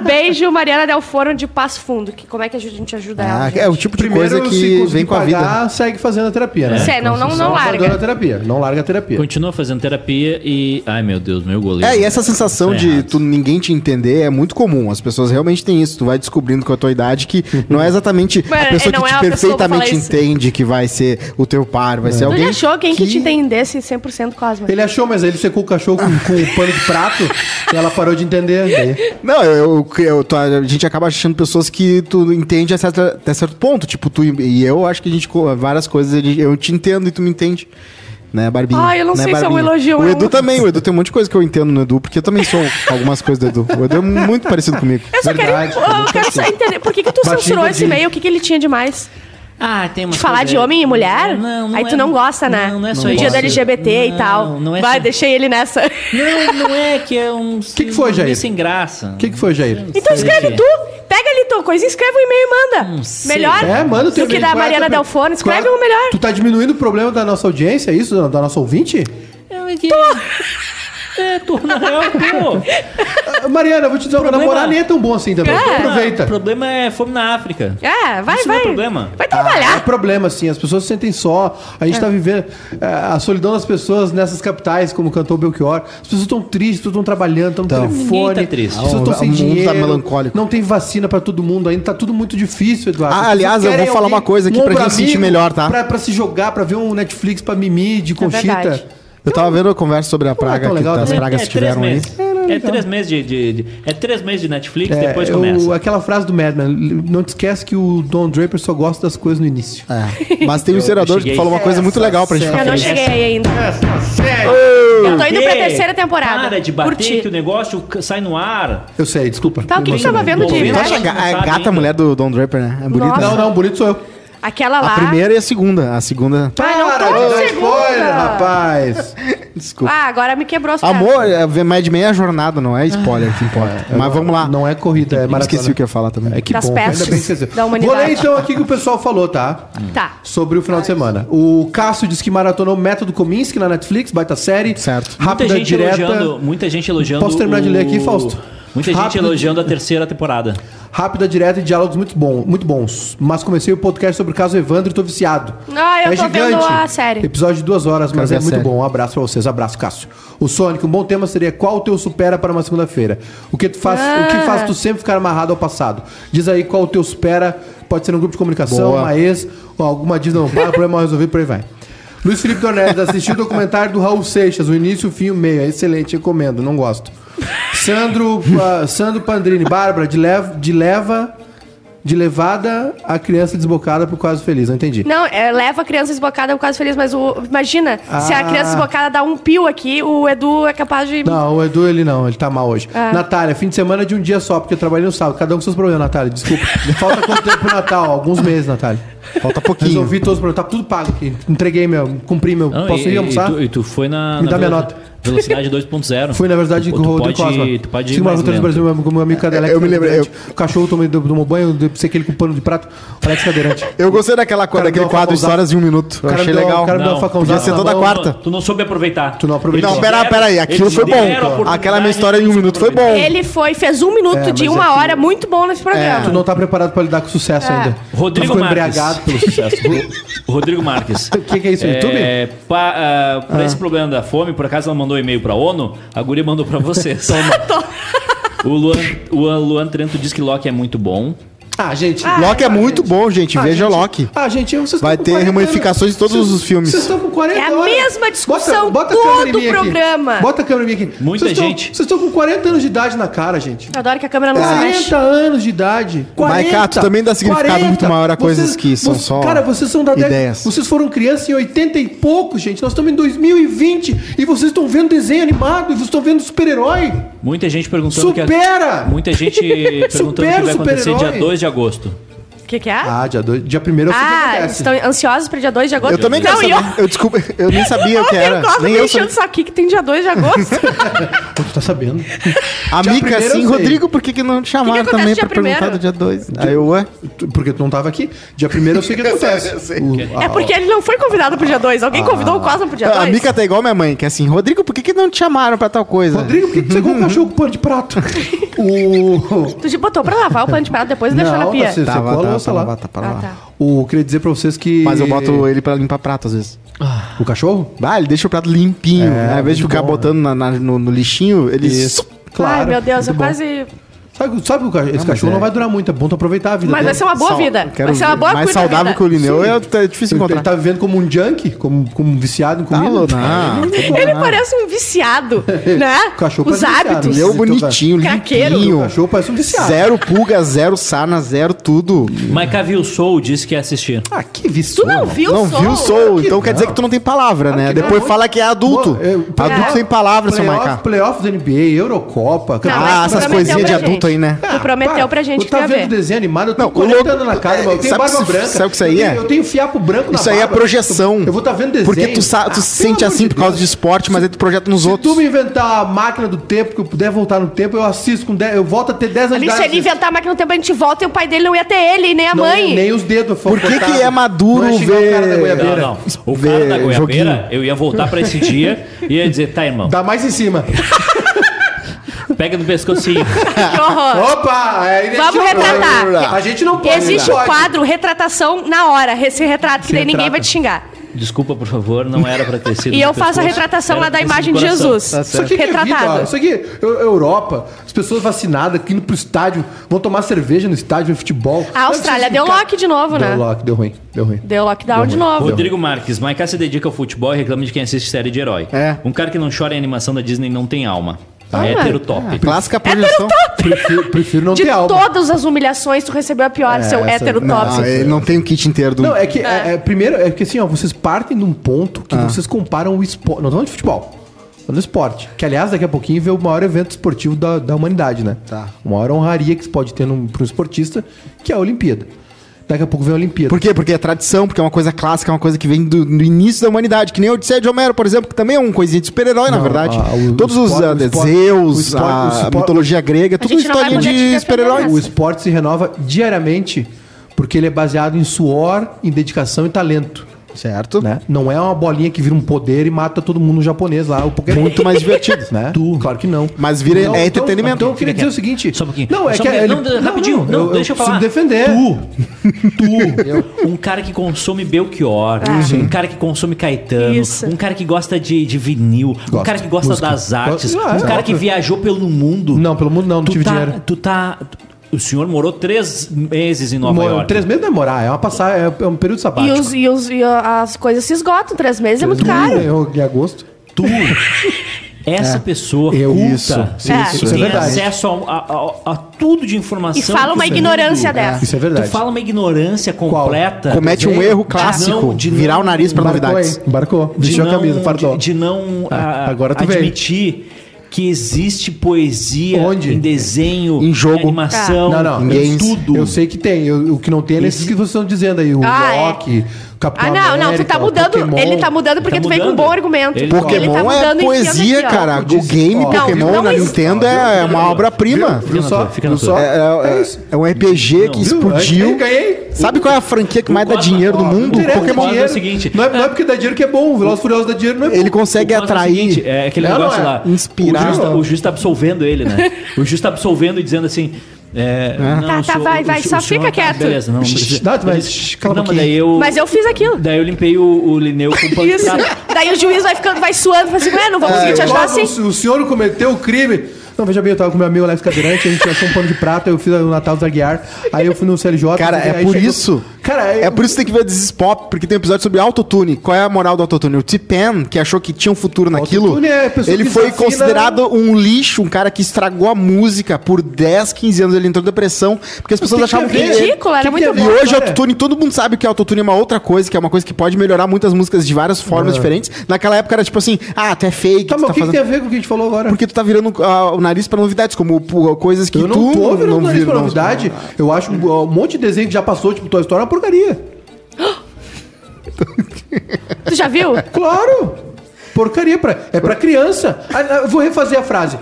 Speaker 3: Beijo, Mariana Del Foro de Passo Fundo. Que, como é que a gente ajuda ela?
Speaker 4: Ah,
Speaker 3: gente?
Speaker 4: é o tipo de coisa
Speaker 2: se
Speaker 4: que
Speaker 2: conseguir
Speaker 4: vem com a vida.
Speaker 2: pagar, segue fazendo a terapia, né?
Speaker 3: Sério, não- não- não
Speaker 2: Só
Speaker 3: larga.
Speaker 2: abandona a terapia, não larga a terapia.
Speaker 1: Continua fazendo terapia e. Ai, meu Deus, meu goleiro.
Speaker 4: É, e essa sensação
Speaker 1: Tá
Speaker 4: de
Speaker 1: errado.
Speaker 4: tu, ninguém te entender é muito comum. As pessoas realmente têm isso. Tu vai descobrindo com a tua idade que não é exatamente
Speaker 3: Mas,
Speaker 4: a pessoa
Speaker 3: não
Speaker 4: que
Speaker 3: é
Speaker 4: te
Speaker 3: a pessoa pra falar
Speaker 4: perfeitamente
Speaker 3: isso.
Speaker 4: entende que vai ser o teu par,
Speaker 1: É.
Speaker 4: vai ser
Speaker 3: Tu
Speaker 4: alguém.
Speaker 3: já achou alguém que... te entendesse 100% Cosma?
Speaker 2: Ele achou, mas aí ele secou o cachorro com, com o pano de prato e ela parou de entender. Daí-
Speaker 4: Não, eu, eu- eu- tu- a gente acaba achando pessoas que tu entende a certa- até certo ponto. Tipo, tu e e eu acho que a gente. co- Várias coisas a gente- eu te entendo e tu me entende. Né, Barbinha?
Speaker 3: Ah, eu não
Speaker 4: Né,
Speaker 3: sei se é um
Speaker 4: Barbinha?
Speaker 3: elogio ou
Speaker 4: O
Speaker 3: é
Speaker 4: Edu
Speaker 3: um-
Speaker 4: também, o Edu tem um monte de coisa que eu entendo no Edu, porque eu também sou algumas coisas do Edu. O Edu é muito parecido comigo.
Speaker 3: Eu só
Speaker 2: Verdade,
Speaker 3: quero, eu quero só entender. Por que, que tu
Speaker 2: Baixinho
Speaker 3: censurou esse
Speaker 2: gordinho.
Speaker 3: e-mail? O que, que ele tinha de mais?
Speaker 1: Ah, tem uma.
Speaker 3: De falar de homem e mulher? Aí tu não gosta, né?
Speaker 1: Não, não é só
Speaker 3: Dia
Speaker 1: isso.
Speaker 3: do LGBT
Speaker 1: Não,
Speaker 3: e tal.
Speaker 1: Não é
Speaker 3: Vai,
Speaker 1: só...
Speaker 3: deixei ele nessa.
Speaker 1: Não, não é que é um. O
Speaker 2: Que que foi, Jair?
Speaker 1: sem graça.
Speaker 2: O que, que foi, Jair?
Speaker 3: Então
Speaker 1: Sei que-
Speaker 3: escreve
Speaker 1: é.
Speaker 3: tu. Pega ali tua coisa, e escreve um e-mail e manda.
Speaker 1: sei.
Speaker 3: Melhor
Speaker 2: É, manda o teu
Speaker 3: do que
Speaker 2: e-mail.
Speaker 3: da
Speaker 2: Qual é a
Speaker 3: Mariana
Speaker 2: tua-
Speaker 3: Delfone. Escreve
Speaker 2: qual-
Speaker 3: um melhor.
Speaker 2: Tu tá diminuindo o problema da nossa audiência, é isso? Da, da nossa ouvinte?
Speaker 1: É que... É, tu, na real, pô.
Speaker 2: Ah, Mariana, eu vou te dizer,
Speaker 1: Problema-
Speaker 2: namorar nem é tão bom assim também.
Speaker 3: É.
Speaker 1: O
Speaker 2: Aproveita.
Speaker 1: problema é fome na África.
Speaker 3: É, vai,
Speaker 1: Isso não
Speaker 3: vai.
Speaker 1: é problema. Ah,
Speaker 3: Vai
Speaker 2: É
Speaker 3: trabalhar.
Speaker 2: problema, assim, as pessoas se sentem só. A gente tá vivendo é, a solidão das pessoas nessas capitais, como cantou Belchior. As pessoas estão tristes, estão trabalhando, estão no telefone.
Speaker 1: Ninguém tá triste.
Speaker 2: As pessoas
Speaker 4: Ah,
Speaker 2: estão
Speaker 4: o-
Speaker 2: sem
Speaker 4: o mundo tá
Speaker 2: dinheiro.
Speaker 4: melancólico.
Speaker 2: Não tem vacina pra todo mundo ainda. Tá tudo muito difícil, Eduardo.
Speaker 4: Ah,
Speaker 2: As pessoas
Speaker 4: aliás, eu
Speaker 2: querem
Speaker 4: vou falar
Speaker 2: alguém, um
Speaker 4: uma coisa aqui pra
Speaker 2: ombro
Speaker 4: gente sentir
Speaker 2: amigo,
Speaker 4: melhor, tá?
Speaker 2: Pra, pra se jogar, pra ver um Netflix, pra mimir de conchita.
Speaker 3: É verdade.
Speaker 4: Eu tava vendo a conversa sobre a
Speaker 3: é
Speaker 4: praga,
Speaker 2: tão
Speaker 4: que,
Speaker 2: legal
Speaker 3: né?
Speaker 4: as
Speaker 2: também.
Speaker 4: pragas
Speaker 1: é,
Speaker 4: que tiveram aí.
Speaker 1: três meses. É três meses de, de- de- É três meses de Netflix,
Speaker 2: É,
Speaker 1: depois
Speaker 2: eu-
Speaker 1: começa.
Speaker 2: Aquela frase do Madman, não te esquece que o Don Draper só gosta das coisas no início.
Speaker 4: É. Mas tem
Speaker 1: Eu
Speaker 4: um historiador que
Speaker 1: cheguei.
Speaker 4: falou uma coisa muito legal pra gente
Speaker 1: tá.
Speaker 2: Essa
Speaker 4: ficar
Speaker 3: assim. Eu não
Speaker 4: feliz.
Speaker 3: cheguei
Speaker 1: é
Speaker 3: aí ainda. Eu tô indo pra
Speaker 1: Ei,
Speaker 3: terceira temporada.
Speaker 1: Para de bater
Speaker 3: Curti.
Speaker 1: que o negócio ca- sai no ar.
Speaker 2: Eu sei, desculpa.
Speaker 3: Tá, o que que tava vendo
Speaker 1: Bom,
Speaker 3: de
Speaker 4: Tu acha
Speaker 1: Essa
Speaker 4: a ga-
Speaker 1: não
Speaker 2: é,
Speaker 4: a
Speaker 1: sabe
Speaker 4: gata
Speaker 1: ainda.
Speaker 4: mulher do Don Draper, né? É bonita.
Speaker 3: Nossa.
Speaker 4: né?
Speaker 2: Não, não, bonito sou eu.
Speaker 3: Aquela lá.
Speaker 4: A primeira e a segunda. A segunda.
Speaker 3: Ah, não tô
Speaker 2: de
Speaker 3: na
Speaker 2: dar
Speaker 3: segunda.
Speaker 2: spoiler, rapaz.
Speaker 4: Desculpa.
Speaker 3: Ah, agora me quebrou as pernas.
Speaker 4: Amor, é, Mad Men é a jornada, não é spoiler que importa. Mas vamos lá.
Speaker 2: Não é corrida, é maratona.
Speaker 4: Esqueci o que eu ia falar também.
Speaker 2: É que
Speaker 3: Das
Speaker 2: bom,
Speaker 3: pestes
Speaker 2: ainda bem que você esqueceu.
Speaker 3: da humanidade.
Speaker 2: Vou ler então aqui o que o pessoal falou, tá?
Speaker 3: Tá.
Speaker 2: Sobre o final de semana. O Cássio disse que maratonou Método Kominsky na Netflix, baita série.
Speaker 4: Certo.
Speaker 1: Muita
Speaker 2: Rápida,
Speaker 1: gente
Speaker 2: direta.
Speaker 1: elogiando. Muita gente elogiando.
Speaker 2: Posso terminar de ler aqui, Fausto?
Speaker 1: Muita gente
Speaker 2: Rápido.
Speaker 1: elogiando a terceira temporada.
Speaker 2: Rápida, direta e diálogos muito, bom, muito bons. Mas comecei o podcast sobre o caso Evandro e tô viciado. É
Speaker 3: Ah, eu tô vendo a série.
Speaker 2: Episódio de duas horas, mas
Speaker 4: ver
Speaker 2: é
Speaker 4: a
Speaker 2: muito
Speaker 4: série.
Speaker 2: bom. Um abraço pra vocês. Abraço, Cássio. O Sonic, um bom tema seria qual teu supera para uma segunda-feira? O que tu faz, o
Speaker 3: Ah.
Speaker 2: que faz tu sempre ficar amarrado ao passado? Diz aí qual o teu supera. Pode ser um grupo de comunicação,
Speaker 4: Boa.
Speaker 2: uma ex, ou alguma dívida não paga, problema é mal resolvido, por aí vai. Luiz Felipe Dornelles, assisti o documentário do Raul Seixas, o início, o fim e o meio. É excelente, recomendo, não gosto. Sandro, ah, Sandro Pandrini, Bárbara, de leva, de leva, de levada a criança desbocada pro quase feliz, não entendi.
Speaker 3: Não, é, leva a criança esbocada por causa feliz, mas o, imagina,
Speaker 2: Ah.
Speaker 3: se a criança esbocada dá um pio aqui, o Edu é capaz de.
Speaker 2: Não, o Edu, ele não, ele tá mal hoje. Natália, fim de semana de um dia só, porque eu trabalhei no sábado. Cada um com seus problemas, Natália, desculpa. Falta quanto tempo pro Natal? Alguns meses, Natália.
Speaker 4: Falta pouquinho.
Speaker 2: Resolvi todos os problemas, tá tudo pago aqui. Entreguei meu, cumpri meu.
Speaker 1: Não,
Speaker 2: Posso
Speaker 1: e-
Speaker 2: ir almoçar?
Speaker 1: E tu, e tu foi na.
Speaker 2: Me
Speaker 1: na
Speaker 2: dá minha
Speaker 1: velo-
Speaker 2: nota.
Speaker 1: Velocidade 2.0.
Speaker 2: Fui, na verdade,
Speaker 1: tu,
Speaker 2: com o
Speaker 1: tu
Speaker 2: Rodrigo
Speaker 1: pode,
Speaker 2: Cosma.
Speaker 1: Tu pode ir
Speaker 2: Tinha uma
Speaker 1: mais
Speaker 2: roteira do
Speaker 1: lento.
Speaker 2: Brasil, meu, meu amigo Cadelec.
Speaker 4: É, Eu me lembrei,
Speaker 2: cadeirante. O cachorro tomou, tomou banho, eu sei que ele com pano de prato. Alex Cadeirante.
Speaker 4: Eu gostei daquela,
Speaker 2: cara deu
Speaker 4: daquele
Speaker 2: uma
Speaker 4: quadro
Speaker 2: famosa-
Speaker 4: Histórias de um Minuto. Eu
Speaker 2: cara
Speaker 4: achei
Speaker 2: deu-
Speaker 4: legal.
Speaker 2: o cara deu uma
Speaker 1: Não,
Speaker 2: facãozada tá
Speaker 4: podia ser
Speaker 2: na
Speaker 4: toda
Speaker 2: mão.
Speaker 4: quarta.
Speaker 1: Tu não soube aproveitar.
Speaker 2: Tu não aproveitou.
Speaker 1: Eles
Speaker 4: Não, pera,
Speaker 1: deram-
Speaker 4: pera aí. Aquilo
Speaker 1: eles
Speaker 4: foi
Speaker 1: deram a
Speaker 4: bom.
Speaker 1: oportunidade,
Speaker 4: Aquela minha história em um
Speaker 1: eles
Speaker 4: minuto foi bom.
Speaker 3: Ele foi, fez um minuto
Speaker 2: É,
Speaker 3: de
Speaker 2: mas
Speaker 3: uma
Speaker 2: é que-
Speaker 3: hora muito bom nesse programa.
Speaker 2: Tu não tá preparado pra lidar com
Speaker 3: É.
Speaker 2: sucesso ainda. Tu
Speaker 1: Rodrigo
Speaker 2: ficou
Speaker 1: Marques.
Speaker 2: embriagado pelo sucesso.
Speaker 1: Rodrigo Marques.
Speaker 2: O que que é isso,
Speaker 1: É, pa- ah, pra esse problema da fome, por acaso ela mandou um e-mail pra ONU, a guria mandou pra vocês. O Luan, o Luan Trento diz que Loki é muito bom.
Speaker 2: Ah, gente.
Speaker 4: Loki é muito bom, gente.
Speaker 2: Ah,
Speaker 4: Veja
Speaker 2: gente,
Speaker 4: Loki.
Speaker 2: Ah, gente, vocês
Speaker 4: Vai
Speaker 2: tão com
Speaker 4: ter
Speaker 2: 40 anos.
Speaker 4: ramificações de todos
Speaker 2: Vocês-
Speaker 4: os filmes.
Speaker 2: Vocês estão com 40
Speaker 3: É a
Speaker 2: anos.
Speaker 3: mesma discussão
Speaker 2: a
Speaker 3: todo
Speaker 2: câmera em mim aqui.
Speaker 3: programa.
Speaker 2: Bota a câmera em mim aqui.
Speaker 1: Muita
Speaker 2: Vocês tão-
Speaker 1: gente.
Speaker 2: Vocês estão com 40 anos de idade na cara, gente.
Speaker 3: Eu adoro que a
Speaker 2: Ah,
Speaker 3: câmera não se mexe.
Speaker 2: 40 anos de idade. 40.
Speaker 4: Maiká, tu também dá significado muito maior a coisas que são
Speaker 2: vocês-
Speaker 4: só
Speaker 2: Cara, vocês são da década.
Speaker 4: ideias.
Speaker 2: Vocês foram criança em 80 e pouco, gente. Nós estamos em 2020 e vocês estão vendo desenho animado e vocês estão vendo super-herói.
Speaker 1: Muita gente perguntando que a-
Speaker 2: Supera!
Speaker 1: Muita gente perguntando o que
Speaker 2: Supera o
Speaker 1: vai acontecer
Speaker 2: super-herói.
Speaker 1: dia 2 de agosto.
Speaker 3: O que, que é? Ah,
Speaker 2: Ah, dia 1 dia primeiro eu sei o que acontece.
Speaker 3: estão ansiosos pra dia 2 de agosto?
Speaker 4: Eu também quero
Speaker 3: não, e eu...
Speaker 4: saber. Eu desculpa, eu nem sabia o que
Speaker 3: Ontem
Speaker 4: era.
Speaker 3: o Cosmo
Speaker 4: Nem
Speaker 3: me
Speaker 4: eu
Speaker 3: encheu
Speaker 4: sabia.
Speaker 3: de saco que tem dia 2 de agosto. O que,
Speaker 2: Pô, tu tá sabendo.
Speaker 4: A
Speaker 2: Dia
Speaker 4: Mica,
Speaker 2: primeiro
Speaker 4: assim,
Speaker 2: eu sei.
Speaker 4: Rodrigo, por que, que não te chamaram
Speaker 3: acontece
Speaker 4: também
Speaker 3: dia
Speaker 4: pra perguntar
Speaker 3: primeiro?
Speaker 4: do dia 2? Aí eu, ué.
Speaker 2: Tu- Porque tu não tava aqui. Dia 1 eu sei o que
Speaker 4: eu
Speaker 2: acontece.
Speaker 4: sei.
Speaker 2: O- ah,
Speaker 3: É
Speaker 2: a-
Speaker 3: porque ele não foi convidado pro dia 2. Alguém convidou o Cosmo pro dia 2?
Speaker 4: Ah. A Mica tá igual minha mãe, que é assim, Rodrigo, por que, que não te chamaram pra tal coisa?
Speaker 2: Rodrigo, por que, que você com um cachorro com pano de prato? O.
Speaker 3: Tu te botou pra lavar o pano de prato depois e deixou na
Speaker 2: Não,
Speaker 3: pia.
Speaker 2: Tarcísio, você
Speaker 4: Tava,
Speaker 2: secou a
Speaker 4: tava,
Speaker 2: louça
Speaker 4: tava,
Speaker 2: lá.
Speaker 4: tava, tava
Speaker 3: Ah,
Speaker 4: lá.
Speaker 3: tá.
Speaker 2: O queria dizer pra vocês que.
Speaker 4: Mas eu boto ele pra limpar prato às vezes.
Speaker 2: O cachorro?
Speaker 4: Ah, ele deixa o prato limpinho. né? Ao invés de
Speaker 2: É, muito
Speaker 4: ficar
Speaker 2: bom,
Speaker 4: botando na- na- no, no lixinho, ele. Ah,
Speaker 3: Ai, meu Deus, eu
Speaker 2: muito bom.
Speaker 3: quase.
Speaker 2: Sabe, sabe que o ca- esse cachorro
Speaker 4: é-
Speaker 2: não vai durar muito, é bom tu aproveitar a vida.
Speaker 3: Mas vai
Speaker 2: dele.
Speaker 3: ser uma boa
Speaker 4: Sal-
Speaker 3: vida.
Speaker 4: Quero
Speaker 3: Vai ser uma boa
Speaker 4: mais
Speaker 3: curta
Speaker 4: saudável
Speaker 3: vida.
Speaker 4: que o Lineu é, é difícil
Speaker 2: Ele
Speaker 4: encontrar.
Speaker 2: tá vivendo como um junkie, como, como um viciado em comida. é
Speaker 4: louco, não.
Speaker 3: Ele
Speaker 2: né?
Speaker 3: parece um viciado, né?
Speaker 2: O cachorro
Speaker 3: Os
Speaker 2: parece viciado,
Speaker 3: hábitos.
Speaker 2: né?
Speaker 4: Lineu bonitinho,
Speaker 3: Craqueiro.
Speaker 2: O
Speaker 4: limpinho.
Speaker 2: cachorro parece um viciado.
Speaker 4: Zero pulga, zero sarna, zero tudo.
Speaker 1: Maica viu Soul, disse que ia assistir.
Speaker 2: Ah, que vício.
Speaker 3: Tu não viu
Speaker 4: não
Speaker 3: o som?
Speaker 4: viu o sol,
Speaker 2: que
Speaker 4: então quer dizer que tu não tem palavra, né? Depois fala que é adulto.
Speaker 2: Pô, eu-
Speaker 4: adulto
Speaker 3: É.
Speaker 4: sem palavra, seu
Speaker 2: Playoff,
Speaker 4: Maiká.
Speaker 2: playoff da NBA, Eurocopa.
Speaker 3: Não,
Speaker 2: campeonato-
Speaker 3: mas
Speaker 4: Ah,
Speaker 3: tu
Speaker 4: essas
Speaker 3: prometeu
Speaker 4: coisinhas de
Speaker 3: é pra
Speaker 4: adulto
Speaker 3: gente.
Speaker 2: é
Speaker 4: aí, né?
Speaker 3: Tu prometeu pra gente
Speaker 2: tu tá
Speaker 3: que ia
Speaker 2: vendo
Speaker 3: ver.
Speaker 2: desenho animado, eu tô
Speaker 4: Não, o
Speaker 2: cortando
Speaker 4: louco-
Speaker 2: na cara, mas eu tenho
Speaker 4: Sabe
Speaker 2: barba
Speaker 4: que isso-
Speaker 2: branca.
Speaker 4: sabe o que isso aí
Speaker 2: eu tenho-
Speaker 4: é?
Speaker 2: Eu tenho fiapo branco na
Speaker 4: Isso aí é
Speaker 2: barba.
Speaker 4: projeção.
Speaker 2: Ah, Eu vou estar vendo desenho.
Speaker 4: Porque tu, sa-
Speaker 2: Ah,
Speaker 4: tu
Speaker 2: pelo
Speaker 4: se sente
Speaker 2: amor
Speaker 4: assim
Speaker 2: de
Speaker 4: por causa de
Speaker 2: Deus.
Speaker 4: esporte, mas aí tu projeta nos
Speaker 2: Se
Speaker 4: outros.
Speaker 2: tu me inventar a máquina do tempo, que eu puder voltar no tempo, eu assisto com 10, eu volto a ter 10 anos de
Speaker 3: Ali, se
Speaker 2: idade.
Speaker 3: ele inventar a máquina no tempo, a gente volta e o pai dele não ia ter ele, nem a
Speaker 2: Não, é
Speaker 3: mãe.
Speaker 2: Nem os dedos
Speaker 4: Por que que é maduro
Speaker 2: não é xingar o cara
Speaker 4: ver-
Speaker 2: da
Speaker 1: Não,
Speaker 2: goiabeira.
Speaker 1: não. O cara da
Speaker 4: Ver
Speaker 1: goiabeira,
Speaker 4: joguinho.
Speaker 1: eu ia voltar pra esse dia e ia dizer, tá, irmão,
Speaker 2: Dá mais em cima.
Speaker 1: pega no pescocinho.
Speaker 3: Que horror.
Speaker 2: Opa! é, aí
Speaker 3: Vamos
Speaker 2: a gente não
Speaker 3: retratar.
Speaker 2: pode. tipo- A gente não pode.
Speaker 3: Existe
Speaker 2: não
Speaker 3: o
Speaker 2: pode.
Speaker 3: quadro retratação na hora, esse retrato, que
Speaker 2: Se
Speaker 3: daí ninguém
Speaker 2: retrata.
Speaker 3: vai te xingar.
Speaker 1: Desculpa, por favor, não era pra ter sido
Speaker 3: E
Speaker 1: no
Speaker 3: eu faço a
Speaker 1: pescoço,
Speaker 3: retratação
Speaker 1: era
Speaker 3: lá
Speaker 1: pra
Speaker 3: da
Speaker 1: ter
Speaker 3: imagem
Speaker 1: sido
Speaker 3: de
Speaker 1: no coração.
Speaker 3: Jesus.
Speaker 2: Isso aqui que é vida, ó. Isso aqui, eu- Europa, as pessoas vacinadas, que indo pro estádio, vão tomar cerveja no estádio, no futebol.
Speaker 3: A Austrália deu lock de novo, né?
Speaker 2: Deu lock, deu ruim, deu ruim.
Speaker 3: Deu lockdown de novo.
Speaker 1: Rodrigo Marques, Maiká se dedica ao futebol e reclama de quem assiste série de herói.
Speaker 4: É.
Speaker 1: Um cara que não chora em animação da Disney não tem alma.
Speaker 3: Ah,
Speaker 1: é hétero top.
Speaker 4: Clássica projeção.
Speaker 2: Prefiro, prefiro não
Speaker 3: De
Speaker 2: ter alma.
Speaker 3: todas as humilhações, tu recebeu a pior, seu
Speaker 2: essa-
Speaker 3: hétero
Speaker 2: não,
Speaker 3: top.
Speaker 4: Ah, ele não tem o kit inteiro do.
Speaker 2: Não, é que, é- é, primeiro, é que assim, ó, vocês partem de um ponto que
Speaker 4: Ah.
Speaker 2: vocês comparam o esporte. Não, não de futebol. Falando do esporte. Que, aliás, daqui a pouquinho vê o maior evento esportivo da, da humanidade, né?
Speaker 4: Tá.
Speaker 2: Uma maior honraria que se pode ter num, para um esportista, que é a Olimpíada. Daqui a pouco vem a Olimpíada.
Speaker 4: Por quê? Porque é tradição, porque é uma coisa clássica, é uma coisa que vem do, do início da humanidade, que nem a Odisseia de Homero, por exemplo, que também é um coisinha de super-herói, na
Speaker 2: Não,
Speaker 4: verdade.
Speaker 2: a- o-
Speaker 4: Todos
Speaker 2: o
Speaker 4: os
Speaker 2: esporte-
Speaker 4: ah,
Speaker 2: o esporte-
Speaker 4: Zeus,
Speaker 2: o esporte-
Speaker 4: a
Speaker 2: o esporte-
Speaker 4: mitologia grega, tudo
Speaker 3: gente não vai
Speaker 4: historinha
Speaker 3: poder te
Speaker 4: de
Speaker 3: defender
Speaker 4: super-herói.
Speaker 3: nessa.
Speaker 2: O esporte se renova diariamente porque ele é baseado em suor, em dedicação e talento.
Speaker 4: Certo?
Speaker 2: Né? Não é uma bolinha que vira um poder e mata todo mundo japonês lá, o Pokémon.
Speaker 4: Muito mais divertido.
Speaker 2: né? Claro que não.
Speaker 4: Mas vira- é entretenimento.
Speaker 2: Então, eu queria dizer o seguinte.
Speaker 1: Só um pouquinho.
Speaker 2: Não, é
Speaker 1: Só
Speaker 2: que
Speaker 1: um pouquinho.
Speaker 2: ele-
Speaker 1: Não, rapidinho. Não, deixa eu falar.
Speaker 2: preciso defender.
Speaker 1: Tu, um cara que consome Belchior,
Speaker 2: É.
Speaker 1: um cara que consome Caetano,
Speaker 3: Isso.
Speaker 1: um cara que gosta de, de vinil, um
Speaker 2: Gosto.
Speaker 1: cara que gosta
Speaker 2: Música.
Speaker 1: das artes,
Speaker 2: Gosto.
Speaker 1: um
Speaker 2: Ah, é.
Speaker 1: cara que viajou pelo mundo.
Speaker 2: Não, pelo mundo não, não
Speaker 1: tu
Speaker 2: tive
Speaker 1: tá,
Speaker 2: dinheiro.
Speaker 1: Tu tá. O senhor morou três meses em Nova
Speaker 2: Mor-
Speaker 1: York.
Speaker 2: Três meses não é morar, é uma passagem, é um período
Speaker 3: E,
Speaker 2: sabático.
Speaker 3: os, e, os, e a- as coisas se esgotam, três meses é muito caro.
Speaker 2: Eu, em agosto.
Speaker 1: Tu, essa pessoa
Speaker 2: É, Eu-
Speaker 1: culta,
Speaker 4: Isso,
Speaker 2: Sim,
Speaker 3: É.
Speaker 2: isso,
Speaker 1: tu
Speaker 2: isso
Speaker 1: tem
Speaker 2: é verdade.
Speaker 1: acesso a, a- a- a tudo de informação.
Speaker 3: E fala
Speaker 1: que
Speaker 3: uma
Speaker 1: tu-
Speaker 3: ignorância dessa.
Speaker 2: Isso é verdade. é?
Speaker 1: Tu fala uma ignorância completa.
Speaker 4: Comete um erro
Speaker 1: De
Speaker 2: Ah,
Speaker 4: clássico,
Speaker 1: não- de
Speaker 4: virar
Speaker 1: não-
Speaker 4: o nariz pra
Speaker 2: Embarcou,
Speaker 4: novidades.
Speaker 2: hein? Embarcou. Vestiu a camisa, fartou.
Speaker 1: De, de não
Speaker 2: Ah,
Speaker 1: ah,
Speaker 2: agora tu veio.
Speaker 1: admitir que existe poesia
Speaker 2: Onde? Tá.
Speaker 1: em desenho,
Speaker 4: Em jogo.
Speaker 1: em animação,
Speaker 2: Não, não.
Speaker 1: em
Speaker 4: Ninguém-
Speaker 1: tudo.
Speaker 2: Eu sei que tem. eu- o que não tem é nesses que vocês estão dizendo aí. O
Speaker 3: Ah, é.
Speaker 2: Rock, o Capitão
Speaker 3: Ah, não, não, tu
Speaker 2: América,
Speaker 3: tá
Speaker 2: o
Speaker 3: mudando.
Speaker 2: Pokémon.
Speaker 3: Ele tá mudando porque
Speaker 1: Tá
Speaker 3: tu veio com um
Speaker 1: mudando.
Speaker 3: bom argumento.
Speaker 1: Ele-
Speaker 4: Pokémon
Speaker 3: Ele tá
Speaker 4: é
Speaker 3: mudando e enfiando
Speaker 4: poesia,
Speaker 3: aqui, ó.
Speaker 4: cara.
Speaker 2: Disse-
Speaker 4: O game
Speaker 2: Ó,
Speaker 4: Pokémon
Speaker 3: não
Speaker 4: na
Speaker 3: existe.
Speaker 4: Nintendo é uma obra-prima.
Speaker 1: Fica
Speaker 2: Viu
Speaker 1: na
Speaker 2: só?
Speaker 1: tua, fica na
Speaker 2: Viu
Speaker 1: tua.
Speaker 4: É, é- é um RPG
Speaker 1: Não.
Speaker 4: que
Speaker 2: Aí,
Speaker 4: explodiu.
Speaker 2: ganhei.
Speaker 4: Sabe qual é a franquia que mais dá
Speaker 1: Cosma-
Speaker 4: dinheiro no
Speaker 1: ó,
Speaker 4: mundo?
Speaker 1: o Direto,
Speaker 2: Pokémon
Speaker 1: Cosma
Speaker 4: Pokémon.
Speaker 1: é
Speaker 2: dinheiro.
Speaker 1: o seguinte,
Speaker 2: não, é, não é porque dá dinheiro que é bom. O Veloz Furioso dá dinheiro, não é bom.
Speaker 4: Ele consegue
Speaker 1: Mas é o seguinte,
Speaker 4: atrair.
Speaker 1: É aquele
Speaker 2: Não,
Speaker 1: negócio
Speaker 2: não é.
Speaker 1: lá.
Speaker 4: Inspirar.
Speaker 1: O juiz, tá, o juiz tá absolvendo ele, né? o juiz tá absolvendo e dizendo assim. É, não,
Speaker 3: Tá,
Speaker 1: o
Speaker 3: tá,
Speaker 1: senhor-
Speaker 3: vai,
Speaker 1: o
Speaker 3: vai,
Speaker 1: senhor-
Speaker 3: só fica
Speaker 1: senhor- tá,
Speaker 3: quieto.
Speaker 1: Beleza, não.
Speaker 2: Shh,
Speaker 1: precisa-
Speaker 2: dá, tu vai- shh, cala a
Speaker 1: Não, mas
Speaker 2: boquinha.
Speaker 1: daí eu.
Speaker 3: Mas eu fiz aquilo.
Speaker 1: Daí eu limpei o, o Lineu com o pano de
Speaker 3: Isso.
Speaker 1: prato.
Speaker 3: Daí o juiz vai ficando, vai suando, vai assim, ué, não vou conseguir te ajudar
Speaker 2: Logo,
Speaker 3: assim.
Speaker 2: o, o senhor cometeu o crime. Não, veja bem, eu tava com meu amigo Alex Cadeirante, a gente achou um pano de prata, eu fiz o Natal do Aguiar, aí eu fui no CLJ.
Speaker 4: Cara,
Speaker 2: aí
Speaker 4: é por
Speaker 2: chegou-
Speaker 4: isso.
Speaker 2: Cara,
Speaker 4: É por isso que tem que ver This Is Pop, porque tem um episódio sobre autotune. Qual é a moral do autotune? O T-Pen, que achou que tinha um futuro naquilo,
Speaker 2: Autotune é a pessoa
Speaker 4: ele
Speaker 2: que
Speaker 4: foi
Speaker 2: desafina- né?
Speaker 4: considerado um lixo, um cara que estragou a música por 10, 15 anos. Ele entrou em depressão, porque as pessoas
Speaker 2: Tem que é
Speaker 4: achavam que...
Speaker 2: haver- né?
Speaker 4: ele-
Speaker 3: Ridículo, era
Speaker 2: tem que
Speaker 3: muito
Speaker 2: haver
Speaker 4: E
Speaker 3: bom.
Speaker 4: hoje
Speaker 2: história.
Speaker 4: autotune, todo mundo sabe que autotune é uma outra coisa, que é uma coisa que pode melhorar muitas músicas de várias formas diferentes. Naquela época era tipo assim, ah, tu é fake,
Speaker 2: É. Tá,
Speaker 4: tu
Speaker 2: mas
Speaker 4: tá
Speaker 2: o que, que
Speaker 4: fazendo...
Speaker 2: tem a ver com o que a gente falou agora?
Speaker 4: Porque tu tá virando ah, o nariz pra novidades, como pô, coisas que
Speaker 2: eu
Speaker 4: tu
Speaker 2: não tô virando
Speaker 4: não
Speaker 2: nariz
Speaker 4: vira-
Speaker 2: pra
Speaker 4: não-
Speaker 2: novidade. Eu acho um, um monte de desenho que já passou, tipo, Toy Story é uma porcaria.
Speaker 3: Tu já viu?
Speaker 2: Claro! Porcaria, pra, é pra criança. Ah, ah, Eu vou refazer a frase.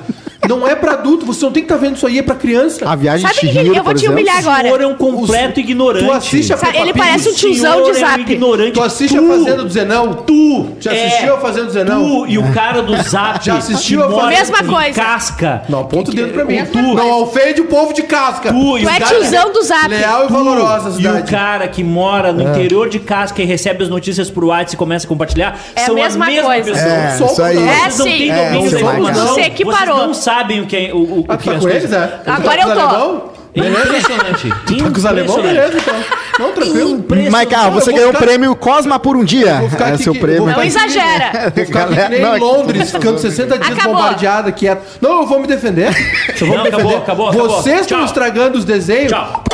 Speaker 2: Não é pra adulto, você não tem que estar vendo isso aí, é pra criança.
Speaker 4: A viagem
Speaker 3: Sabe
Speaker 4: de
Speaker 3: que que-
Speaker 4: Chihiro,
Speaker 3: eu vou
Speaker 4: por
Speaker 3: te humilhar
Speaker 4: exemplo.
Speaker 1: O senhor
Speaker 3: agora.
Speaker 1: é um completo ignorante.
Speaker 2: Tu assiste a
Speaker 3: Sabe,
Speaker 2: Peppa
Speaker 3: ele
Speaker 2: Pig,
Speaker 3: parece um
Speaker 2: tu-
Speaker 3: tiozão
Speaker 1: O
Speaker 3: de
Speaker 1: senhor é um
Speaker 3: zap.
Speaker 1: ignorante.
Speaker 2: Tu assiste a Fazenda do Zenão?
Speaker 1: Tu! É.
Speaker 2: Já assistiu a Fazenda do Zenão?
Speaker 1: Tu e o cara do Zap.
Speaker 2: Já assistiu
Speaker 1: que
Speaker 2: a
Speaker 1: mora
Speaker 3: Fazenda-
Speaker 1: em
Speaker 3: Mesma coisa.
Speaker 1: Casca.
Speaker 2: Não, aponta o dedo pra mim.
Speaker 3: Mesma coisa.
Speaker 2: Não ofende o povo de casca.
Speaker 1: é? Tu e
Speaker 3: Tu
Speaker 1: o
Speaker 3: é
Speaker 1: cara...
Speaker 3: tiozão do zap.
Speaker 2: Leal e valorosa
Speaker 1: E
Speaker 2: a
Speaker 1: o
Speaker 2: cidade. É.
Speaker 1: cara que mora no interior de Casca e recebe as notícias por WhatsApp e começa a compartilhar
Speaker 3: É a
Speaker 1: são
Speaker 3: mesma
Speaker 1: a mesma
Speaker 3: coisa.
Speaker 1: pessoa.
Speaker 4: É,
Speaker 2: Só um
Speaker 4: isso aí.
Speaker 2: mudar.
Speaker 3: É,
Speaker 1: Vocês não
Speaker 3: sim.
Speaker 1: têm
Speaker 4: É,
Speaker 1: domínio da
Speaker 4: sei lá,
Speaker 1: informação.
Speaker 3: cara. Você que
Speaker 1: Vocês
Speaker 3: parou.
Speaker 1: não sabem o que é o, o, o
Speaker 2: Ah, tu
Speaker 1: que
Speaker 2: tá
Speaker 1: as
Speaker 2: com
Speaker 1: coisas-
Speaker 2: eles, né?
Speaker 3: Agora eu tô.
Speaker 1: É Impressionante.
Speaker 2: Tá com os alemão?
Speaker 1: Impressionante.
Speaker 2: Beleza, então. Não, tranquilo.
Speaker 4: Maica, você
Speaker 2: Eu vou
Speaker 4: ganhou o
Speaker 2: ficar-
Speaker 4: prêmio Cosma por um dia.
Speaker 2: vou ficar
Speaker 4: É
Speaker 2: aqui
Speaker 4: seu
Speaker 2: que-
Speaker 4: prêmio.
Speaker 2: eu
Speaker 3: Não
Speaker 2: vou-
Speaker 3: exagera.
Speaker 2: Vou ficar
Speaker 4: Galera,
Speaker 2: que nem
Speaker 4: não, é
Speaker 2: em
Speaker 4: aqui-
Speaker 2: Londres, ficando 60 dias
Speaker 3: Acabou.
Speaker 2: bombardeada, quieto. Não, eu vou me defender. Eu vou
Speaker 1: Não,
Speaker 2: me defender.
Speaker 1: acabou, acabou, acabou.
Speaker 2: Vocês estão
Speaker 1: Tchau.
Speaker 2: estragando os desenhos
Speaker 1: Tchau.